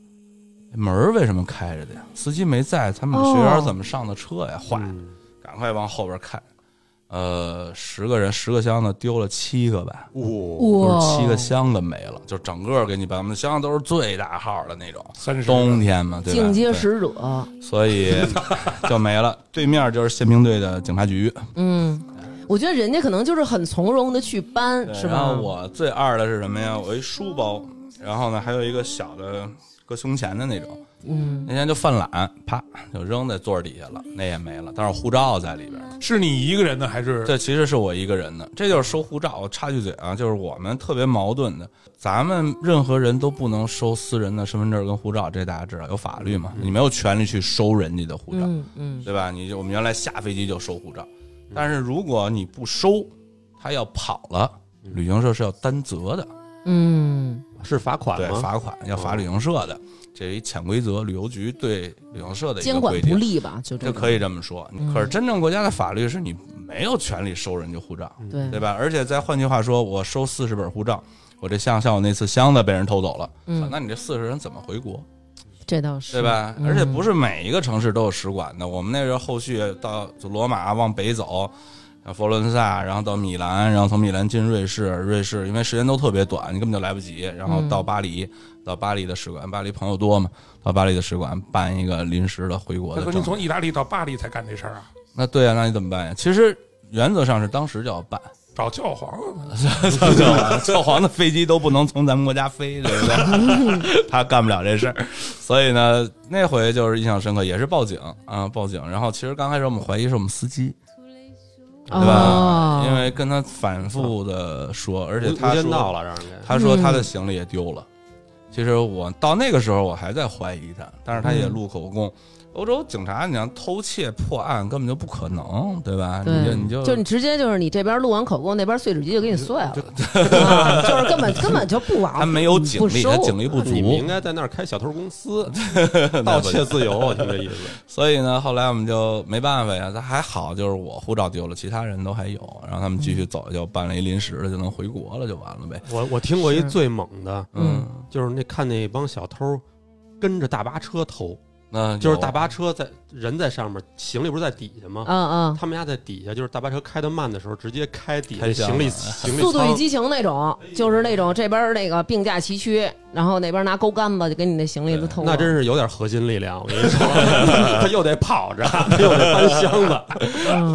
Speaker 4: 门儿为什么开着的呀？司机没在，他们学员怎么上的车呀？坏了，赶快往后边看。呃，十个人，十个箱子丢了七个吧。
Speaker 2: 呜，
Speaker 1: 哇
Speaker 4: 不是七个箱子没了，就整个给你把我们的箱子都是最大号的那种，
Speaker 3: 三十
Speaker 4: 冬天嘛，对吧？
Speaker 1: 进阶
Speaker 4: 对，
Speaker 1: 使者，
Speaker 4: 所以
Speaker 1: [laughs]
Speaker 4: 就没了。对面就是宪兵队的警察局，
Speaker 1: 嗯，我觉得人家可能就是很从容的去搬，是
Speaker 4: 然
Speaker 1: 吧？
Speaker 4: 后我最二的是什么呀？我一书包，然后呢还有一个小的搁胸前的那种。
Speaker 1: 嗯，
Speaker 4: 那天就犯懒，啪就扔在座儿底下了，那也没了，但是护照在里边儿。
Speaker 3: 是你一个人呢，还是
Speaker 4: 这其实是我一个人的，这就是收护照。我插句嘴啊，就是我们特别矛盾的，咱们任何人都不能收私人的身份证跟护照，这大家知道有法律嘛，你没有权利去收人家的护照，
Speaker 1: 嗯嗯
Speaker 4: 对吧？你就我们原来下飞机就收护照，但是如果你不收，他要跑了，旅行社是要担责的，
Speaker 1: 嗯，
Speaker 2: 是罚款
Speaker 4: 对，
Speaker 2: 吗？
Speaker 4: 罚款要罚旅行社的，这是一潜规则，旅游局对旅行社的一
Speaker 1: 监
Speaker 4: 个
Speaker 1: 管
Speaker 4: 规
Speaker 1: 不
Speaker 4: 定。
Speaker 1: 力嗯吧，就这
Speaker 4: 就
Speaker 1: 个
Speaker 4: 可以这么说，可是真正国家的法律是你没有权利收人家护照，
Speaker 1: 对
Speaker 4: 对吧？而且再换句话说，我收四十本护照，我这像像我那次箱子被人偷走了，啊
Speaker 1: 嗯
Speaker 4: 那你这四十人怎么回国，
Speaker 1: 这倒是
Speaker 4: 对吧？而且不是每一个城市都有使馆的，我们那时候后续到就罗马往北走。然后佛罗伦萨，然后到米兰，然后从米兰进瑞士，瑞士因为时间都特别短，你根本就来不及。然后到巴黎，到巴黎的使馆，巴黎朋友多嘛，到巴黎的使馆办一个临时的回国
Speaker 3: 大
Speaker 4: 的
Speaker 3: 哥，
Speaker 4: 证
Speaker 3: 您。从意大利到巴黎才干这事儿啊？
Speaker 4: 那对啊，那你怎么办呀？其实原则上是当时就要办，
Speaker 3: 找教皇啊
Speaker 4: 教 [laughs] 皇，教皇的飞机都不能从咱们国家飞，对不
Speaker 1: [laughs]
Speaker 4: 对？他干不了这事儿，所以呢，那回就是印象深刻，也是报警啊，报警。然后其实刚开始我们怀疑是我们司机，对吧？
Speaker 1: 哦，
Speaker 4: 因为跟他反复的说，而且
Speaker 2: 无
Speaker 4: 他
Speaker 2: 间道
Speaker 4: 说
Speaker 2: 了，让人给
Speaker 4: 他说他的行李也丢了。其实我到那个时候我还在怀疑他，但是他也录口供。欧洲警察，你像偷窃破案根本就不可能，对吧？你就
Speaker 1: 对，
Speaker 4: 你就
Speaker 1: 你直接就是你这边录完口供，那边碎纸机就给你碎了，啊就是根本根本就
Speaker 4: [laughs]
Speaker 1: 不往
Speaker 4: 他没有警
Speaker 1: 不
Speaker 4: 力，
Speaker 1: 收
Speaker 4: 他警力不足。
Speaker 2: 你们应该在那儿开小偷公
Speaker 4: [laughs]
Speaker 2: 司，盗窃自由，我听这意思。
Speaker 4: 所以呢，后来我们就没办法呀。他还好，就是我护照丢了，其他人都还有。然后他们继续走，就办了一临时的，就能回国了，就完了呗。
Speaker 2: 我我听过一最猛的，
Speaker 1: 嗯
Speaker 2: 就是那看那帮小偷跟着大巴车偷，
Speaker 4: 那
Speaker 2: 就是
Speaker 4: 有
Speaker 2: 大巴车在人在上面，行李不是在底下吗？
Speaker 1: 嗯
Speaker 2: 他们家在底下，就是大巴车开得慢的时候，直接开底下
Speaker 4: 开箱
Speaker 2: 行李
Speaker 4: 了
Speaker 2: 行
Speaker 1: 嗯，
Speaker 2: 李
Speaker 1: 速度与
Speaker 2: 舱，
Speaker 1: 激情那种，就是那种这边那个并驾齐驱，然后哪边拿钩竿子就给你那行李都偷了。
Speaker 2: 那真是有点核心力量，我跟
Speaker 4: [laughs]
Speaker 2: 你说，他又得跑着，他又得搬箱子，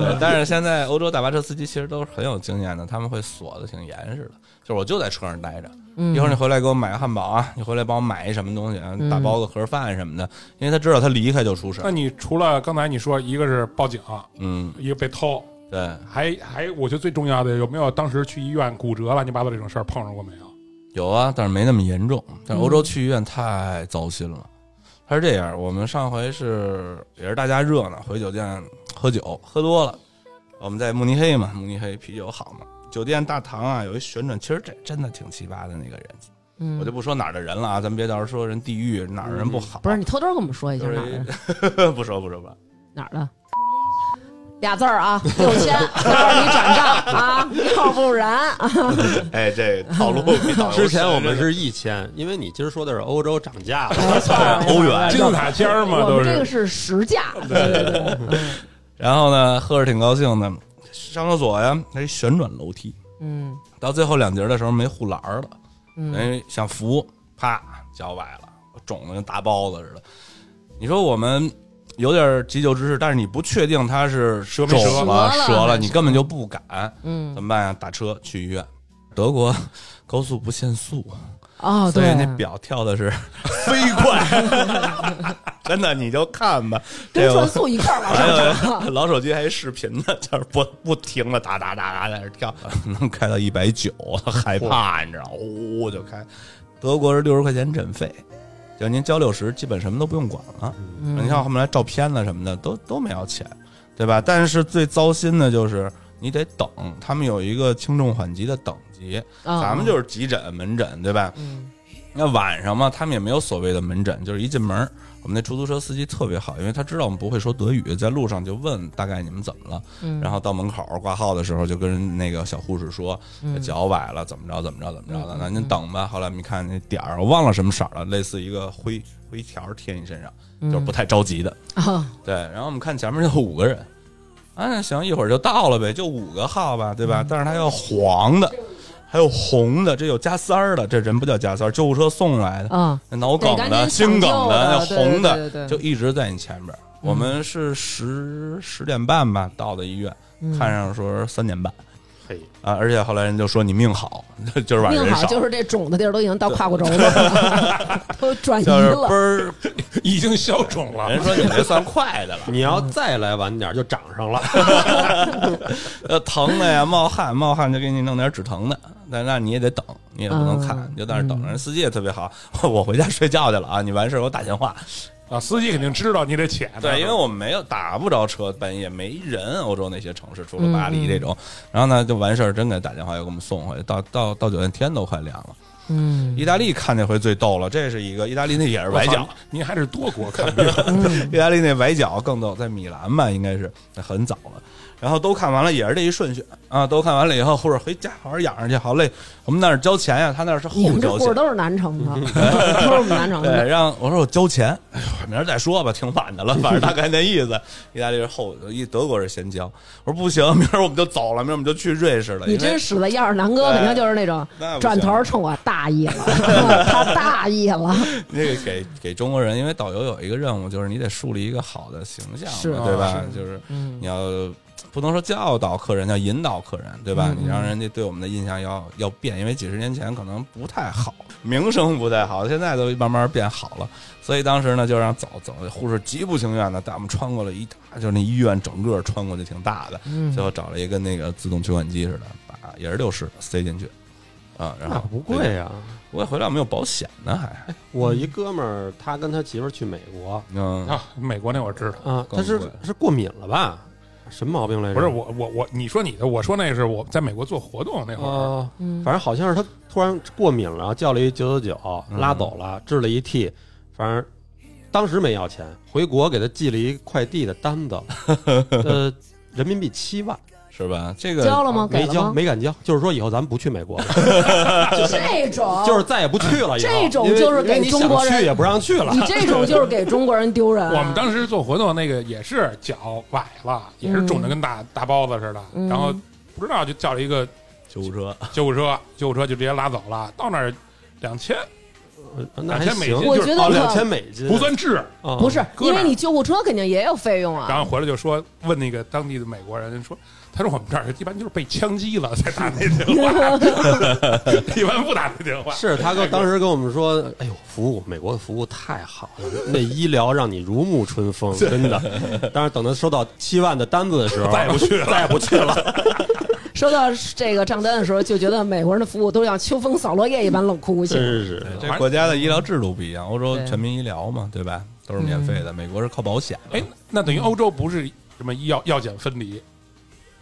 Speaker 4: 对，但是现在欧洲大巴车司机其实都是很有经验的，他们会锁的挺严实的。就是我就在车上待着，一会儿你回来给我买个汉堡啊，你回来帮我买一什么东西啊，打包个盒饭什么的，因为他知道他离开就出事
Speaker 3: 那
Speaker 4: 儿。
Speaker 3: 你除了刚才你说一个是报警，
Speaker 4: 嗯，
Speaker 3: 一个被偷，
Speaker 4: 对，
Speaker 3: 还还我觉得最重要的有没有当时去医院骨折乱七八糟这种事儿碰上过没有？
Speaker 4: 有啊，但是没那么严重。但是欧洲去医院太糟心了。他是这样，我们上回是也是大家热闹，回酒店喝酒，喝多了。我们在慕尼黑嘛，慕尼黑啤酒好嘛。酒店大堂啊，有一旋转，其实这真的挺奇葩的那个人，
Speaker 1: 嗯
Speaker 4: 我就不说哪儿的人了啊，咱们别到时候说人地狱哪儿人不好。
Speaker 1: 嗯不是你偷偷跟我们说一下
Speaker 4: 就是
Speaker 1: 哪儿的
Speaker 4: [laughs] 不说不说吧，
Speaker 1: 哪儿的？俩字儿啊，六千， [laughs] 待会儿你转账啊，要不然啊，
Speaker 4: 哎，这套路比导游
Speaker 2: 之前我们
Speaker 4: 深
Speaker 2: 是一千，因为你今儿说的是欧洲涨价了，
Speaker 3: [laughs]
Speaker 4: 欧元
Speaker 3: 哎金字塔尖儿嘛
Speaker 1: 我
Speaker 3: 都
Speaker 1: 们这个是
Speaker 3: 是。
Speaker 1: 实价，对对对，嗯
Speaker 4: 然后呢，喝着挺高兴的，上厕所呀，那是旋转楼梯，
Speaker 1: 嗯
Speaker 4: 到最后两节的时候没护栏了，
Speaker 1: 嗯
Speaker 4: 等于想扶，啪脚崴了，肿的跟大包子似的。你说我们有点急救知识，但是你不确定它是
Speaker 3: 折没
Speaker 4: 肿
Speaker 3: 折
Speaker 1: 折
Speaker 4: 了、
Speaker 1: 了
Speaker 4: 折
Speaker 1: 还
Speaker 4: 了，
Speaker 1: 是
Speaker 4: 你根本就不敢，
Speaker 1: 嗯
Speaker 4: 怎么办呀？打车去医院。德国高速不限速，啊
Speaker 1: 哦，
Speaker 4: 所以
Speaker 1: 对，
Speaker 4: 那表跳的是飞快，
Speaker 1: [laughs]
Speaker 4: [laughs] 真的你就看吧。
Speaker 1: 跟
Speaker 4: 这我
Speaker 1: 转速一块儿往
Speaker 4: 还
Speaker 1: 上涨。
Speaker 4: 有 [laughs] 老手机还视频呢，就是不不停的哒哒哒哒在那跳， [laughs] 能开到一百九，害怕你知道吗，呜呜就开。德国是六十块钱诊费，就是您交六十，基本什么都不用管了。你看后面来照片啊了什么的，都都没要钱，对吧？但是最糟心的就是你得等，他们有一个轻重缓急的等级，
Speaker 1: 啊
Speaker 4: 咱们就是急诊、门诊，对吧？
Speaker 1: 嗯
Speaker 4: 那晚上嘛，他们也没有所谓的门诊，就是一进门儿，我们那出租车司机特别好，因为他知道我们不会说德语，在路上就问大概你们怎么了，
Speaker 1: 嗯
Speaker 4: 然后到门口儿挂号的时候就跟那个小护士说、脚崴了，怎么着怎么着怎么着的，那您等吧。后来我们一看那点儿，我忘了什么色儿了，类似一个灰灰条儿贴你身上，就是不太着急的。 [laughs]
Speaker 1: 啊
Speaker 4: 对，然后我们看前面就五个人，啊，行，一会儿就到了呗，就五个号吧，对吧？但是它要黄的，还有红的，这有加塞儿的，这人不叫加塞儿，救护车送来的，
Speaker 1: 啊
Speaker 4: 那脑梗
Speaker 1: 得赶紧
Speaker 4: 的、
Speaker 1: 抢
Speaker 4: 心梗的、那
Speaker 1: 救的
Speaker 4: 红
Speaker 1: 对对
Speaker 4: 的，
Speaker 1: 对对
Speaker 4: 就一直在你前边儿。我们是十十点半吧到的医院，看上说三点半
Speaker 2: 嘿，
Speaker 4: 啊，而且后来人就说你命好， [laughs] 今儿晚上
Speaker 1: 命
Speaker 4: 人
Speaker 1: 好
Speaker 4: 少，
Speaker 1: 就是这肿的地儿都已经到胯骨轴子了，都转移
Speaker 4: 就是
Speaker 1: 了
Speaker 4: 嘣。儿，
Speaker 3: 已经消肿
Speaker 4: [laughs]
Speaker 3: 了，
Speaker 4: 人说你这算快的了。
Speaker 2: 你要再来晚点就涨上了，
Speaker 4: 呃，疼的呀，冒汗，冒汗就给你弄点止疼的，但那你也得等，你也不能看，
Speaker 1: 嗯
Speaker 4: 你就在那儿等着。人司机也特别好，我回家睡觉去了啊，你完事儿给我打电话。
Speaker 3: 啊！司机肯定知道你这钱呢，
Speaker 4: 对，因为我们没有打不着车，半夜没人，欧洲那些城市除了
Speaker 1: 嗯
Speaker 4: 巴黎这种，然后呢就完事儿，真给打电话又给我们送回去，到到到酒店天都快亮了。
Speaker 1: 嗯，
Speaker 4: 意大利看那回最逗了，这是一个意大利那也是崴脚，，
Speaker 3: 您还是多国看病，
Speaker 4: [laughs] 意大利那崴脚更逗，在米兰吧，应该是那很早了。然后都看完了，也是这一顺序啊，都看完了以后，护士回家好好养着去，好嘞。我们那儿交钱呀、他那儿是
Speaker 1: 你
Speaker 4: 后
Speaker 1: 们这
Speaker 4: 交
Speaker 1: 故事
Speaker 4: 钱。
Speaker 1: 都是南城的，都是我们南城
Speaker 4: 对，
Speaker 1: 的。
Speaker 4: 让我说我交钱，哎呦，明儿再说吧，挺晚的了，反正大概那意思。意大利是后，一德国是先交。我说不行，明儿我们就走了，明儿我们就去瑞士了。
Speaker 1: 你
Speaker 4: 因为
Speaker 1: 真使了，要是南哥肯定就是那种
Speaker 4: 那不行
Speaker 1: 转头冲我大意了， [laughs] 他大意了。
Speaker 4: 那个给给中国人，因为导游有一个任务，就是你得树立一个好的形象嘛，
Speaker 1: 是
Speaker 4: 对吧？就是你要不能说教导客人，要引导客人，对吧？你让人家对我们的印象要要变，因为几十年前可能不太好，名声不太好，现在都慢慢变好了。所以当时呢，就让走走，护士极不情愿的带我们穿过了一大，就是那医院整个穿过去挺大的，最后找了一个那个自动取款机似的，把也是六十塞进去。啊，然后
Speaker 2: 不贵呀、
Speaker 4: 不过回来我们有保险呢，还
Speaker 2: 我一哥们儿，他跟他媳妇儿去美国
Speaker 4: 嗯
Speaker 3: 啊，美国那我知道。
Speaker 2: 啊，
Speaker 4: 更
Speaker 2: 他是
Speaker 4: 贵
Speaker 2: 是过敏了吧？什么毛病来着？
Speaker 3: 不是我我我，你说你的，我说那是我在美国做活动那会儿，
Speaker 2: 哦，
Speaker 1: 嗯
Speaker 2: 反正好像是他突然过敏了，然后叫了一九九九，拉走了，治了一 T，反正当时没要钱，回国给他寄了一快递的单子，呃，人民币七万，
Speaker 4: 是吧？这个
Speaker 1: 交了吗？给
Speaker 2: 没
Speaker 1: 了
Speaker 2: 交，
Speaker 1: 吗？
Speaker 2: 没敢交，就是说以后咱们不去美国了，
Speaker 1: 这种
Speaker 2: [laughs] 就是再也不去了以后。
Speaker 1: 哦这种
Speaker 2: 因为
Speaker 1: 就是
Speaker 2: 因为
Speaker 1: 给
Speaker 2: 你
Speaker 1: 中
Speaker 2: 想
Speaker 1: 国人
Speaker 2: 去也不让去了
Speaker 1: 你，这种就是给中国人丢人啊。
Speaker 3: 我们当时做活动那个也是脚崴了，也是肿的跟
Speaker 2: 嗯
Speaker 3: 大大包子似的，然后不知道就叫了一个
Speaker 4: [laughs] 救护车，
Speaker 3: 救护车，救护车就直接拉走了，到那儿两千。
Speaker 2: 呃 [laughs] 那还
Speaker 3: 2000美
Speaker 2: 行，
Speaker 3: 金
Speaker 1: 嗯我
Speaker 3: 就是
Speaker 1: 觉得
Speaker 2: 哦，
Speaker 1: 可
Speaker 2: 两千美金
Speaker 3: 不算治。
Speaker 2: 啊
Speaker 1: 不是，
Speaker 3: 搁
Speaker 1: 因为
Speaker 3: 哪儿
Speaker 1: 你救护车肯定也有费用
Speaker 3: 然
Speaker 1: 啊。
Speaker 3: 后回来就说问那个当地的美国人说，他说我们这儿一般就是被枪击了才打那电
Speaker 2: [laughs]
Speaker 3: 话，一般不打那电
Speaker 2: [laughs]
Speaker 3: 话。
Speaker 2: 是他跟当时跟我们说，哎呦，服务美国的服务太好了，那医疗让你如沐春风，真的。但是等他收到七万的单子的时候，
Speaker 3: 再也不去了，
Speaker 2: 再也不去了。
Speaker 1: 收到这个账单的时候，就觉得美国人的服务都像秋风扫落叶一般冷酷无情。
Speaker 2: 真是
Speaker 4: [laughs]
Speaker 3: 哎
Speaker 4: 这国家的医疗制度不一样，欧洲
Speaker 1: 对嗯
Speaker 4: 全民医疗嘛，对吧？都是免费的，美国是靠保险的。
Speaker 3: 哎，那等于欧洲不是什么医药药检分离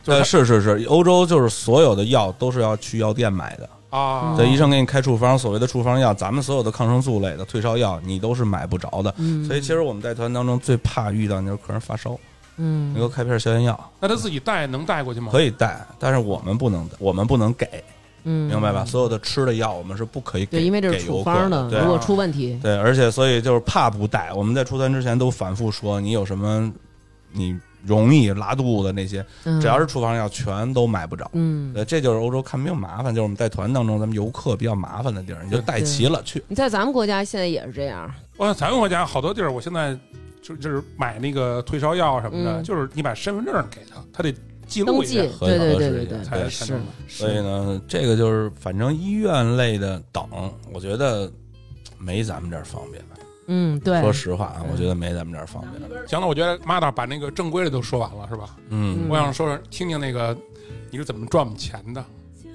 Speaker 4: 呃，是是是，欧洲就是所有的药都是要去药店买的，
Speaker 3: 啊？
Speaker 1: 哦嗯
Speaker 4: 对，医生给你开处方，所谓的处方药，咱们所有的抗生素类的、退烧药，你都是买不着的。
Speaker 1: 嗯
Speaker 4: 所以其实我们带团当中最怕遇到你就是客人发烧，你
Speaker 1: 嗯
Speaker 4: 给我开片消炎药，
Speaker 3: 那他自己带能带过去吗？
Speaker 4: 可
Speaker 3: 以，
Speaker 4: 以带，但是我们不能，我们不能给，
Speaker 1: 嗯，
Speaker 4: 明白吧？所有的吃的药我们是不可以给，
Speaker 1: 对，因为这
Speaker 4: 给
Speaker 1: 是
Speaker 4: 游
Speaker 1: 处
Speaker 4: 客
Speaker 1: 方的，
Speaker 4: 对啊
Speaker 1: 如果出问题，
Speaker 4: 对，而且所以就是怕不带。我们在出团之前都反复说，你有什么你容易拉肚子那些，
Speaker 1: 嗯
Speaker 4: 只要是处方药全都买不着。
Speaker 1: 嗯，
Speaker 4: 对，这就是欧洲看病麻烦，就是我们带团当中咱们游客比较麻烦的地儿，你就带齐了去。
Speaker 1: 你在咱们国家现在也是这样，
Speaker 3: 我咱们国家好多地儿，我现在就就是买那个退烧药什么的，
Speaker 1: 嗯
Speaker 3: 就是你把身份证给他，他得记
Speaker 1: 登
Speaker 3: 录一
Speaker 1: 记
Speaker 3: 下，
Speaker 4: 合
Speaker 1: 对对
Speaker 4: 合
Speaker 1: 对
Speaker 4: 适
Speaker 1: 对
Speaker 4: 一点
Speaker 1: 对，
Speaker 3: 才
Speaker 4: 对
Speaker 3: 才
Speaker 1: 是
Speaker 3: 能买。
Speaker 4: 所以呢，这个就是反正医院类的等，我觉得没咱们这儿方便。
Speaker 1: 嗯，对，
Speaker 4: 说实话啊，
Speaker 1: 对
Speaker 4: 我觉得没咱们这儿方便。
Speaker 3: 行了，我觉得妈的把那个正规的都说完了，是吧？
Speaker 4: 嗯
Speaker 1: 嗯，
Speaker 3: 我想说说听听那个你是怎么赚我们钱的，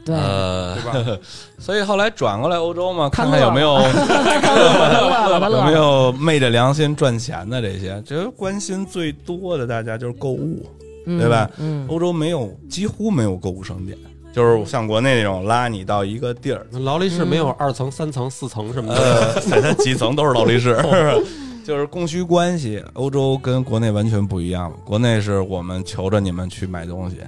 Speaker 1: 对， [laughs]
Speaker 4: 呃
Speaker 3: 对，
Speaker 4: [laughs]
Speaker 3: 吧？
Speaker 4: 所以后来转过来欧洲嘛，
Speaker 1: 看
Speaker 4: 看看有没有
Speaker 1: 他乐了，他乐了，他乐
Speaker 4: 有
Speaker 1: 了，
Speaker 4: 没有昧着良心赚钱的这些？这关心最多的大家就是购物，
Speaker 1: 嗯
Speaker 4: 对吧
Speaker 1: 嗯，
Speaker 4: 欧洲没有，几乎没有购物商店，就是像国内那种拉你到一个地儿，
Speaker 2: 劳力士没
Speaker 1: 嗯
Speaker 2: 有二层、三层、四层什么的，
Speaker 4: 呃， [laughs] 在它几层都是劳
Speaker 1: [laughs]
Speaker 4: 力士，就是供需关系。欧洲跟国内完全不一样，国内是我们求着你们去买东西，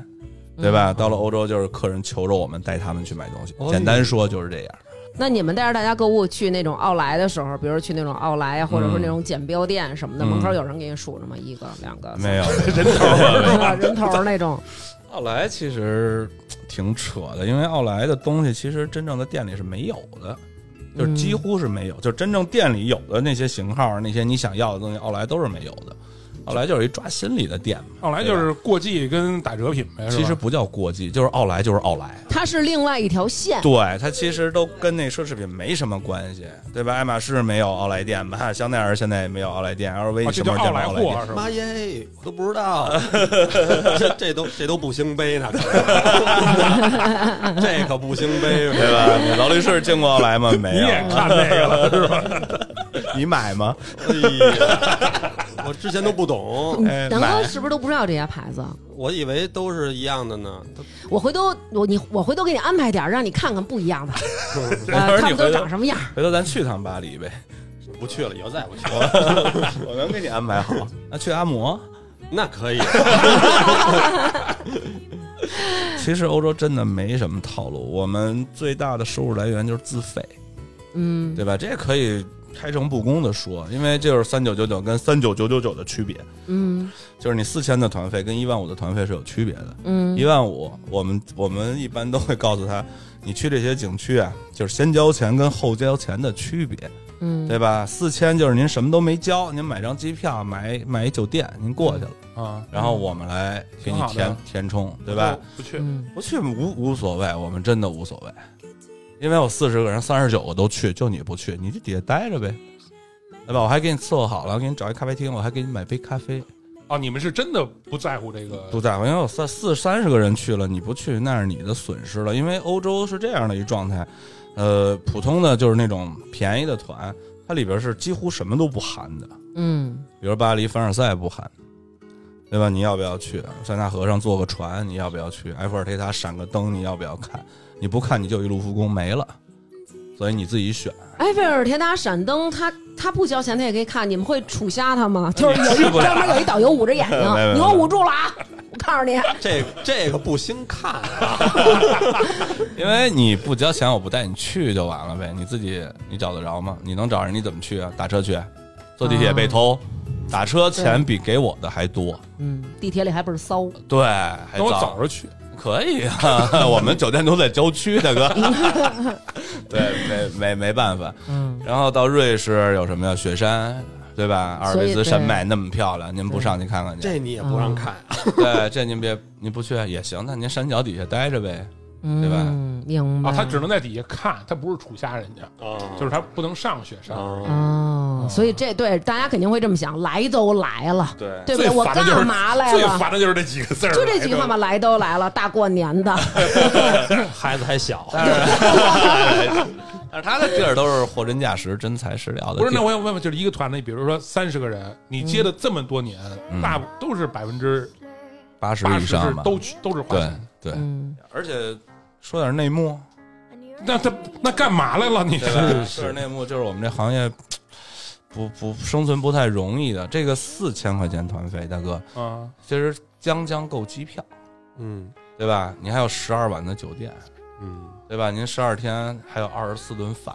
Speaker 1: 嗯
Speaker 4: 对吧？到了欧洲就是客人求着我们带他们去买东西
Speaker 2: 哦，
Speaker 4: 简单说就是这样。
Speaker 1: 那你们带着大家购物去那种奥莱的时候，比如去那种奥莱啊，或者说那种剪标店什么的，
Speaker 4: 嗯
Speaker 1: 门口有人给你数着吗？一个、两个，
Speaker 4: 没有
Speaker 1: [laughs] 人
Speaker 4: [laughs]
Speaker 1: 头人头那种，
Speaker 4: 奥莱其实挺扯的，因为奥莱的东西其实真正的店里是没有的。就是几
Speaker 3: 嗯
Speaker 4: 乎是没有，就真正店里有的那些型号，那些你想要的东西，奥莱都是没有的。奥莱就是一抓心理的店嘛，
Speaker 3: 后来就是过季跟打折品呗，是吧
Speaker 4: 其实不叫国际，就是奥莱就是奥莱，
Speaker 1: 它是另外一条线。
Speaker 4: 对，它其实都跟那奢侈品没什么关系，对吧？爱马仕没有奥莱店吧？香奈儿现在也没有奥莱店
Speaker 3: 啊
Speaker 4: ，LV
Speaker 3: 这
Speaker 4: 什
Speaker 3: 叫
Speaker 4: 么时候
Speaker 3: 奥
Speaker 4: 店没
Speaker 3: 莱
Speaker 4: 有奥莱
Speaker 3: 货
Speaker 4: 店？
Speaker 3: 是吧
Speaker 2: 妈？耶，我都不知
Speaker 3: [laughs]
Speaker 2: 道，这这都这都不兴杯
Speaker 1: [laughs]
Speaker 2: 呢，这可不兴杯
Speaker 4: 对吧？劳力士进过奥
Speaker 3: [laughs]
Speaker 4: 莱吗？没
Speaker 3: 你也
Speaker 4: 有。
Speaker 3: 看那个
Speaker 4: [laughs]
Speaker 3: 了是吧？
Speaker 4: 你买吗？
Speaker 2: 哎呀，我之前都不
Speaker 3: 嗯
Speaker 2: 懂，
Speaker 4: 哎
Speaker 1: 南哥
Speaker 4: 买
Speaker 1: 是不是都不知道这些牌子？
Speaker 2: 我以为都是一样的呢。
Speaker 1: 我回头我你我回头给你安排点儿，让你看看不一
Speaker 4: [laughs]
Speaker 1: 样的，
Speaker 4: 会
Speaker 1: 呃，
Speaker 4: 儿
Speaker 1: 他
Speaker 4: 你
Speaker 1: 们都
Speaker 4: 哎回头
Speaker 1: 长什么样儿。
Speaker 4: 回头咱去趟巴黎呗，
Speaker 2: 不去了，以后再也不去了。
Speaker 4: [laughs] 我能给你安排好。 [laughs] 那去阿嬷？
Speaker 2: 那可以， [laughs]
Speaker 4: 其实欧洲真的没什么套路，我们最大的收入来源就是自费，
Speaker 1: 嗯，
Speaker 4: 对吧？这可以开诚布公的说，因为这就是三九九九跟三九九九九的区别，
Speaker 1: 嗯
Speaker 4: 就是你四千的团费跟一万五的团费是有区别的。
Speaker 1: 嗯
Speaker 4: 一万五，我们我们一般都会告诉他，你去这些景区啊，就是先交钱跟后交钱的区别，
Speaker 1: 嗯，
Speaker 4: 对吧？四千就是您什么都没交，您买张机票，买买一酒店，您过去了，
Speaker 3: 啊，
Speaker 4: 然后我们来给
Speaker 3: 挺
Speaker 4: 你
Speaker 3: 好的
Speaker 4: 填填充，对吧？？
Speaker 3: 不去，
Speaker 1: 嗯
Speaker 4: 不去无无所谓，我们真的无所谓，因为我四十个人，三十九个都去，就你不去，你就底下待着呗，对吧？我还给你伺候好了，给你找一咖啡厅，我还给你买杯咖啡，
Speaker 3: 哦，你们是真的不在乎这个
Speaker 4: 不在乎，因为有三四三十个人去了，你不去那是你的损失了。因为欧洲是这样的一状态，呃，普通的就是那种便宜的团，它里边是几乎什么都不含的，
Speaker 1: 嗯
Speaker 4: 比如巴黎、凡尔赛不含，对吧？你要不要去？塞纳河上坐个船，你要不要去？埃菲尔铁塔闪个灯，你要不要看？你不看，你就一路复工没了，所以你自己选。
Speaker 1: 埃哎菲尔铁塔闪灯，他他不交钱他也可以看，你们会处瞎他
Speaker 3: [laughs]
Speaker 1: 吗？就是有
Speaker 4: 去
Speaker 1: 一
Speaker 4: 不了
Speaker 1: 专门有一导游捂着眼睛
Speaker 4: 没没，没
Speaker 1: 你给我捂住了啊！我告诉你，
Speaker 2: 这这个不兴看啊。
Speaker 4: 因为你不交钱，我不带你去就完了呗。你自己你找得着吗？你能找人你怎么去啊？打车去，坐地铁被偷，打车钱比给我的还多。
Speaker 1: 嗯，地铁里还倍儿骚。
Speaker 4: 对，还
Speaker 3: 那我
Speaker 4: 早
Speaker 3: 早上去，
Speaker 4: 可以啊， [laughs] 我们酒店都在郊区，大哥。对，没没没办法。
Speaker 1: 嗯，
Speaker 4: 然后到瑞士有什么呀？雪山，对吧？阿尔卑斯山脉那么漂亮，您不上去看看去？
Speaker 2: 这你也不让看，
Speaker 4: 对，这您别，您不去也行，那您山脚底下待着呗。对吧
Speaker 1: 嗯，明白。
Speaker 3: 啊，他只能在底下看，他不是处下人家，
Speaker 4: 哦
Speaker 3: 就是他不能上雪山。
Speaker 2: 啊，
Speaker 1: 哦，所以这对大家肯定会这么想，来都来了，
Speaker 4: 对
Speaker 1: 对不对？我
Speaker 3: 最烦的就是
Speaker 1: 干嘛来
Speaker 3: 最
Speaker 1: 了？
Speaker 3: 烦的就是这几个字儿，
Speaker 1: 就这几句话嘛，来都来了，大过年
Speaker 3: [laughs]
Speaker 1: 的，嗯
Speaker 2: 孩子还小，
Speaker 3: 哎
Speaker 4: 但是，但是他的地儿都是货真价实、真材实料的地儿。
Speaker 3: 不是，那我想问问，就是一个团里，比如说三十个人，你接
Speaker 1: 嗯
Speaker 3: 了这么多年，大部都是百分之
Speaker 4: 八十
Speaker 3: 八
Speaker 4: 嗯以
Speaker 3: 十
Speaker 4: 上
Speaker 3: 是
Speaker 4: 吧？
Speaker 3: 都去都是花
Speaker 4: 对
Speaker 3: 钱。
Speaker 4: 对，
Speaker 1: 嗯，
Speaker 4: 而且说点内幕，
Speaker 3: 那他那干嘛来了？你
Speaker 4: 对吧？
Speaker 3: 是
Speaker 4: 就是内幕，就是我们这行业不不生存不太容易的。这个四千块钱团费，大哥，
Speaker 3: 啊，
Speaker 4: 其实将将够机票，
Speaker 2: 嗯
Speaker 4: 对吧？你还有十二晚的酒店，
Speaker 2: 嗯，
Speaker 4: 对吧？您十二天还有二十四顿饭，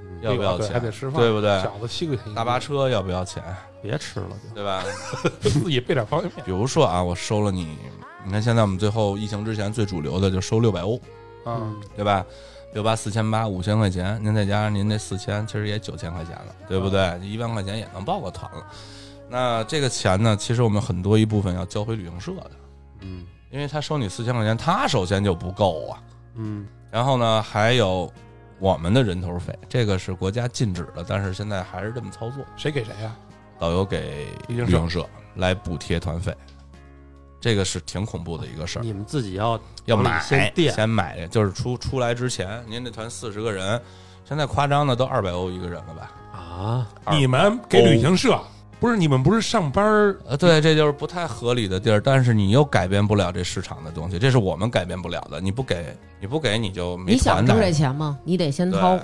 Speaker 2: 嗯
Speaker 4: 要不要
Speaker 3: 对
Speaker 4: 钱？
Speaker 3: 还得吃饭
Speaker 4: 对不对？
Speaker 3: 饺子七块钱一个，
Speaker 4: 大巴车要不要钱？
Speaker 2: 别吃了就，
Speaker 4: 对吧？
Speaker 3: 自己备点方便面 [laughs]
Speaker 4: 比如说啊，我收了你，你看现在我们最后疫情之前最主流的就收六百欧，
Speaker 2: 嗯
Speaker 3: 啊。
Speaker 4: 对吧？六八四千八五千块钱，您再加上您那四千，其实也九千块钱了，对不对？一万块钱也能报个团了。那这个钱呢，其实我们很多一部分要交回旅行社的，
Speaker 2: 嗯
Speaker 4: 因为他收你四千块钱，他首先就不够啊。
Speaker 2: 嗯
Speaker 4: 然后呢，还有我们的人头费，这个是国家禁止的，但是现在还是这么操作。
Speaker 3: 谁给谁啊呀？
Speaker 4: 导游给
Speaker 3: 旅行
Speaker 4: 旅
Speaker 3: 社
Speaker 4: 行社来补贴团费，这个是挺恐怖的一个事儿。
Speaker 2: 你们自己要
Speaker 4: 要
Speaker 2: 往里
Speaker 4: 买
Speaker 2: 先垫
Speaker 4: 先买，就是出出来之前，您这团四十个人，现在夸张的都二百欧一个人了吧？
Speaker 2: 啊，
Speaker 4: 二哦
Speaker 3: 你们给旅行社不是你们不是上班儿
Speaker 4: 呃，对，这就是不太合理的地儿，但是你又改变不了这市场的东西，这是我们改变不了的。你不给，你不给，你就没
Speaker 1: 你想
Speaker 4: 团的
Speaker 1: 挣，这钱吗？你得先
Speaker 4: 对
Speaker 1: 掏，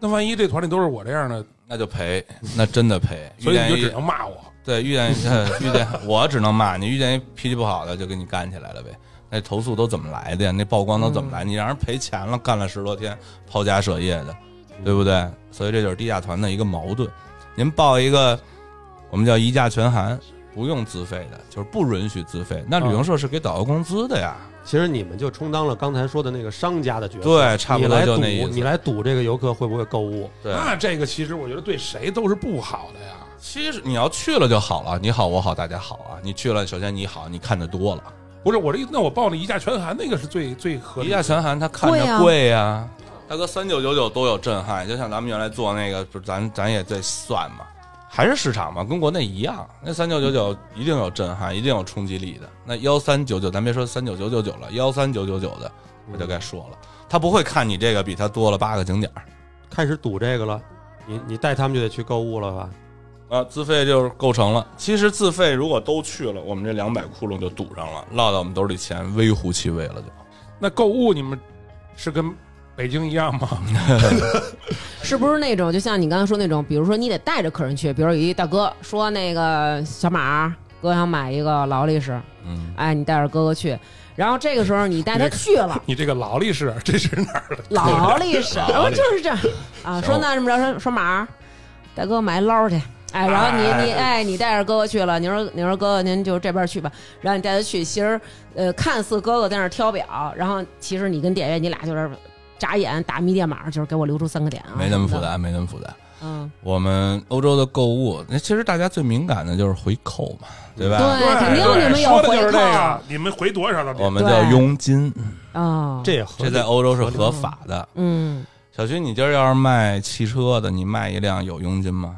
Speaker 3: 那万一这团里都是我这样的，
Speaker 4: 那就赔，那真的赔。
Speaker 3: 所以你就
Speaker 4: 遇见
Speaker 3: 只
Speaker 4: 一
Speaker 3: 能骂我。
Speaker 4: 对遇见呃遇见我只能骂你，遇见一脾气不好的就跟你干起来了呗。那投诉都怎么来的呀？那曝光都怎么
Speaker 2: 嗯
Speaker 4: 来？你让人赔钱了，干了十多天，抛家舍业的，对不对？所以这就是低价团的一个矛盾。您报一个，我们叫一价全含，不用自费的，就是不允许自费。那旅
Speaker 2: 嗯
Speaker 4: 行社是给导游工资的呀，
Speaker 2: 其实你们就充当了刚才说的那个商家的角色，
Speaker 4: 对差不多
Speaker 2: 嗯你来
Speaker 4: 就
Speaker 2: 赌
Speaker 4: 那意思
Speaker 2: 你来赌这个游客会不会购物，
Speaker 4: 对。
Speaker 3: 那这个其实我觉得对谁都是不好的呀。
Speaker 4: 其实你要去了就好了，你好我好大家好啊！你去了，首先你好，你看的多了，
Speaker 3: 不是我这意思，那我报那一价全含那个是最最合理
Speaker 4: 一
Speaker 3: 的
Speaker 4: 下全韩，它看
Speaker 1: 贵啊
Speaker 4: 着贵呀、大哥三九九九都有震撼，就像咱们原来做那个，就是咱咱也在算嘛，还是市场嘛，跟国内一样。那三九九九一定有震撼，一定有冲击力的。那幺三九九，咱别说三九九九九了，幺三九九九的我就该说了，他不会看你这个比他多了八个景点儿
Speaker 2: 开始赌这个了，你你带他们就得去购物了吧？
Speaker 4: 啊，自费就是构成了。其实自费如果都去了，我们这两百窟窿就堵上了，落到我们兜里钱微乎其微了就。
Speaker 3: 那购物你们是跟北京一样吗？ [laughs]
Speaker 1: 是不是那种就像你刚才说那种，比如说你得带着客人去，比如有一大哥说那个小马儿哥想买一个劳力士，
Speaker 4: 嗯，
Speaker 1: 哎，你带着哥哥去，然后这个时候你带他去
Speaker 4: [laughs]
Speaker 1: 了
Speaker 3: 你这个劳力士，这是哪儿的？
Speaker 1: 劳力士，
Speaker 4: 劳
Speaker 1: 哦
Speaker 4: 力士
Speaker 1: 就是这样啊，
Speaker 4: 行
Speaker 1: 说那这么着说说马儿，大哥买捞去。哎，然后你你哎，你带着哥哥去了，你说你说哥哥您就这边去吧，然后你带他去，其实呃，看似哥哥在那儿挑表，然后其实你跟店员你俩就是眨眼打迷电码，就是给我留出三个点啊，
Speaker 4: 没那么
Speaker 1: 什
Speaker 4: 复
Speaker 1: 的，
Speaker 4: 杂，没那么复杂。
Speaker 1: 嗯，
Speaker 4: 我们欧洲的购物，那其实大家最敏感的就是回扣嘛，对吧？
Speaker 1: 对，肯定
Speaker 3: 对
Speaker 1: 你们有
Speaker 3: 说的就是
Speaker 1: 回
Speaker 3: 这
Speaker 1: 扣
Speaker 3: 个，你们回多少了？
Speaker 4: 我们叫佣金，
Speaker 1: 啊，
Speaker 2: 这也合
Speaker 4: 这
Speaker 2: 理
Speaker 4: 在欧洲是合法的。
Speaker 1: 嗯，
Speaker 4: 小徐，你今儿要是卖汽车的，你卖一辆有佣金吗？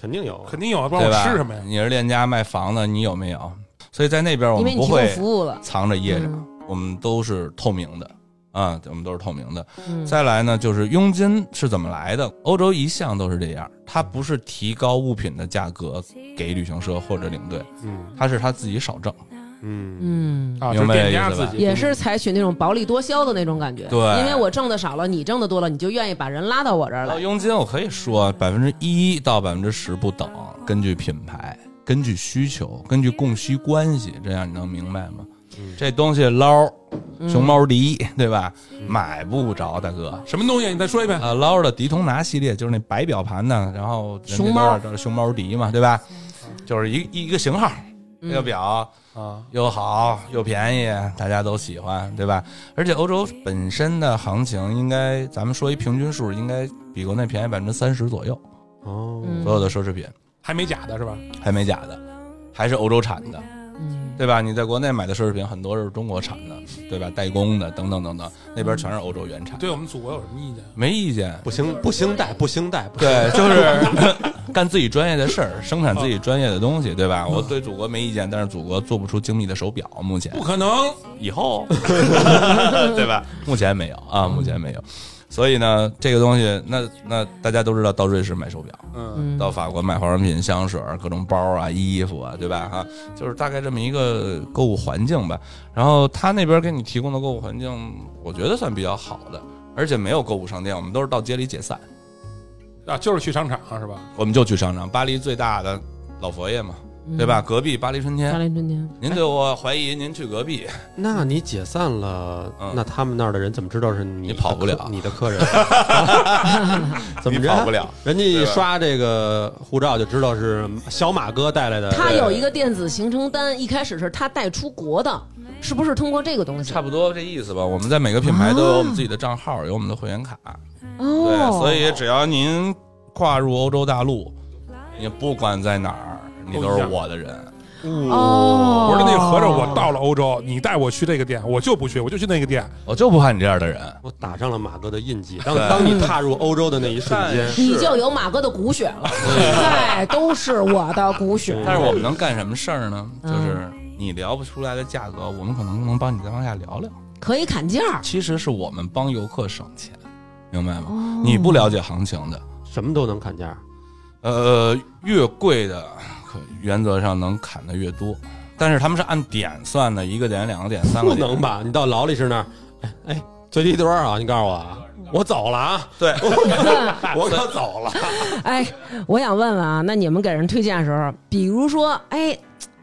Speaker 2: 肯定有，
Speaker 3: 肯定有啊，不然
Speaker 4: 对
Speaker 3: 我
Speaker 4: 吧？
Speaker 3: 吃什么呀？
Speaker 4: 你是链家卖房的，你有没有？所以在那边我
Speaker 1: 因
Speaker 4: 们
Speaker 1: 为你嗯
Speaker 4: 哦不
Speaker 1: 提供
Speaker 4: 会
Speaker 1: 服务了，
Speaker 4: 藏着掖着，我们都是透明的啊，我们都是透明的。
Speaker 1: 嗯，
Speaker 4: 再来呢，就是佣金是怎么来的？欧洲一向都是这样，它不是提高物品的价格给旅行社或者领队，
Speaker 2: 嗯
Speaker 4: 它是他自己少挣。
Speaker 2: 嗯
Speaker 1: 嗯。
Speaker 3: 啊，就是
Speaker 4: 明白
Speaker 3: 店家
Speaker 4: 意思吧
Speaker 3: 自己
Speaker 1: 也是采取那种薄利多销的那种感觉，
Speaker 4: 对
Speaker 1: 因为我挣的少了，你挣的多了，你就愿意把人拉到我这儿
Speaker 4: 然后
Speaker 1: 来，
Speaker 4: 哦佣金我可以说百分之一到百分之十不等，根据品牌、根据需求、根据供需关系，这样你能明白吗？
Speaker 3: 嗯
Speaker 4: 这东西捞，
Speaker 1: 嗯
Speaker 4: 熊猫迪对吧？买不着，大哥。
Speaker 3: 什么东西？你再说一遍。
Speaker 4: 啊，捞的迪通拿系列就是那白表盘呢，然后人家
Speaker 1: 熊猫
Speaker 4: 都是熊猫迪嘛，对吧？就是一一个型号，
Speaker 1: 嗯
Speaker 4: 这个表
Speaker 2: 嗯
Speaker 3: 啊，
Speaker 4: 又好又便宜，大家都喜欢，对吧？而且欧洲本身的行情，应该咱们说一平均数，应该比国内便宜百分之三十左右，
Speaker 2: 哦，
Speaker 1: 嗯
Speaker 4: 所有的奢侈品
Speaker 3: 还没假的是吧？
Speaker 4: 还美甲的，还是欧洲产的，
Speaker 1: 嗯
Speaker 4: 对吧？你在国内买的奢侈品很多是中国产的，对吧？代工的等等等等，那边全是欧洲原产，
Speaker 3: 对我们祖国有什么意见？
Speaker 4: 没意见。
Speaker 2: 不兴不兴贷，不兴贷，不兴
Speaker 4: 对，就是 [laughs] 干自己专业的事儿，生产自己专业的东西，对吧？我对祖国没意见，但是祖国做不出精密的手表，目前
Speaker 3: 不可能，
Speaker 4: 以后，对吧？目前没有啊，目前没有。所以呢，这个东西，那那大家都知道，到瑞士买手表，
Speaker 3: 嗯，
Speaker 1: 嗯
Speaker 4: 到法国买化妆品、香水、各种包啊、衣服啊，对吧？哈、就是大概这么一个购物环境吧。然后他那边给你提供的购物环境，我觉得算比较好的，而且没有购物商店，我们都是到街里解散，
Speaker 3: 啊，就是去商场是吧？
Speaker 4: 我们就去商场。巴黎最大的老佛爷嘛，对吧？？隔壁巴黎春
Speaker 1: 嗯大
Speaker 4: 天。
Speaker 1: 连春天，
Speaker 4: 您对我怀疑，您去隔壁，
Speaker 2: 那你解散了，
Speaker 4: 嗯
Speaker 2: 那他们那儿的人怎么知道是你
Speaker 4: 你
Speaker 2: 的
Speaker 4: 跑不了
Speaker 2: 客你的客
Speaker 4: [laughs]
Speaker 2: 人？怎么
Speaker 4: 你
Speaker 2: 着
Speaker 4: 跑不了。
Speaker 2: 人家一
Speaker 4: 对吧
Speaker 2: 刷这个护照就知道是小马哥带来的。
Speaker 4: 哎
Speaker 1: 他有一个电子行程单，一开始是他带出国的，是不是通过这个东西？
Speaker 4: 差不多这意思吧。我们在每个品牌都有我们自己的账号，有我们的会员卡。对，
Speaker 1: 哦，
Speaker 4: 所以只要您跨入欧洲大陆，你不管在哪儿，你都是我的人。
Speaker 1: 哦，
Speaker 3: 我说那合着我到了欧洲，你带我去这个店，我就不去，我就去那个店。
Speaker 4: 我哦就不怕你这样的人。
Speaker 2: 我打上了马哥的印记。当
Speaker 4: 对
Speaker 2: 当你踏入欧洲的那一瞬间
Speaker 4: 但，是
Speaker 1: 你就有马哥的骨血了，对，都是我的骨血。
Speaker 4: 但是我们能干什么事儿呢？就
Speaker 1: 嗯
Speaker 4: 是你聊不出来的价格，我们可能能帮你再往下聊聊。
Speaker 1: 可以砍价儿，
Speaker 4: 其实是我们帮游客省钱，明白
Speaker 1: 哦
Speaker 4: 吗？你不了解行情的，
Speaker 2: 什么都能砍价。
Speaker 4: 呃，越贵的可原则上能砍的越多，但是他们是按点算的，一个点、两个点、三
Speaker 2: 不
Speaker 4: 个点。
Speaker 2: 能吧？你到劳力士那儿，哎哎，最低多少啊？你告诉我啊，我走了啊， [laughs]
Speaker 4: 对，
Speaker 2: 我可走了。
Speaker 1: [laughs] 哎，我想问问啊，那你们给人推荐的时候，比如说，哎，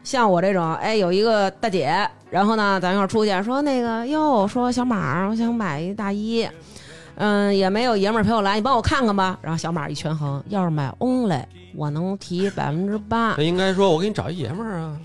Speaker 1: 像我这种，哎，有一个大姐，然后呢，咱们一块儿出去，说那个哟，说小马儿，我想买一大衣，嗯，也没有爷们儿陪我来，你帮我看看吧。然后小马一权衡，要是买 Only，我能提百分之八
Speaker 2: 那。应该说，我给你找一爷们儿啊。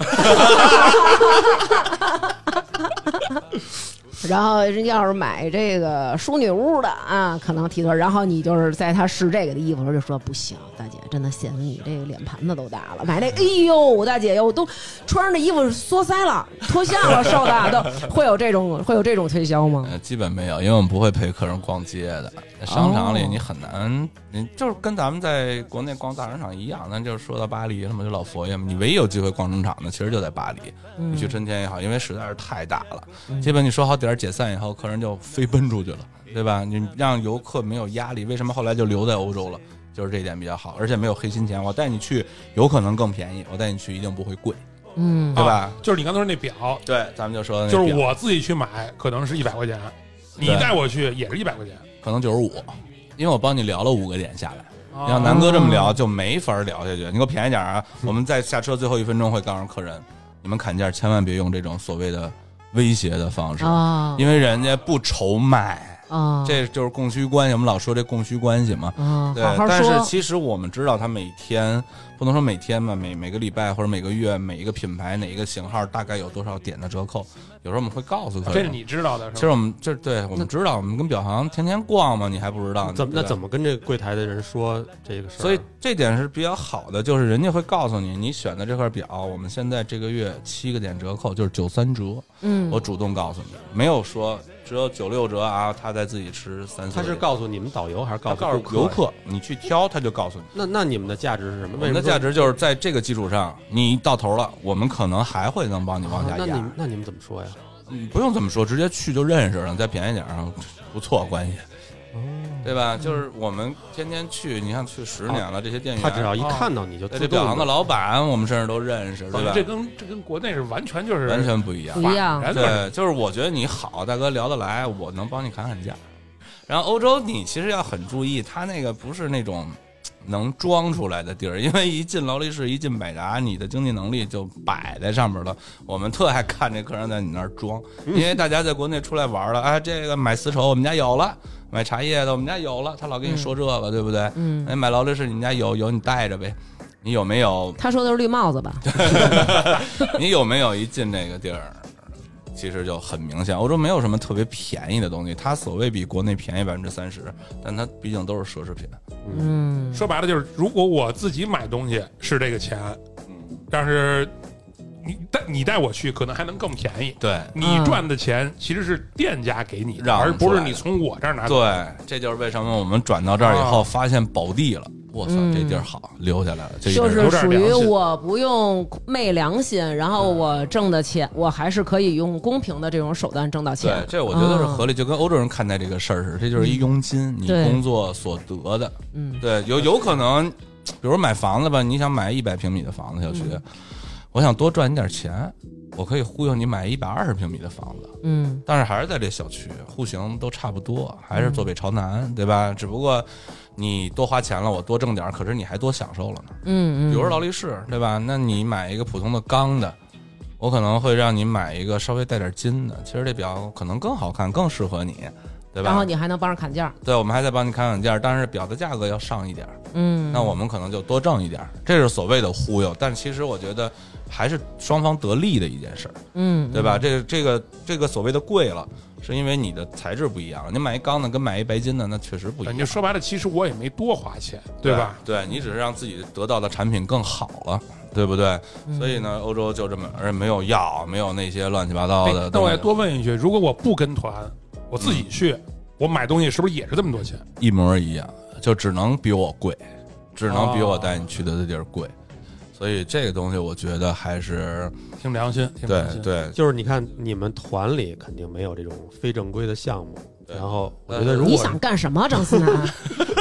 Speaker 1: 然后要是买这个淑女屋的啊，可能提多少。然后你就是在他试这个的衣服的时候就说不行，大姐真的显得你这个脸盘子都大了。买那，哎呦，大姐哟，都穿上这衣服缩腮了，脱相了，瘦的都会有这种会有这种推销吗？
Speaker 4: 呃，基本没有，因为我们不会陪客人逛街的。在商场里
Speaker 1: 哦
Speaker 4: 你很难，你就是跟咱们在国内逛大商场一样，咱就是说到巴黎了嘛，就老佛爷嘛。你唯一有机会逛商场的，其实就在巴黎。
Speaker 3: 嗯
Speaker 4: 你去春天也好，因为实在是太大了，基本你说好点儿解散以后，客人就飞奔出去了，对吧？你让游客没有压力，为什么后来就留在欧洲了？就是这一点比较好，而且没有黑心钱。我带你去，有可能更便宜；我带你去，一定不会贵，
Speaker 1: 嗯
Speaker 4: 对吧？
Speaker 3: 啊就是你刚才说那表，
Speaker 4: 对，咱们就说那
Speaker 3: 就是
Speaker 4: 表
Speaker 3: 我自己去买，可能是一百块钱，你带我去也是一百块钱。
Speaker 4: 可能九十五，因为我帮你聊了五个点下来。你
Speaker 3: 啊
Speaker 4: 像南哥这么
Speaker 1: 哦
Speaker 4: 聊就没法聊下去。你给我便宜点啊！我们在下车最后一分钟会告诉客人，你们砍价千万别用这种所谓的威胁的方式，
Speaker 1: 啊
Speaker 4: 因为人家不愁卖，
Speaker 1: 啊
Speaker 4: 这就是供需关系。我们老说这供需关系嘛。
Speaker 1: 啊，
Speaker 4: 对
Speaker 1: 好，好
Speaker 4: 但是
Speaker 1: 说，
Speaker 4: 其实我们知道，他每天不能说每天吧，每每个礼拜或者每个月，每一个品牌哪一个型号大概有多少点的折扣，有时候我们会告诉客人。
Speaker 3: 这是你知道的是
Speaker 4: 其实
Speaker 3: 吧？哦
Speaker 4: 我们这对我们知道，我们跟表行天天逛嘛，你还不知道呢
Speaker 2: 怎么
Speaker 4: 对
Speaker 2: 那
Speaker 4: 吧
Speaker 2: 怎么跟这柜台的人说这个事儿？啊
Speaker 4: 所以这点是比较好的，就是人家会告诉你，你选的这块表，我们现在这个月七个点折扣，就是九三折，
Speaker 1: 嗯
Speaker 4: 我主动告诉你，没有说只有九六折啊，他再自己吃三四
Speaker 2: 他
Speaker 4: 个点。
Speaker 2: 是告诉你们导游还是
Speaker 4: 他
Speaker 2: 告
Speaker 4: 告
Speaker 2: 诉
Speaker 4: 诉游
Speaker 2: 客呀？
Speaker 4: 客，你去挑，他就告诉你。
Speaker 2: 那那你们的价值是什么？
Speaker 4: 我
Speaker 2: 为什
Speaker 4: 们
Speaker 2: 么
Speaker 4: 的价值就是在这个基础上，你到头了，我们可能还会能帮你往
Speaker 2: 啊
Speaker 4: 下
Speaker 2: 那你
Speaker 4: 压
Speaker 2: 们。那你们怎么说呀？
Speaker 4: 嗯不用这么说，直接去就认识了，再便宜点儿，不错关系，
Speaker 2: 哦
Speaker 4: 对吧？就是我们天天去，你像去十年了，这些店员
Speaker 2: 啊
Speaker 4: 啊
Speaker 2: 他只要一看到你就自
Speaker 4: 对哦哎这表
Speaker 2: 动
Speaker 4: 行的老板，我们甚至都认识，对吧？
Speaker 3: 这跟这跟国内是完全就是
Speaker 4: 完全不一样
Speaker 1: 不。一样
Speaker 3: 反正
Speaker 4: 对，就是我觉得你好，大哥聊得来，我能帮你砍砍价。然后欧洲你其实要很注意，他那个不是那种能装出来的地儿，因为一进劳力士，一进百达，你的经济能力就摆在上面了。我们特爱看这客人在你那儿装，因为大家在国内出来玩了，啊，这个买丝绸我们家有了，买茶叶的我们家有了，他老跟你说这个，对不对？
Speaker 1: 嗯
Speaker 4: 哎，买劳力士你们家有有你带着呗。你有没有
Speaker 1: 他说的是绿帽子吧？
Speaker 4: [laughs] 你有没有一进那个地儿，其实就很明显，欧洲没有什么特别便宜的东西，它所谓比国内便宜百分之三十，但它毕竟都是奢侈品。
Speaker 1: 嗯，
Speaker 3: 说白了就是，如果我自己买东西是这个钱，
Speaker 4: 嗯
Speaker 3: 但是你带你带我去，可能还能更便宜。
Speaker 4: 对
Speaker 3: 你赚的钱其实是店家给你的，
Speaker 4: 嗯让
Speaker 3: 而不
Speaker 4: 出
Speaker 3: 是
Speaker 4: 来
Speaker 3: 你
Speaker 4: 的
Speaker 3: 从我这儿拿。，
Speaker 4: 对，这就是为什么我们转到这儿以后
Speaker 1: 哦
Speaker 3: 啊
Speaker 4: 发现宝地了。我操，这地儿好，留下来了。这
Speaker 1: 就
Speaker 4: 地儿
Speaker 1: 是
Speaker 3: 有点
Speaker 1: 属于
Speaker 3: 良心
Speaker 1: 我不用昧良心，然后
Speaker 4: 嗯
Speaker 1: 我挣的钱，我还是可以用公平的这种手段挣到
Speaker 4: 对
Speaker 1: 钱，。
Speaker 4: 这我觉得是
Speaker 1: 嗯
Speaker 4: 合理，就跟欧洲人看待这个事儿似的，这就是一佣金，你
Speaker 1: 对
Speaker 4: 工作所得的。
Speaker 1: 嗯，
Speaker 4: 对，有有可能，比如买房子吧，你想买一百平米的房子，小徐，
Speaker 1: 嗯
Speaker 4: 我想多赚你点钱，我可以忽悠你买一百二十平米的房子，
Speaker 1: 嗯，
Speaker 4: 但是还是在这小区，户型都差不多，还是坐北朝南，对吧？只不过你多花钱了，我多挣点儿，可是你还多享受了呢。
Speaker 1: 嗯嗯，
Speaker 4: 比如说劳力士，对吧？那你买一个普通的钢的，我可能会让你买一个稍微带点金的，其实这表可能更好看，更适合你，对
Speaker 1: 然后
Speaker 4: 吧？
Speaker 1: 你还能帮着砍价，
Speaker 4: 对，我们还在帮你看软件，但是表的价格要上一点儿。
Speaker 1: 嗯，
Speaker 4: 那我们可能就多挣一点儿，这是所谓的忽悠。但其实我觉得还是双方得利的一件事儿，
Speaker 1: 嗯，
Speaker 4: 对吧？这个这个这个所谓的贵了，是因为你的材质不一样。你买一钢的跟买一白金的，那确实不一
Speaker 3: 你就
Speaker 4: 样，
Speaker 3: 说白了，其实我也没多花钱，对吧？？
Speaker 4: 对你只是让自己得到的产品更好了，
Speaker 3: 嗯
Speaker 4: 对不对？所以呢，欧洲就这么，而且没有药，没有那些乱七八糟
Speaker 3: 哎
Speaker 4: 的东西。嗯
Speaker 3: 那我也多问一句，如果我不跟团，我自己去，我买东西是不是也是这么多钱？
Speaker 4: 一模一样，就只能比我贵，只能比我
Speaker 3: 哦
Speaker 4: 带你去的地儿贵。所以这个东西，我觉得还是
Speaker 3: 挺良心，挺
Speaker 4: 对
Speaker 3: 良心。
Speaker 4: 对，
Speaker 2: 就是你看你们团里肯定没有这种非正规的项目，
Speaker 4: 对呃
Speaker 2: 然后我觉得如
Speaker 1: 你
Speaker 2: 果
Speaker 1: 想干什么，张
Speaker 2: [laughs]
Speaker 1: 思楠？
Speaker 3: [laughs]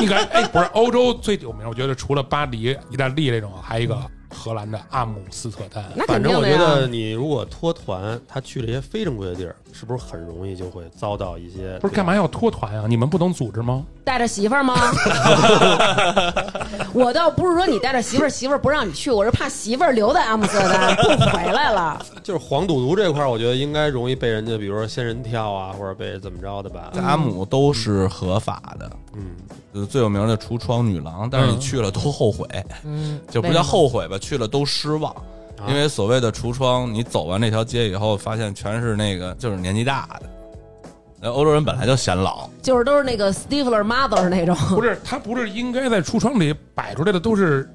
Speaker 3: 你感觉哎，不是欧洲最有名，我觉得除了巴黎、意大利这种，还有一个荷兰的阿姆斯特丹。
Speaker 1: 那
Speaker 2: 反
Speaker 1: 肯
Speaker 2: 正
Speaker 1: 定
Speaker 2: 我
Speaker 1: 的
Speaker 2: 觉得
Speaker 1: 呀。
Speaker 2: 你如果脱团，他去这些非正规的地儿，是不是很容易就会遭到一些
Speaker 3: 不是干嘛要脱团啊？你们不能组织吗？
Speaker 1: 带着媳妇儿吗？ [laughs] 我倒不是说你带着媳妇儿，媳妇儿不让你去，我是怕媳妇儿留在阿姆斯特
Speaker 2: [laughs]
Speaker 1: 丹不回来了。
Speaker 2: 就是黄赌毒这块儿，我觉得应该容易被人家，比如说仙人跳啊，或者被怎么着的吧
Speaker 4: 在。阿姆都是合法的，
Speaker 2: 嗯，
Speaker 4: 呃，最有名的橱窗女郎，但是你去了都后悔，
Speaker 1: 嗯，
Speaker 4: [laughs] 就不
Speaker 1: 为
Speaker 4: 叫
Speaker 1: 什么
Speaker 4: 后悔吧，去了都失望。因为所谓的橱窗，你走完那条街以后，发现全是那个就是年纪大的，那欧洲人本来就显老，
Speaker 1: 就是都是那个 Stifler Mother 那种。
Speaker 3: 不是，他不是应该在橱窗里摆出来的都是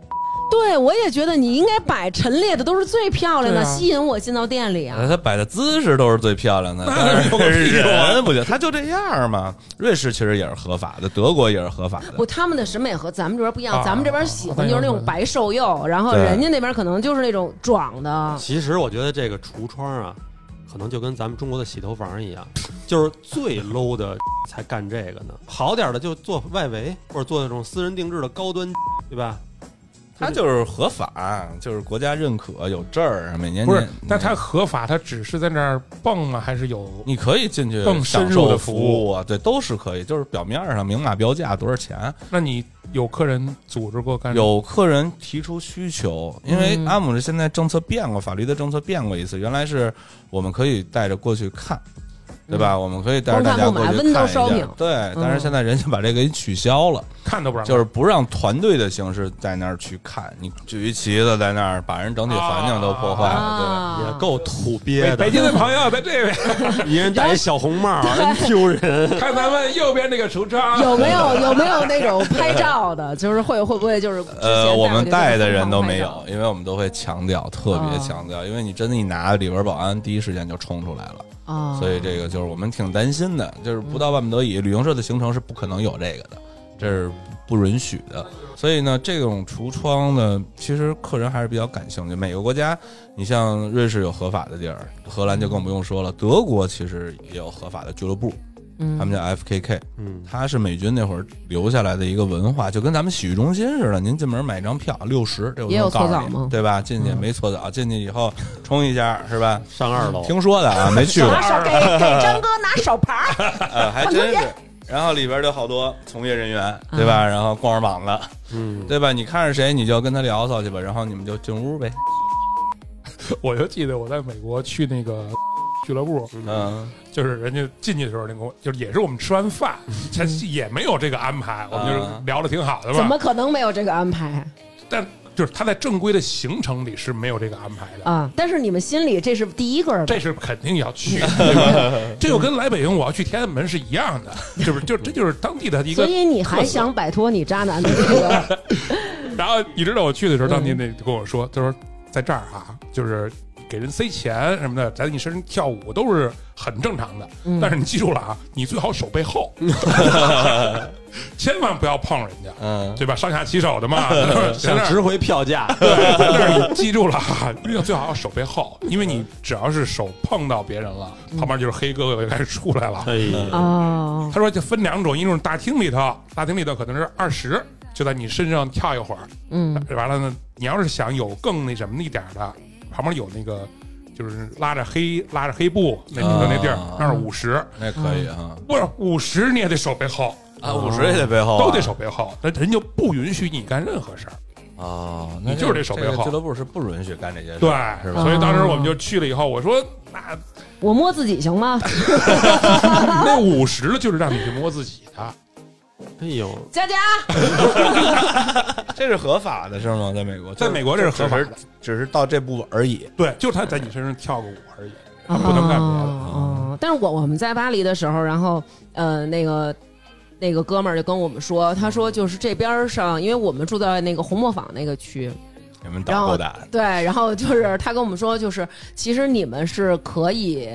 Speaker 1: 对，我也觉得你应该摆陈列的都是最漂亮的，
Speaker 3: 对啊
Speaker 1: 吸引我进到店里啊。
Speaker 4: 他摆的姿势都是最漂亮的，但是人不行，他就这样嘛。瑞士其实也是合法的，德国也是合法
Speaker 1: 不，
Speaker 4: 的，
Speaker 1: 他们的审美和咱们这边不一样，
Speaker 3: 啊
Speaker 1: 咱们这边喜
Speaker 3: 啊
Speaker 1: 欢就是那
Speaker 3: 对
Speaker 1: 种
Speaker 3: 对
Speaker 1: 白瘦幼，然后
Speaker 4: 对
Speaker 1: 人家那边可能就是那种壮的。
Speaker 2: 其实我觉得这个橱窗啊，可能就跟咱们中国的洗头房一样，就是最 low 的才干这个呢。好点儿的就做外围，或者做那种私人定制的高端，对吧？
Speaker 4: 他就是合法，就是国家认可有证儿，每年
Speaker 3: 不是
Speaker 4: 年？
Speaker 3: 那他合法，他只是在那儿蹦吗？还是有？
Speaker 4: 你可以进去
Speaker 3: 更深
Speaker 4: 享
Speaker 3: 入
Speaker 4: 受
Speaker 3: 的
Speaker 4: 服
Speaker 3: 服
Speaker 4: 务啊，对，都是可以，就是表面上明码标价多少钱。
Speaker 3: 那你有客人组织过干？
Speaker 4: 有客人提出需求，因为
Speaker 1: 嗯
Speaker 4: 阿姆是现在政策变过，法律的政策变过一次，原来是我们可以带着过去看。对吧？我们可以带着大家
Speaker 1: 光看不
Speaker 4: 过去
Speaker 1: 买
Speaker 4: 看一
Speaker 1: Windows
Speaker 4: 下
Speaker 1: shopping，
Speaker 4: 对，但是现在人家把这给取消了，
Speaker 3: 看都不让看，
Speaker 4: 就是不让团队的形式在那儿去看，你举一旗子在那儿，把人整体环境都破坏了，对吧？
Speaker 1: 啊
Speaker 2: 也够土
Speaker 3: 北
Speaker 2: 鳖的，
Speaker 3: 北京的朋友在这边，
Speaker 2: 一人戴一小红帽，真丢人。
Speaker 3: [laughs] 看咱们右边这个橱窗， [laughs]
Speaker 1: 有没有有没有那种拍照的？就是会会不会就是之前
Speaker 4: 呃，我们带
Speaker 1: 带
Speaker 4: 的人都
Speaker 1: 过去
Speaker 4: 没
Speaker 1: 就疯
Speaker 4: 有，因为我们都会强调，特
Speaker 1: 嗯
Speaker 4: 别强调，因为你真的一拿里边保安第一时间就冲出来了，
Speaker 1: 狂拍照啊，
Speaker 4: 所以这个就是我们挺担心的，就是不到万不得已，旅行社的行程是不可能有这个的，这是不允许的。所以呢，这种橱窗呢，其实客人还是比较感兴趣。每个国家，你像瑞士有合法的地儿，荷兰就更不用说了，德国其实也有合法的俱乐部，
Speaker 1: 嗯
Speaker 4: 他们叫 FKK，
Speaker 2: 嗯，
Speaker 4: 它是美军那会儿留下来的一个文化，就跟咱们洗浴中心似的。您进门买一张票，六十，这我
Speaker 1: 也有
Speaker 4: 能告
Speaker 1: 搓
Speaker 4: 诉
Speaker 1: 澡
Speaker 4: 你
Speaker 1: 吗，嗯
Speaker 4: 对吧？进去没搓澡，进去以后冲一下是吧？
Speaker 2: 上二楼，
Speaker 4: 听说
Speaker 1: [laughs]
Speaker 4: 的啊，没去过
Speaker 1: 拿，手给给张哥拿手牌儿，
Speaker 4: 呃，还真
Speaker 1: [laughs]
Speaker 4: 是。然后里边就好多从业人员，
Speaker 1: 嗯
Speaker 4: 对吧？然后光着膀子，
Speaker 2: 嗯，
Speaker 4: 对吧？你看着谁你就跟他聊骚去吧，然后你们就进屋呗。
Speaker 3: 我就记得我在美国去那个俱乐部，
Speaker 4: 嗯，
Speaker 3: 就是人家进去的时候，那个就是也是我们吃完饭，他也没有这个安排，我们就是聊的挺好的
Speaker 1: 怎
Speaker 3: 嘛
Speaker 1: 么。可能没有这个安排？
Speaker 3: 但就是他在正规的行程里是没有这个安排的。
Speaker 1: 啊，但是你们心里这是第一个儿吧
Speaker 3: 这是肯定要去，对吧？这就跟来北京我要去天安门是一样的，是不是？就这就是当地的一
Speaker 1: 所
Speaker 3: 个。
Speaker 1: 以你还想摆脱你渣男的这个
Speaker 3: 然后你知道我去的时候，当地那就跟我说，他说在这儿啊，就是给人塞钱什么的，在你身上跳舞都是很正常的。但是你记住了啊，你最好手背后，千万不要碰人家，
Speaker 4: 嗯
Speaker 3: 对吧？上下其手的嘛，在
Speaker 4: 想
Speaker 3: 那儿
Speaker 4: 值回票
Speaker 3: [laughs]
Speaker 4: 价，
Speaker 3: 对，但是你记住了啊，一定最好要手背后，因为你只要是手碰到别人了，旁边就是黑哥哥就开始出来了。
Speaker 2: 哎呀，
Speaker 1: 哦，
Speaker 3: 他说就分两种，一种是大厅里头，大厅里头可能是二十，就在你身上跳一会儿。呃
Speaker 1: 嗯
Speaker 3: 完了呢，你要是想有更那什么一点儿的，旁边有那个就是拉着黑拉着黑布那那那地儿
Speaker 4: 啊，
Speaker 3: 那是五十。
Speaker 4: 那可
Speaker 1: 嗯
Speaker 4: 以啊
Speaker 3: 不是五十你也得手背后，
Speaker 4: 啊，五十也得背后啊
Speaker 3: 都得手背后，那人就不允许你干任何事儿。
Speaker 4: 啊，
Speaker 3: 你就是得手背后
Speaker 4: 这个俱乐部是不允许干这些事，
Speaker 3: 对，
Speaker 4: 是吧？
Speaker 3: 所以当时我们就去了以后，我说那
Speaker 1: 我摸自己行吗？
Speaker 3: 那五十就是让你去摸自己的，
Speaker 2: 哎呦，
Speaker 1: 佳佳，
Speaker 3: 啊
Speaker 4: 这是合法的是吗？在美国，
Speaker 3: 在美国这是合法的
Speaker 4: 只是，只是到这步而已。
Speaker 3: 对，就他在你身上跳个舞而已，他不能干别的。
Speaker 1: 哦，但是我我们在巴黎的时候，然后呃，那个那个哥们儿就跟我们说，他说就是这边儿上，因为我们住在那个红磨坊那个区，
Speaker 4: 你们
Speaker 1: 然
Speaker 4: 胆
Speaker 1: 后
Speaker 4: 够胆，
Speaker 1: 对，然后就是他跟我们说，就是其实你们是可以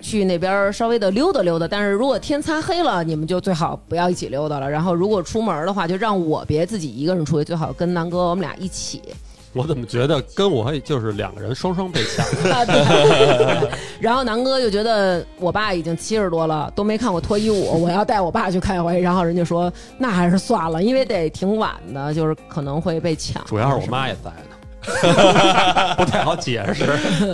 Speaker 1: 去那边儿稍微的溜达溜达，但是如果天擦黑了，你们就最好不要一起溜达了。然后如果出门的话，就让我别自己一个人出去，最好跟南哥我们俩一起。 [laughs]
Speaker 2: 我怎么觉得跟我还就是两个人双双被抢？
Speaker 1: 啊对然后南哥就觉得我爸已经七十多了，都没看过脱衣舞，我要带我爸去看一回。然后人家说那还是算了，因为得挺晚的，就是可能会被抢。
Speaker 2: 主要是我妈也在呢， [laughs] 不太好解释。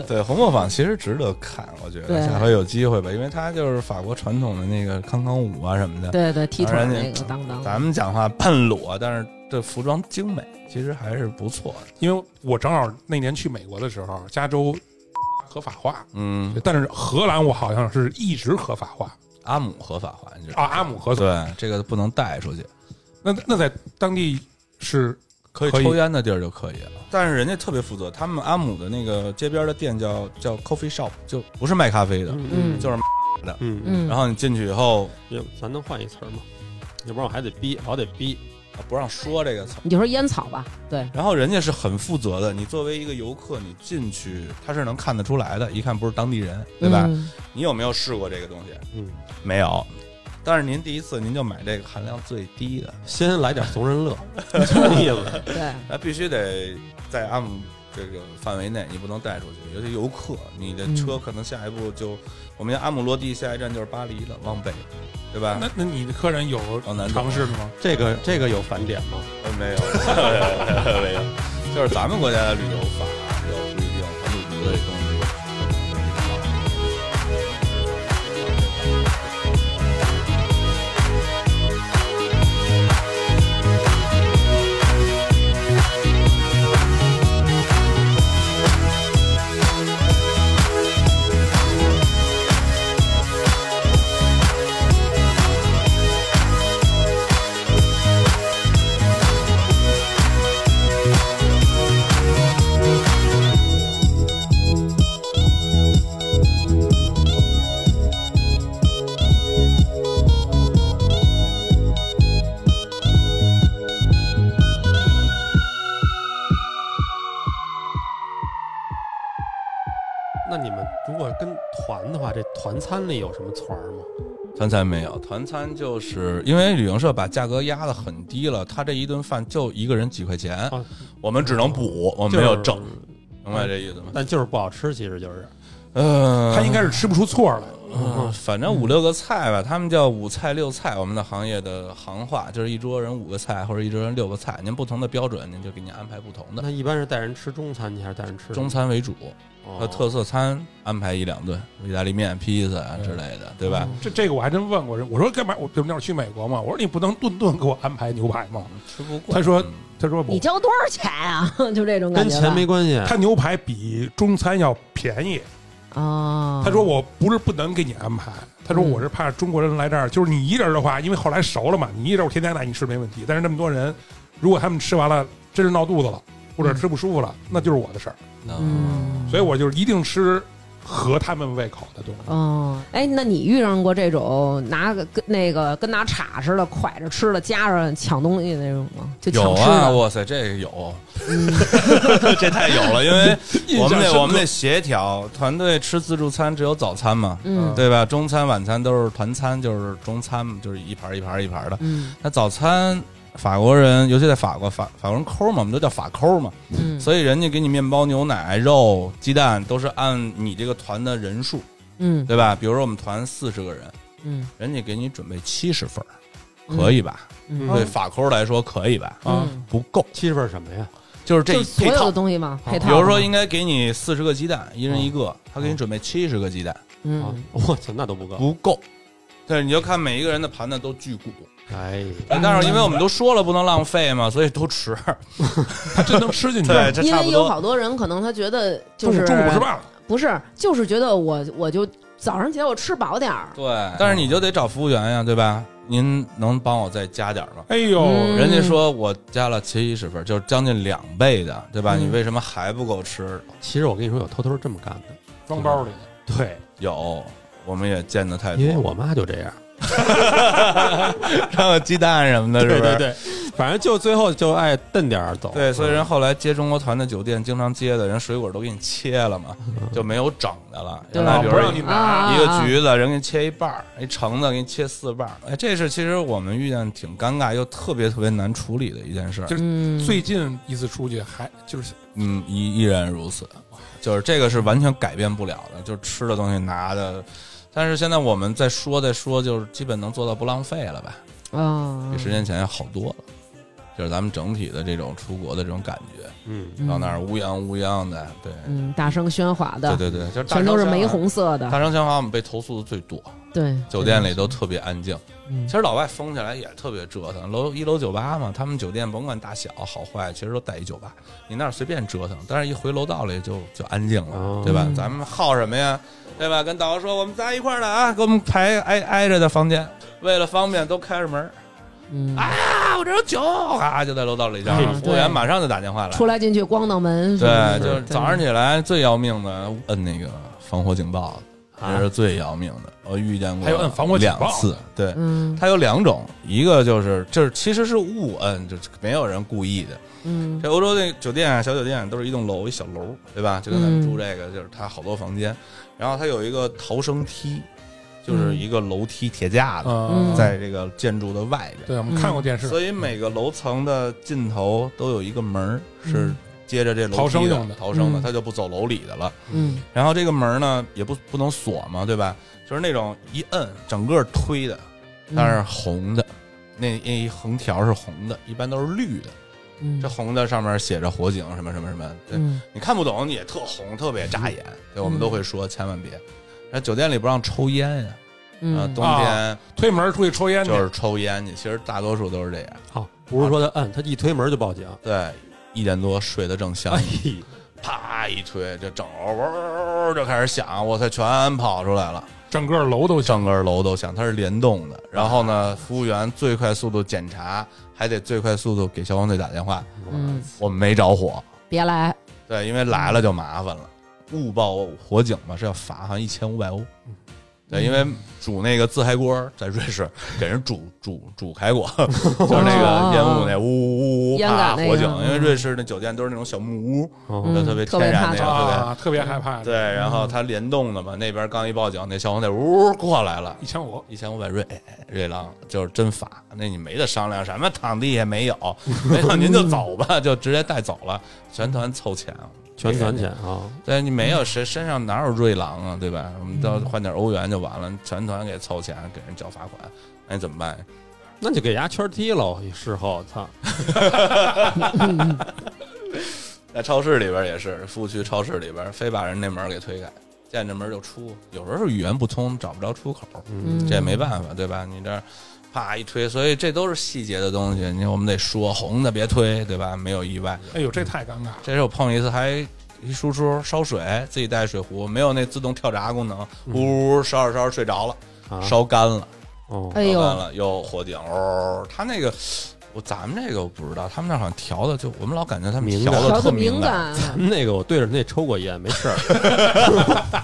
Speaker 4: 对红磨坊其实值得看，我觉
Speaker 1: 嗯对
Speaker 4: 得下回有机会吧，因为它就是法国传统的那个康康舞啊什么的。
Speaker 1: 对对，踢腿儿
Speaker 4: 当然
Speaker 1: 那
Speaker 4: 你
Speaker 1: 个当当，
Speaker 4: 咱们讲话半裸，但是这服装精美，其实还是不错的。
Speaker 3: 因为我正好那年去美国的时候，加州合法化，
Speaker 4: 嗯，
Speaker 3: 但是荷兰我好像是一直合法化
Speaker 4: 阿姆合法化，你知道
Speaker 3: 啊，阿姆合法。
Speaker 4: 对，这个不能带出去，
Speaker 3: 那那在当地是
Speaker 4: 可以
Speaker 3: 可以
Speaker 4: 抽烟的地儿就可以了。但是人家特别负责，他们阿姆的那个街边的店叫叫 coffee shop，就不是卖咖啡的。
Speaker 1: 嗯
Speaker 4: 就是
Speaker 2: 嗯嗯，
Speaker 1: 嗯
Speaker 4: 然后你进去以后，
Speaker 2: 要不咱能换一词儿吗？要不然我还得逼，老得逼。
Speaker 4: 啊不让说这个词儿。
Speaker 1: 你就说烟草吧，对，
Speaker 4: 然后人家是很负责的，你作为一个游客，你进去他是能看得出来的，一看不是当地人，对吧？
Speaker 1: 嗯
Speaker 4: 你有没有试过这个东西？
Speaker 2: 嗯，
Speaker 4: 没有。但是您第一次您就买这个含量最低的，
Speaker 2: 先来点怂人
Speaker 4: [laughs]
Speaker 2: 乐，什么意思？
Speaker 1: 对，
Speaker 4: 那必须得在阿姆这个范围内，你不能带出去。尤其游客，你的车可能下一步就，我们家阿姆落地，下一站就是巴黎了，往北，对吧？
Speaker 3: 那那你的客人有
Speaker 4: 往南走
Speaker 3: 尝试吗？
Speaker 2: 这个这个有返点吗？
Speaker 4: 呃没有，没 [laughs] 有，没有，就是咱们国家的旅游法有规定，咱们旅游的东西。
Speaker 2: 那你们如果跟团的话，这团餐里有什么团儿吗？
Speaker 4: 团餐没有，团餐就是因为旅行社把价格压得很低了，他这一顿饭就一个人几块钱
Speaker 2: 啊，
Speaker 4: 我们只能补，我
Speaker 2: 就
Speaker 4: 们
Speaker 2: 是
Speaker 4: 没有挣，，明白这意思吗？
Speaker 2: 但就是不好吃，其实就是。
Speaker 4: 嗯，
Speaker 3: 他应该是吃不出错来。
Speaker 4: 嗯，反正五六个菜吧，他们叫五菜六菜，我们的行业的行话就是一桌人五个菜或者一桌人六个菜，您不同的标准，您就给您安排不同的。
Speaker 2: 那一般是带人吃中餐去，还是带人吃
Speaker 4: 中餐为主，
Speaker 2: 哦
Speaker 4: 和特色餐安排一两顿，意大利面、披萨啊之类的，对吧？
Speaker 3: 这这个我还真问过人，我说干嘛？我就那会儿去美国嘛，我说你不能顿顿给我安排牛排吗？
Speaker 4: 吃不过。
Speaker 3: 他说
Speaker 4: 嗯
Speaker 3: 他说
Speaker 1: 你
Speaker 3: 不，
Speaker 1: 交多少钱啊？ [laughs] 就这种感
Speaker 2: 跟
Speaker 1: 觉吧，
Speaker 2: 钱没关系？
Speaker 3: 他牛排比中餐要便宜。
Speaker 1: 啊。
Speaker 3: 他说我不是不能给你安排，他说我是怕中国人来这儿，就是你一人的话，因为后来熟了嘛，你一人我天天带你吃没问题。但是那么多人，如果他们吃完了真是闹肚子了，或者吃不舒服了，那就是我的事儿。
Speaker 1: 嗯，
Speaker 3: 所以我就是一定吃合他们胃口的东西。
Speaker 1: 哦，哎，那你遇上过这种拿个跟那个跟拿叉似的蒯着吃的，夹着抢东西那种吗？就抢
Speaker 4: 有
Speaker 1: 吃
Speaker 4: 啊，
Speaker 1: 的，
Speaker 4: 哇塞，这个
Speaker 3: [laughs]
Speaker 4: 有，这太有了，因为
Speaker 3: 印象
Speaker 4: 我们
Speaker 3: 深
Speaker 4: 得
Speaker 3: 刻
Speaker 4: 我们得协调，团队吃自助餐只有早餐嘛，
Speaker 1: 嗯
Speaker 4: 对吧？中餐、晚餐都是团餐，就是中餐就是一盘儿一盘儿一盘儿的。
Speaker 1: 嗯
Speaker 4: 那早餐法国人，尤其在法国，法法国人抠嘛，我们都叫法抠嘛，
Speaker 1: 嗯，
Speaker 4: 所以人家给你面包、牛奶、肉、鸡蛋都是按你这个团的人数，
Speaker 1: 嗯
Speaker 4: 对吧？比如说我们团四十个人，
Speaker 1: 嗯
Speaker 4: 人家给你准备七十份儿，
Speaker 1: 嗯
Speaker 4: 可以吧？
Speaker 1: 嗯
Speaker 4: 对法抠来说可以吧？
Speaker 1: 嗯
Speaker 3: 啊
Speaker 4: 不够，
Speaker 2: 七十份什么呀？
Speaker 4: 就是这
Speaker 1: 就
Speaker 4: 一
Speaker 1: 嗯所
Speaker 4: 配
Speaker 1: 有
Speaker 4: 套啊嗯
Speaker 1: 的。东西嘛，配套
Speaker 4: 比
Speaker 1: 的嘛，
Speaker 4: 如说，应该给你四十个鸡蛋，一人一个，他给你准备七十个鸡蛋，
Speaker 2: 啊
Speaker 1: 嗯，
Speaker 2: 我操，那都不够。
Speaker 4: 不够。但是你就看每一个人的盘子都巨鼓，
Speaker 2: 哎，
Speaker 4: 但是因为我们都说了不能浪费嘛，所以都吃。
Speaker 3: 他真能吃进去，
Speaker 4: 这
Speaker 1: 因为有好多人可能他觉得就
Speaker 3: 中午
Speaker 1: 是
Speaker 3: 中午吃饭了，
Speaker 1: 不是，就是觉得我我就早上起来我吃饱点儿，
Speaker 4: 对，但是你就得找服务员呀，对吧？您能帮我再加点儿吗？
Speaker 3: 哎呦，
Speaker 1: 嗯
Speaker 4: 人家说我加了七十分，就是将近两倍的，对吧？
Speaker 1: 嗯
Speaker 4: 你为什么还不够吃？
Speaker 2: 其实我跟你说，有偷偷这么干的。
Speaker 3: 装包里的，
Speaker 2: 对，
Speaker 4: 有，我们也见的太多
Speaker 2: 因为
Speaker 4: [laughs] 了，
Speaker 2: 我妈就这样。
Speaker 4: 还有鸡蛋什么的，是不是？
Speaker 2: 对，反正就最后就爱蹬点儿走。
Speaker 4: 对，所以人后来接中国团的酒店，经常接的人水果都给你切了嘛，就没有整的了。
Speaker 1: 嗯对
Speaker 4: 原来
Speaker 3: 啊
Speaker 4: 比如
Speaker 3: 不让
Speaker 4: 说
Speaker 3: 你
Speaker 1: 啊啊
Speaker 3: 拿，
Speaker 1: 啊
Speaker 4: 一个橘子，人给你切一半儿，一橙子给你切四瓣儿。哎，这是其实我们遇见挺尴尬又特别特别难处理的一件事儿。
Speaker 1: 嗯，
Speaker 3: 最近一次出去还就是
Speaker 4: 嗯，依依然如此，就是这个是完全改变不了的，就是吃的东西拿的。但是现在我们在说在说，就是基本能做到不浪费了吧，
Speaker 1: 啊
Speaker 4: 比，十年前好多了。就是咱们整体的这种出国的这种感觉，
Speaker 2: 嗯，
Speaker 1: 嗯
Speaker 4: 到那儿乌泱乌泱的，对，
Speaker 1: 嗯，大声喧哗的，
Speaker 4: 对对对，就是大
Speaker 1: 全都是
Speaker 4: 城乡
Speaker 1: 玫
Speaker 4: 啊。
Speaker 1: 红色的，
Speaker 4: 大城小华我们被投诉的最多，
Speaker 1: 对，
Speaker 4: 酒店里都特别安静。
Speaker 1: 嗯
Speaker 4: 其实老外疯起来也特别折腾，楼一楼酒吧嘛，他们酒店甭管大小好坏，其实都带一酒吧，你那儿随便折腾，但是一回楼道里就就安静了，
Speaker 2: 哦
Speaker 4: 对吧？
Speaker 1: 嗯
Speaker 4: 咱们耗什么呀？对吧？跟导游说我们仨一块儿的啊，给我们排挨挨着的房间，为了方便都开着门儿
Speaker 1: 嗯，
Speaker 4: 啊，我这有酒啊，就在楼道里叫
Speaker 2: 嗯，
Speaker 4: 服务员马上就打电话来，
Speaker 1: 出来进去咣当门
Speaker 3: [laughs]
Speaker 1: 什么的，
Speaker 4: 对，就是早上起来最要命的摁那个防火警报，
Speaker 2: 啊
Speaker 4: 这是最要命的。我遇见过，
Speaker 3: 还有摁防火警报
Speaker 4: 两次，对，
Speaker 1: 嗯
Speaker 4: 它有两种，一个就是就是其实是误摁，就是没有人故意的。
Speaker 1: 嗯
Speaker 4: 这欧洲那酒店啊，小酒店啊都是一栋楼一小楼，对吧？就跟咱
Speaker 1: 嗯
Speaker 4: 们住这个，就是它好多房间，然后它有一个逃生梯，就是一个楼梯铁架子，
Speaker 1: 嗯
Speaker 3: 嗯，
Speaker 4: 在这个建筑的外边。
Speaker 3: 对我们看过电视，
Speaker 4: 所以每个楼层的尽头都有一个门儿是
Speaker 1: 嗯
Speaker 4: 接着这楼梯
Speaker 3: 逃生用
Speaker 4: 的
Speaker 3: 的
Speaker 4: 逃生的，
Speaker 1: 嗯
Speaker 4: 他就不走楼里的了。
Speaker 1: 嗯
Speaker 4: 然后这个门儿呢也不不能锁嘛，对吧？就是那种一摁整个推的，
Speaker 1: 嗯，
Speaker 4: 但是红的，那那一横条是红的，一般都是绿的。
Speaker 1: 嗯
Speaker 4: 这红的上面写着火警什么什么什么，对
Speaker 1: 嗯
Speaker 4: 你看不懂你也特红，特别扎眼。对，我们都会说千万别。那酒店里不让抽烟呀，啊，
Speaker 1: 嗯
Speaker 4: 冬天
Speaker 3: 推门出去抽烟去，
Speaker 4: 就是抽烟去，其实大多数都是这样。
Speaker 2: 好，不是说他摁，他一推门就报警。
Speaker 4: 对，一点多睡得正香
Speaker 2: 哎，，
Speaker 4: 啪一推，这整楼嗡就开始响，我操，全跑出来了，
Speaker 3: 整个楼都响。啊
Speaker 4: 整个楼都响，它是联动的。然后呢，服务员最快速度检查，还得最快速度给消防队打电话。
Speaker 1: 嗯，
Speaker 4: 我们没着火，
Speaker 1: 别来，
Speaker 4: 对，因为来了就麻烦了，误报火警嘛是要罚，好像一千五百欧。对，因为煮那个自嗨锅儿在瑞士给人煮煮煮开过，就是那个烟雾那呜呜呜呜
Speaker 1: 烟
Speaker 4: 啪
Speaker 1: 感那个
Speaker 4: 火警，
Speaker 1: 嗯
Speaker 4: 因为瑞士那酒店都是那种小木屋，
Speaker 2: 哦
Speaker 1: 嗯
Speaker 4: 就特别
Speaker 1: 特
Speaker 4: 天
Speaker 1: 别
Speaker 4: 然
Speaker 1: 怕
Speaker 4: 那
Speaker 1: 这
Speaker 4: 个，
Speaker 1: 个
Speaker 4: 对
Speaker 3: 啊，特别害怕。
Speaker 4: 对，然后它联动的嘛，那边刚一报警，那消防队呜过来了，
Speaker 3: 一千五，
Speaker 4: 一千五百瑞哎瑞郎就是真罚，那你没得商量，什么躺地也没有， [laughs] 没有您就走吧， [laughs] 就直接带走了，全团凑钱，
Speaker 2: 全团钱啊，
Speaker 4: 对你没有谁身上哪有瑞郎啊，对吧？我们到换点欧元就完了，全团给凑钱给人交罚款，那你怎么办呀？
Speaker 2: 那就给牙圈踢喽。事后，操，
Speaker 4: 在超市里边也是，服务区超市里边非把人那门给推开，见着门就出，有时候是语言不通，找不着出口，
Speaker 1: 嗯
Speaker 4: 这也没办法，对吧？你这啪一推，所以这都是细节的东西，你我们得说红的别推，对吧？没有意外。
Speaker 3: 哎呦，这太尴尬了。
Speaker 4: 这是我碰一次，还一叔叔烧水，自己带水壶，没有那自动跳闸功能，呜呜烧着烧着睡着了，
Speaker 2: 啊
Speaker 4: 烧干了，
Speaker 2: 哦，
Speaker 1: 哎
Speaker 4: 烧干
Speaker 1: 呦，
Speaker 4: 了，又火警，哦，他那个。
Speaker 6: 我咱们这个我不知道，他们那儿好像调的就我们老感觉他们
Speaker 2: 敏
Speaker 6: 调
Speaker 2: 感
Speaker 6: 的
Speaker 1: 调
Speaker 6: 特
Speaker 1: 的
Speaker 6: 敏
Speaker 1: 敏感，
Speaker 2: [laughs]
Speaker 1: 啊
Speaker 2: [laughs] 那个我对着那抽过烟，没事儿。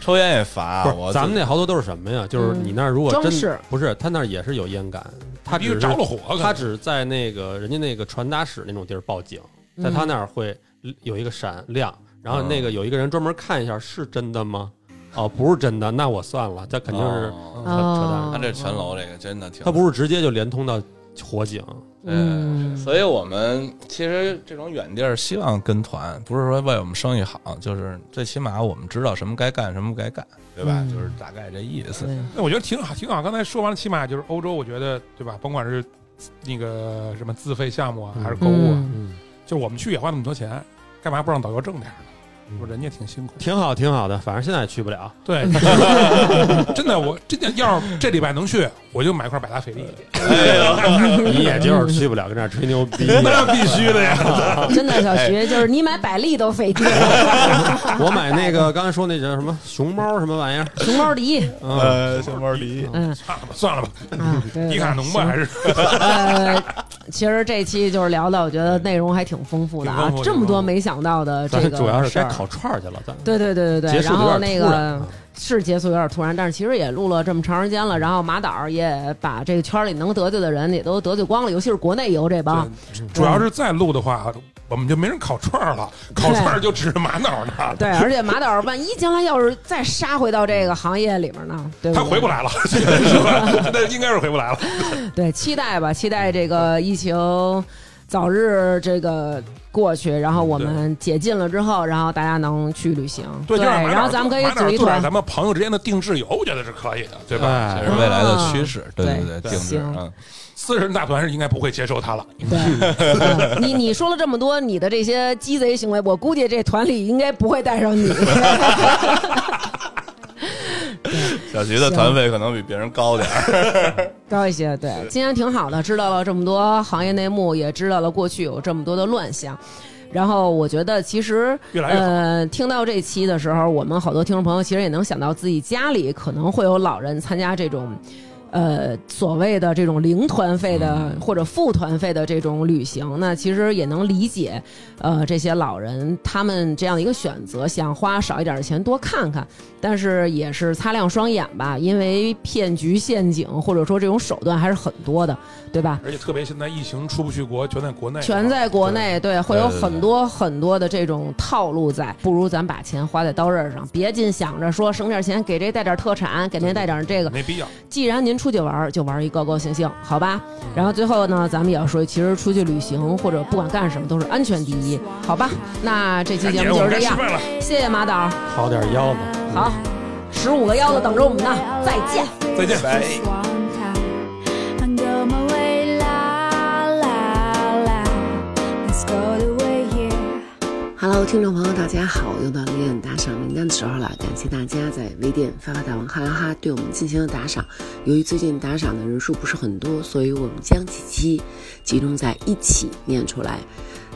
Speaker 6: 抽烟也
Speaker 4: 啊
Speaker 6: 罚
Speaker 2: 不
Speaker 6: 我就。
Speaker 2: 是，咱们那好多都是什么呀？就是你那儿如果
Speaker 1: 嗯装
Speaker 2: 真
Speaker 1: 饰
Speaker 2: 不是，他那儿也是有烟感，他只是
Speaker 3: 你着了火，
Speaker 2: 他只在那个人家那个传达室那种地儿报警，在
Speaker 1: 嗯
Speaker 2: 他那儿会有一个闪亮，然后那个有一个人专门看一下是真的吗？哦，不是真的，那我算了，这肯定是
Speaker 6: 哦
Speaker 2: 扯扯淡。
Speaker 4: 哎
Speaker 6: 他这全楼这个真的挺，
Speaker 2: 嗯他不是直接就连通到火警，
Speaker 1: 嗯
Speaker 6: 对，所以我们其实这种远地儿，希望跟团，不是说为我们生意好，就是最起码我们知道什么该干，什么不该干，对吧？
Speaker 1: 嗯
Speaker 6: 就是大概这意思。
Speaker 1: 对
Speaker 3: 哎那我觉得挺好，挺好。刚才说完了，起码就是欧洲，我觉得对吧？甭管是那个什么自费项目啊，还是购物啊，
Speaker 1: 嗯
Speaker 3: 就是我们去也花那么多钱，干嘛不让导游挣点儿呢？
Speaker 2: 嗯
Speaker 3: 说人家挺辛苦。
Speaker 2: 挺好挺好的，反正现在也去不
Speaker 1: [laughs]
Speaker 2: 了。
Speaker 3: 对，真的，我真的要是这礼拜能去，我就买块百达翡丽。
Speaker 2: 你也就是去不了，跟这儿吹牛逼。
Speaker 3: 那必须的呀！ [laughs]
Speaker 1: [laughs] 哦真的，小徐就是你买百丽都费劲，
Speaker 2: 我买那个刚才说那叫什么熊猫什么玩意儿，
Speaker 1: 熊猫迪，
Speaker 2: 嗯，
Speaker 6: 先玩离
Speaker 1: 嗯
Speaker 3: 算了吧，算了吧，
Speaker 1: 啊，对对
Speaker 3: [laughs]
Speaker 1: 对
Speaker 3: 迪卡侬吧，还是
Speaker 1: 呃，其实这期就是聊的，我觉得内容还挺丰富的
Speaker 3: 挺
Speaker 1: 啊
Speaker 3: 丰，富
Speaker 1: 这么多没想到的 [laughs] 这
Speaker 2: 咱
Speaker 1: 个
Speaker 2: 主要是
Speaker 1: 事
Speaker 2: 该
Speaker 1: 儿。
Speaker 2: 烤串儿去了，咱
Speaker 1: 对对对对对，
Speaker 2: 结束
Speaker 1: 然
Speaker 2: 得有
Speaker 1: 后
Speaker 2: 点
Speaker 1: 那
Speaker 2: 突然
Speaker 1: 个
Speaker 2: 啊
Speaker 1: 是结束有点突然，但是其实也录了这么长时间了，然后马导儿也把这个圈里能得罪的人也都得罪光了，尤其是国内游这帮，
Speaker 3: 主要是再录的话，我们就没人烤串儿了，烤串儿就只是玛瑙呢。
Speaker 1: 对，啊而且马导儿万一将来要是再杀回到这个行业里面呢，对不
Speaker 3: 他
Speaker 1: 对？
Speaker 3: 回不 [laughs] 来了，是吧？那应该是回不来了。
Speaker 1: 对，期待吧，期待这个疫情早日这个过去，然后我们解禁了之后，然后大家能去旅行。
Speaker 3: 嗯对，就让马
Speaker 1: 然后
Speaker 3: 导
Speaker 1: 咱们可以
Speaker 3: 马导
Speaker 1: 组一
Speaker 3: 做点
Speaker 1: 团。
Speaker 3: 咱们朋友之间的定制游，我觉得是可以的，对吧？
Speaker 6: 这
Speaker 2: 哎
Speaker 6: 是未来的趋势，对
Speaker 1: 对
Speaker 6: 对对，定制
Speaker 1: 行
Speaker 6: 嗯，
Speaker 3: 四人大团是应该不会接受他了。
Speaker 1: [laughs] 对，嗯你你说了这么多你的这些鸡贼行为，我估计这团里应该不会带上你。 [laughs]
Speaker 6: 小徐的团费可能比别人高点儿，
Speaker 1: 高一些，对，今天挺好的，知道了这么多行业内幕，也知道了过去有这么多的乱象。然后我觉得，其实
Speaker 3: 越来越好
Speaker 1: 呃，听到这期的时候，我们好多听众朋友其实也能想到自己家里可能会有老人参加这种，呃，所谓的这种零团费的
Speaker 3: 嗯
Speaker 1: 或者副团费的这种旅行。那其实也能理解，呃，这些老人他们这样的一个选择，想花少一点的钱多看看。但是也是擦亮双眼吧，因为骗局、陷阱或者说这种手段还是很多的，对吧？
Speaker 3: 而且特别现在疫情出不去国，全在国内，
Speaker 1: 全在国内，对，会有很多很多的这种套路在，不如咱把钱花在刀刃上，别尽想着说省点钱给这带点特产，给那带点这个。
Speaker 3: 没必要。
Speaker 1: 既然您出去玩儿，就玩儿一高高兴兴，好吧？然后最后呢，咱们也要说，其实出去旅行或者不管干什么，都是安全第一，好吧？那这期节目就是这样
Speaker 3: 哎感觉我们该失，败了。
Speaker 1: 谢谢马导，
Speaker 2: 烤点腰子。
Speaker 1: 好，十五个腰子等着我们呢，再见。
Speaker 3: 再见拜
Speaker 5: And go my way, la la la. Let's go the way here.
Speaker 7: Hello，听众朋友，大家好！又到了给你打赏名单的时候了，感谢大家啊在微店发发大王哈哈哈对我们进行了打赏。由于最近打赏的人数不是很多，所以我们将几期集中在一起念出来。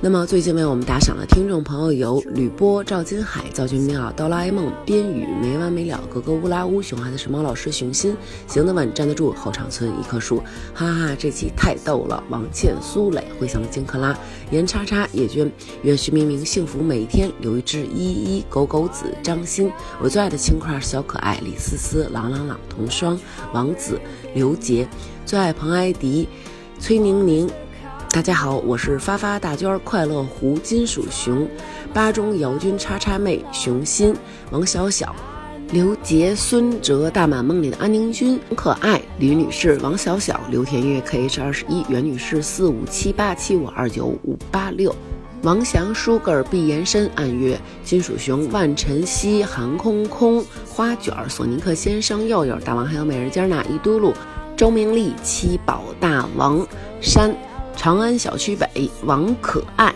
Speaker 7: 那么最近为我们打赏的听众朋友有吕波、赵金海、赵君妙、哆啦 A 梦、边宇、没完没了、格格乌拉乌、熊孩子熊猫老师、熊心、行得稳、站得住、后场村、一棵树、哈哈哈，这期太逗了！王倩、苏磊、回响的金克拉、严叉叉、叶娟，愿徐明明幸福每一天。刘一志、依依、狗狗子、张欣，我最爱的青块儿小可爱李思思、朗朗朗、童双、王子、刘杰，最爱彭艾迪、崔宁宁。大家好，我是发发大娟儿、快乐湖、金属熊、巴中姚军、叉叉妹、熊心、王小小。刘杰、孙哲、大满梦里的安宁君、可爱吕女士、王小小、刘田月、K H 二十一、袁女士四五七八七五二九五八六。王翔、舒格尔、毕延申、暗月、金属熊、万晨曦、韩空空、花卷儿、索尼克先生、佑佑、大王，还有美人尖儿那一嘟噜、周明丽、七宝大王、山、长安小区北、王可爱、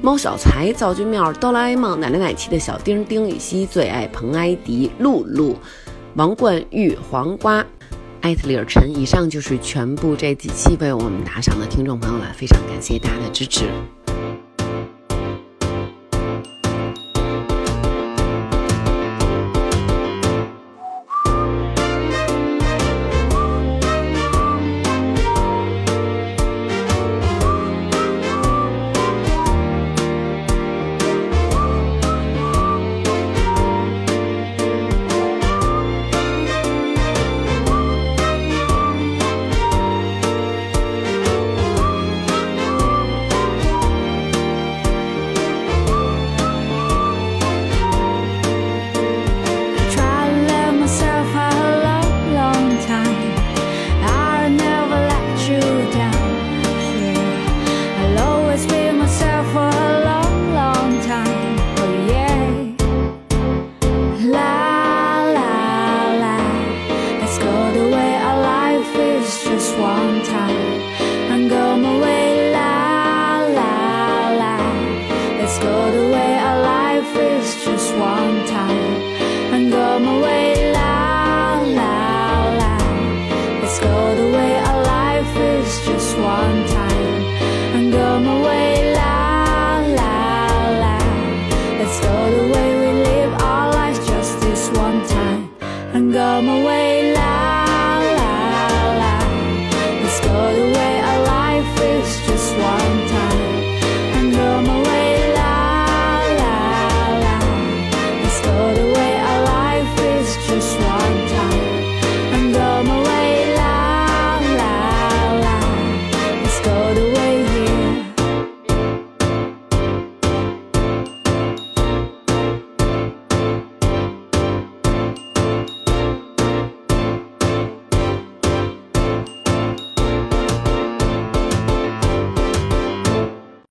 Speaker 7: 猫小财、赵君妙、哆啦 A 梦、奶奶奶气的小丁、丁禹兮、最爱彭艾迪、露露、王冠玉、黄瓜。艾特里尔陈，以上就是全部这几期为我们打赏的听众朋友了，非常感谢大家的支持。
Speaker 5: Oh,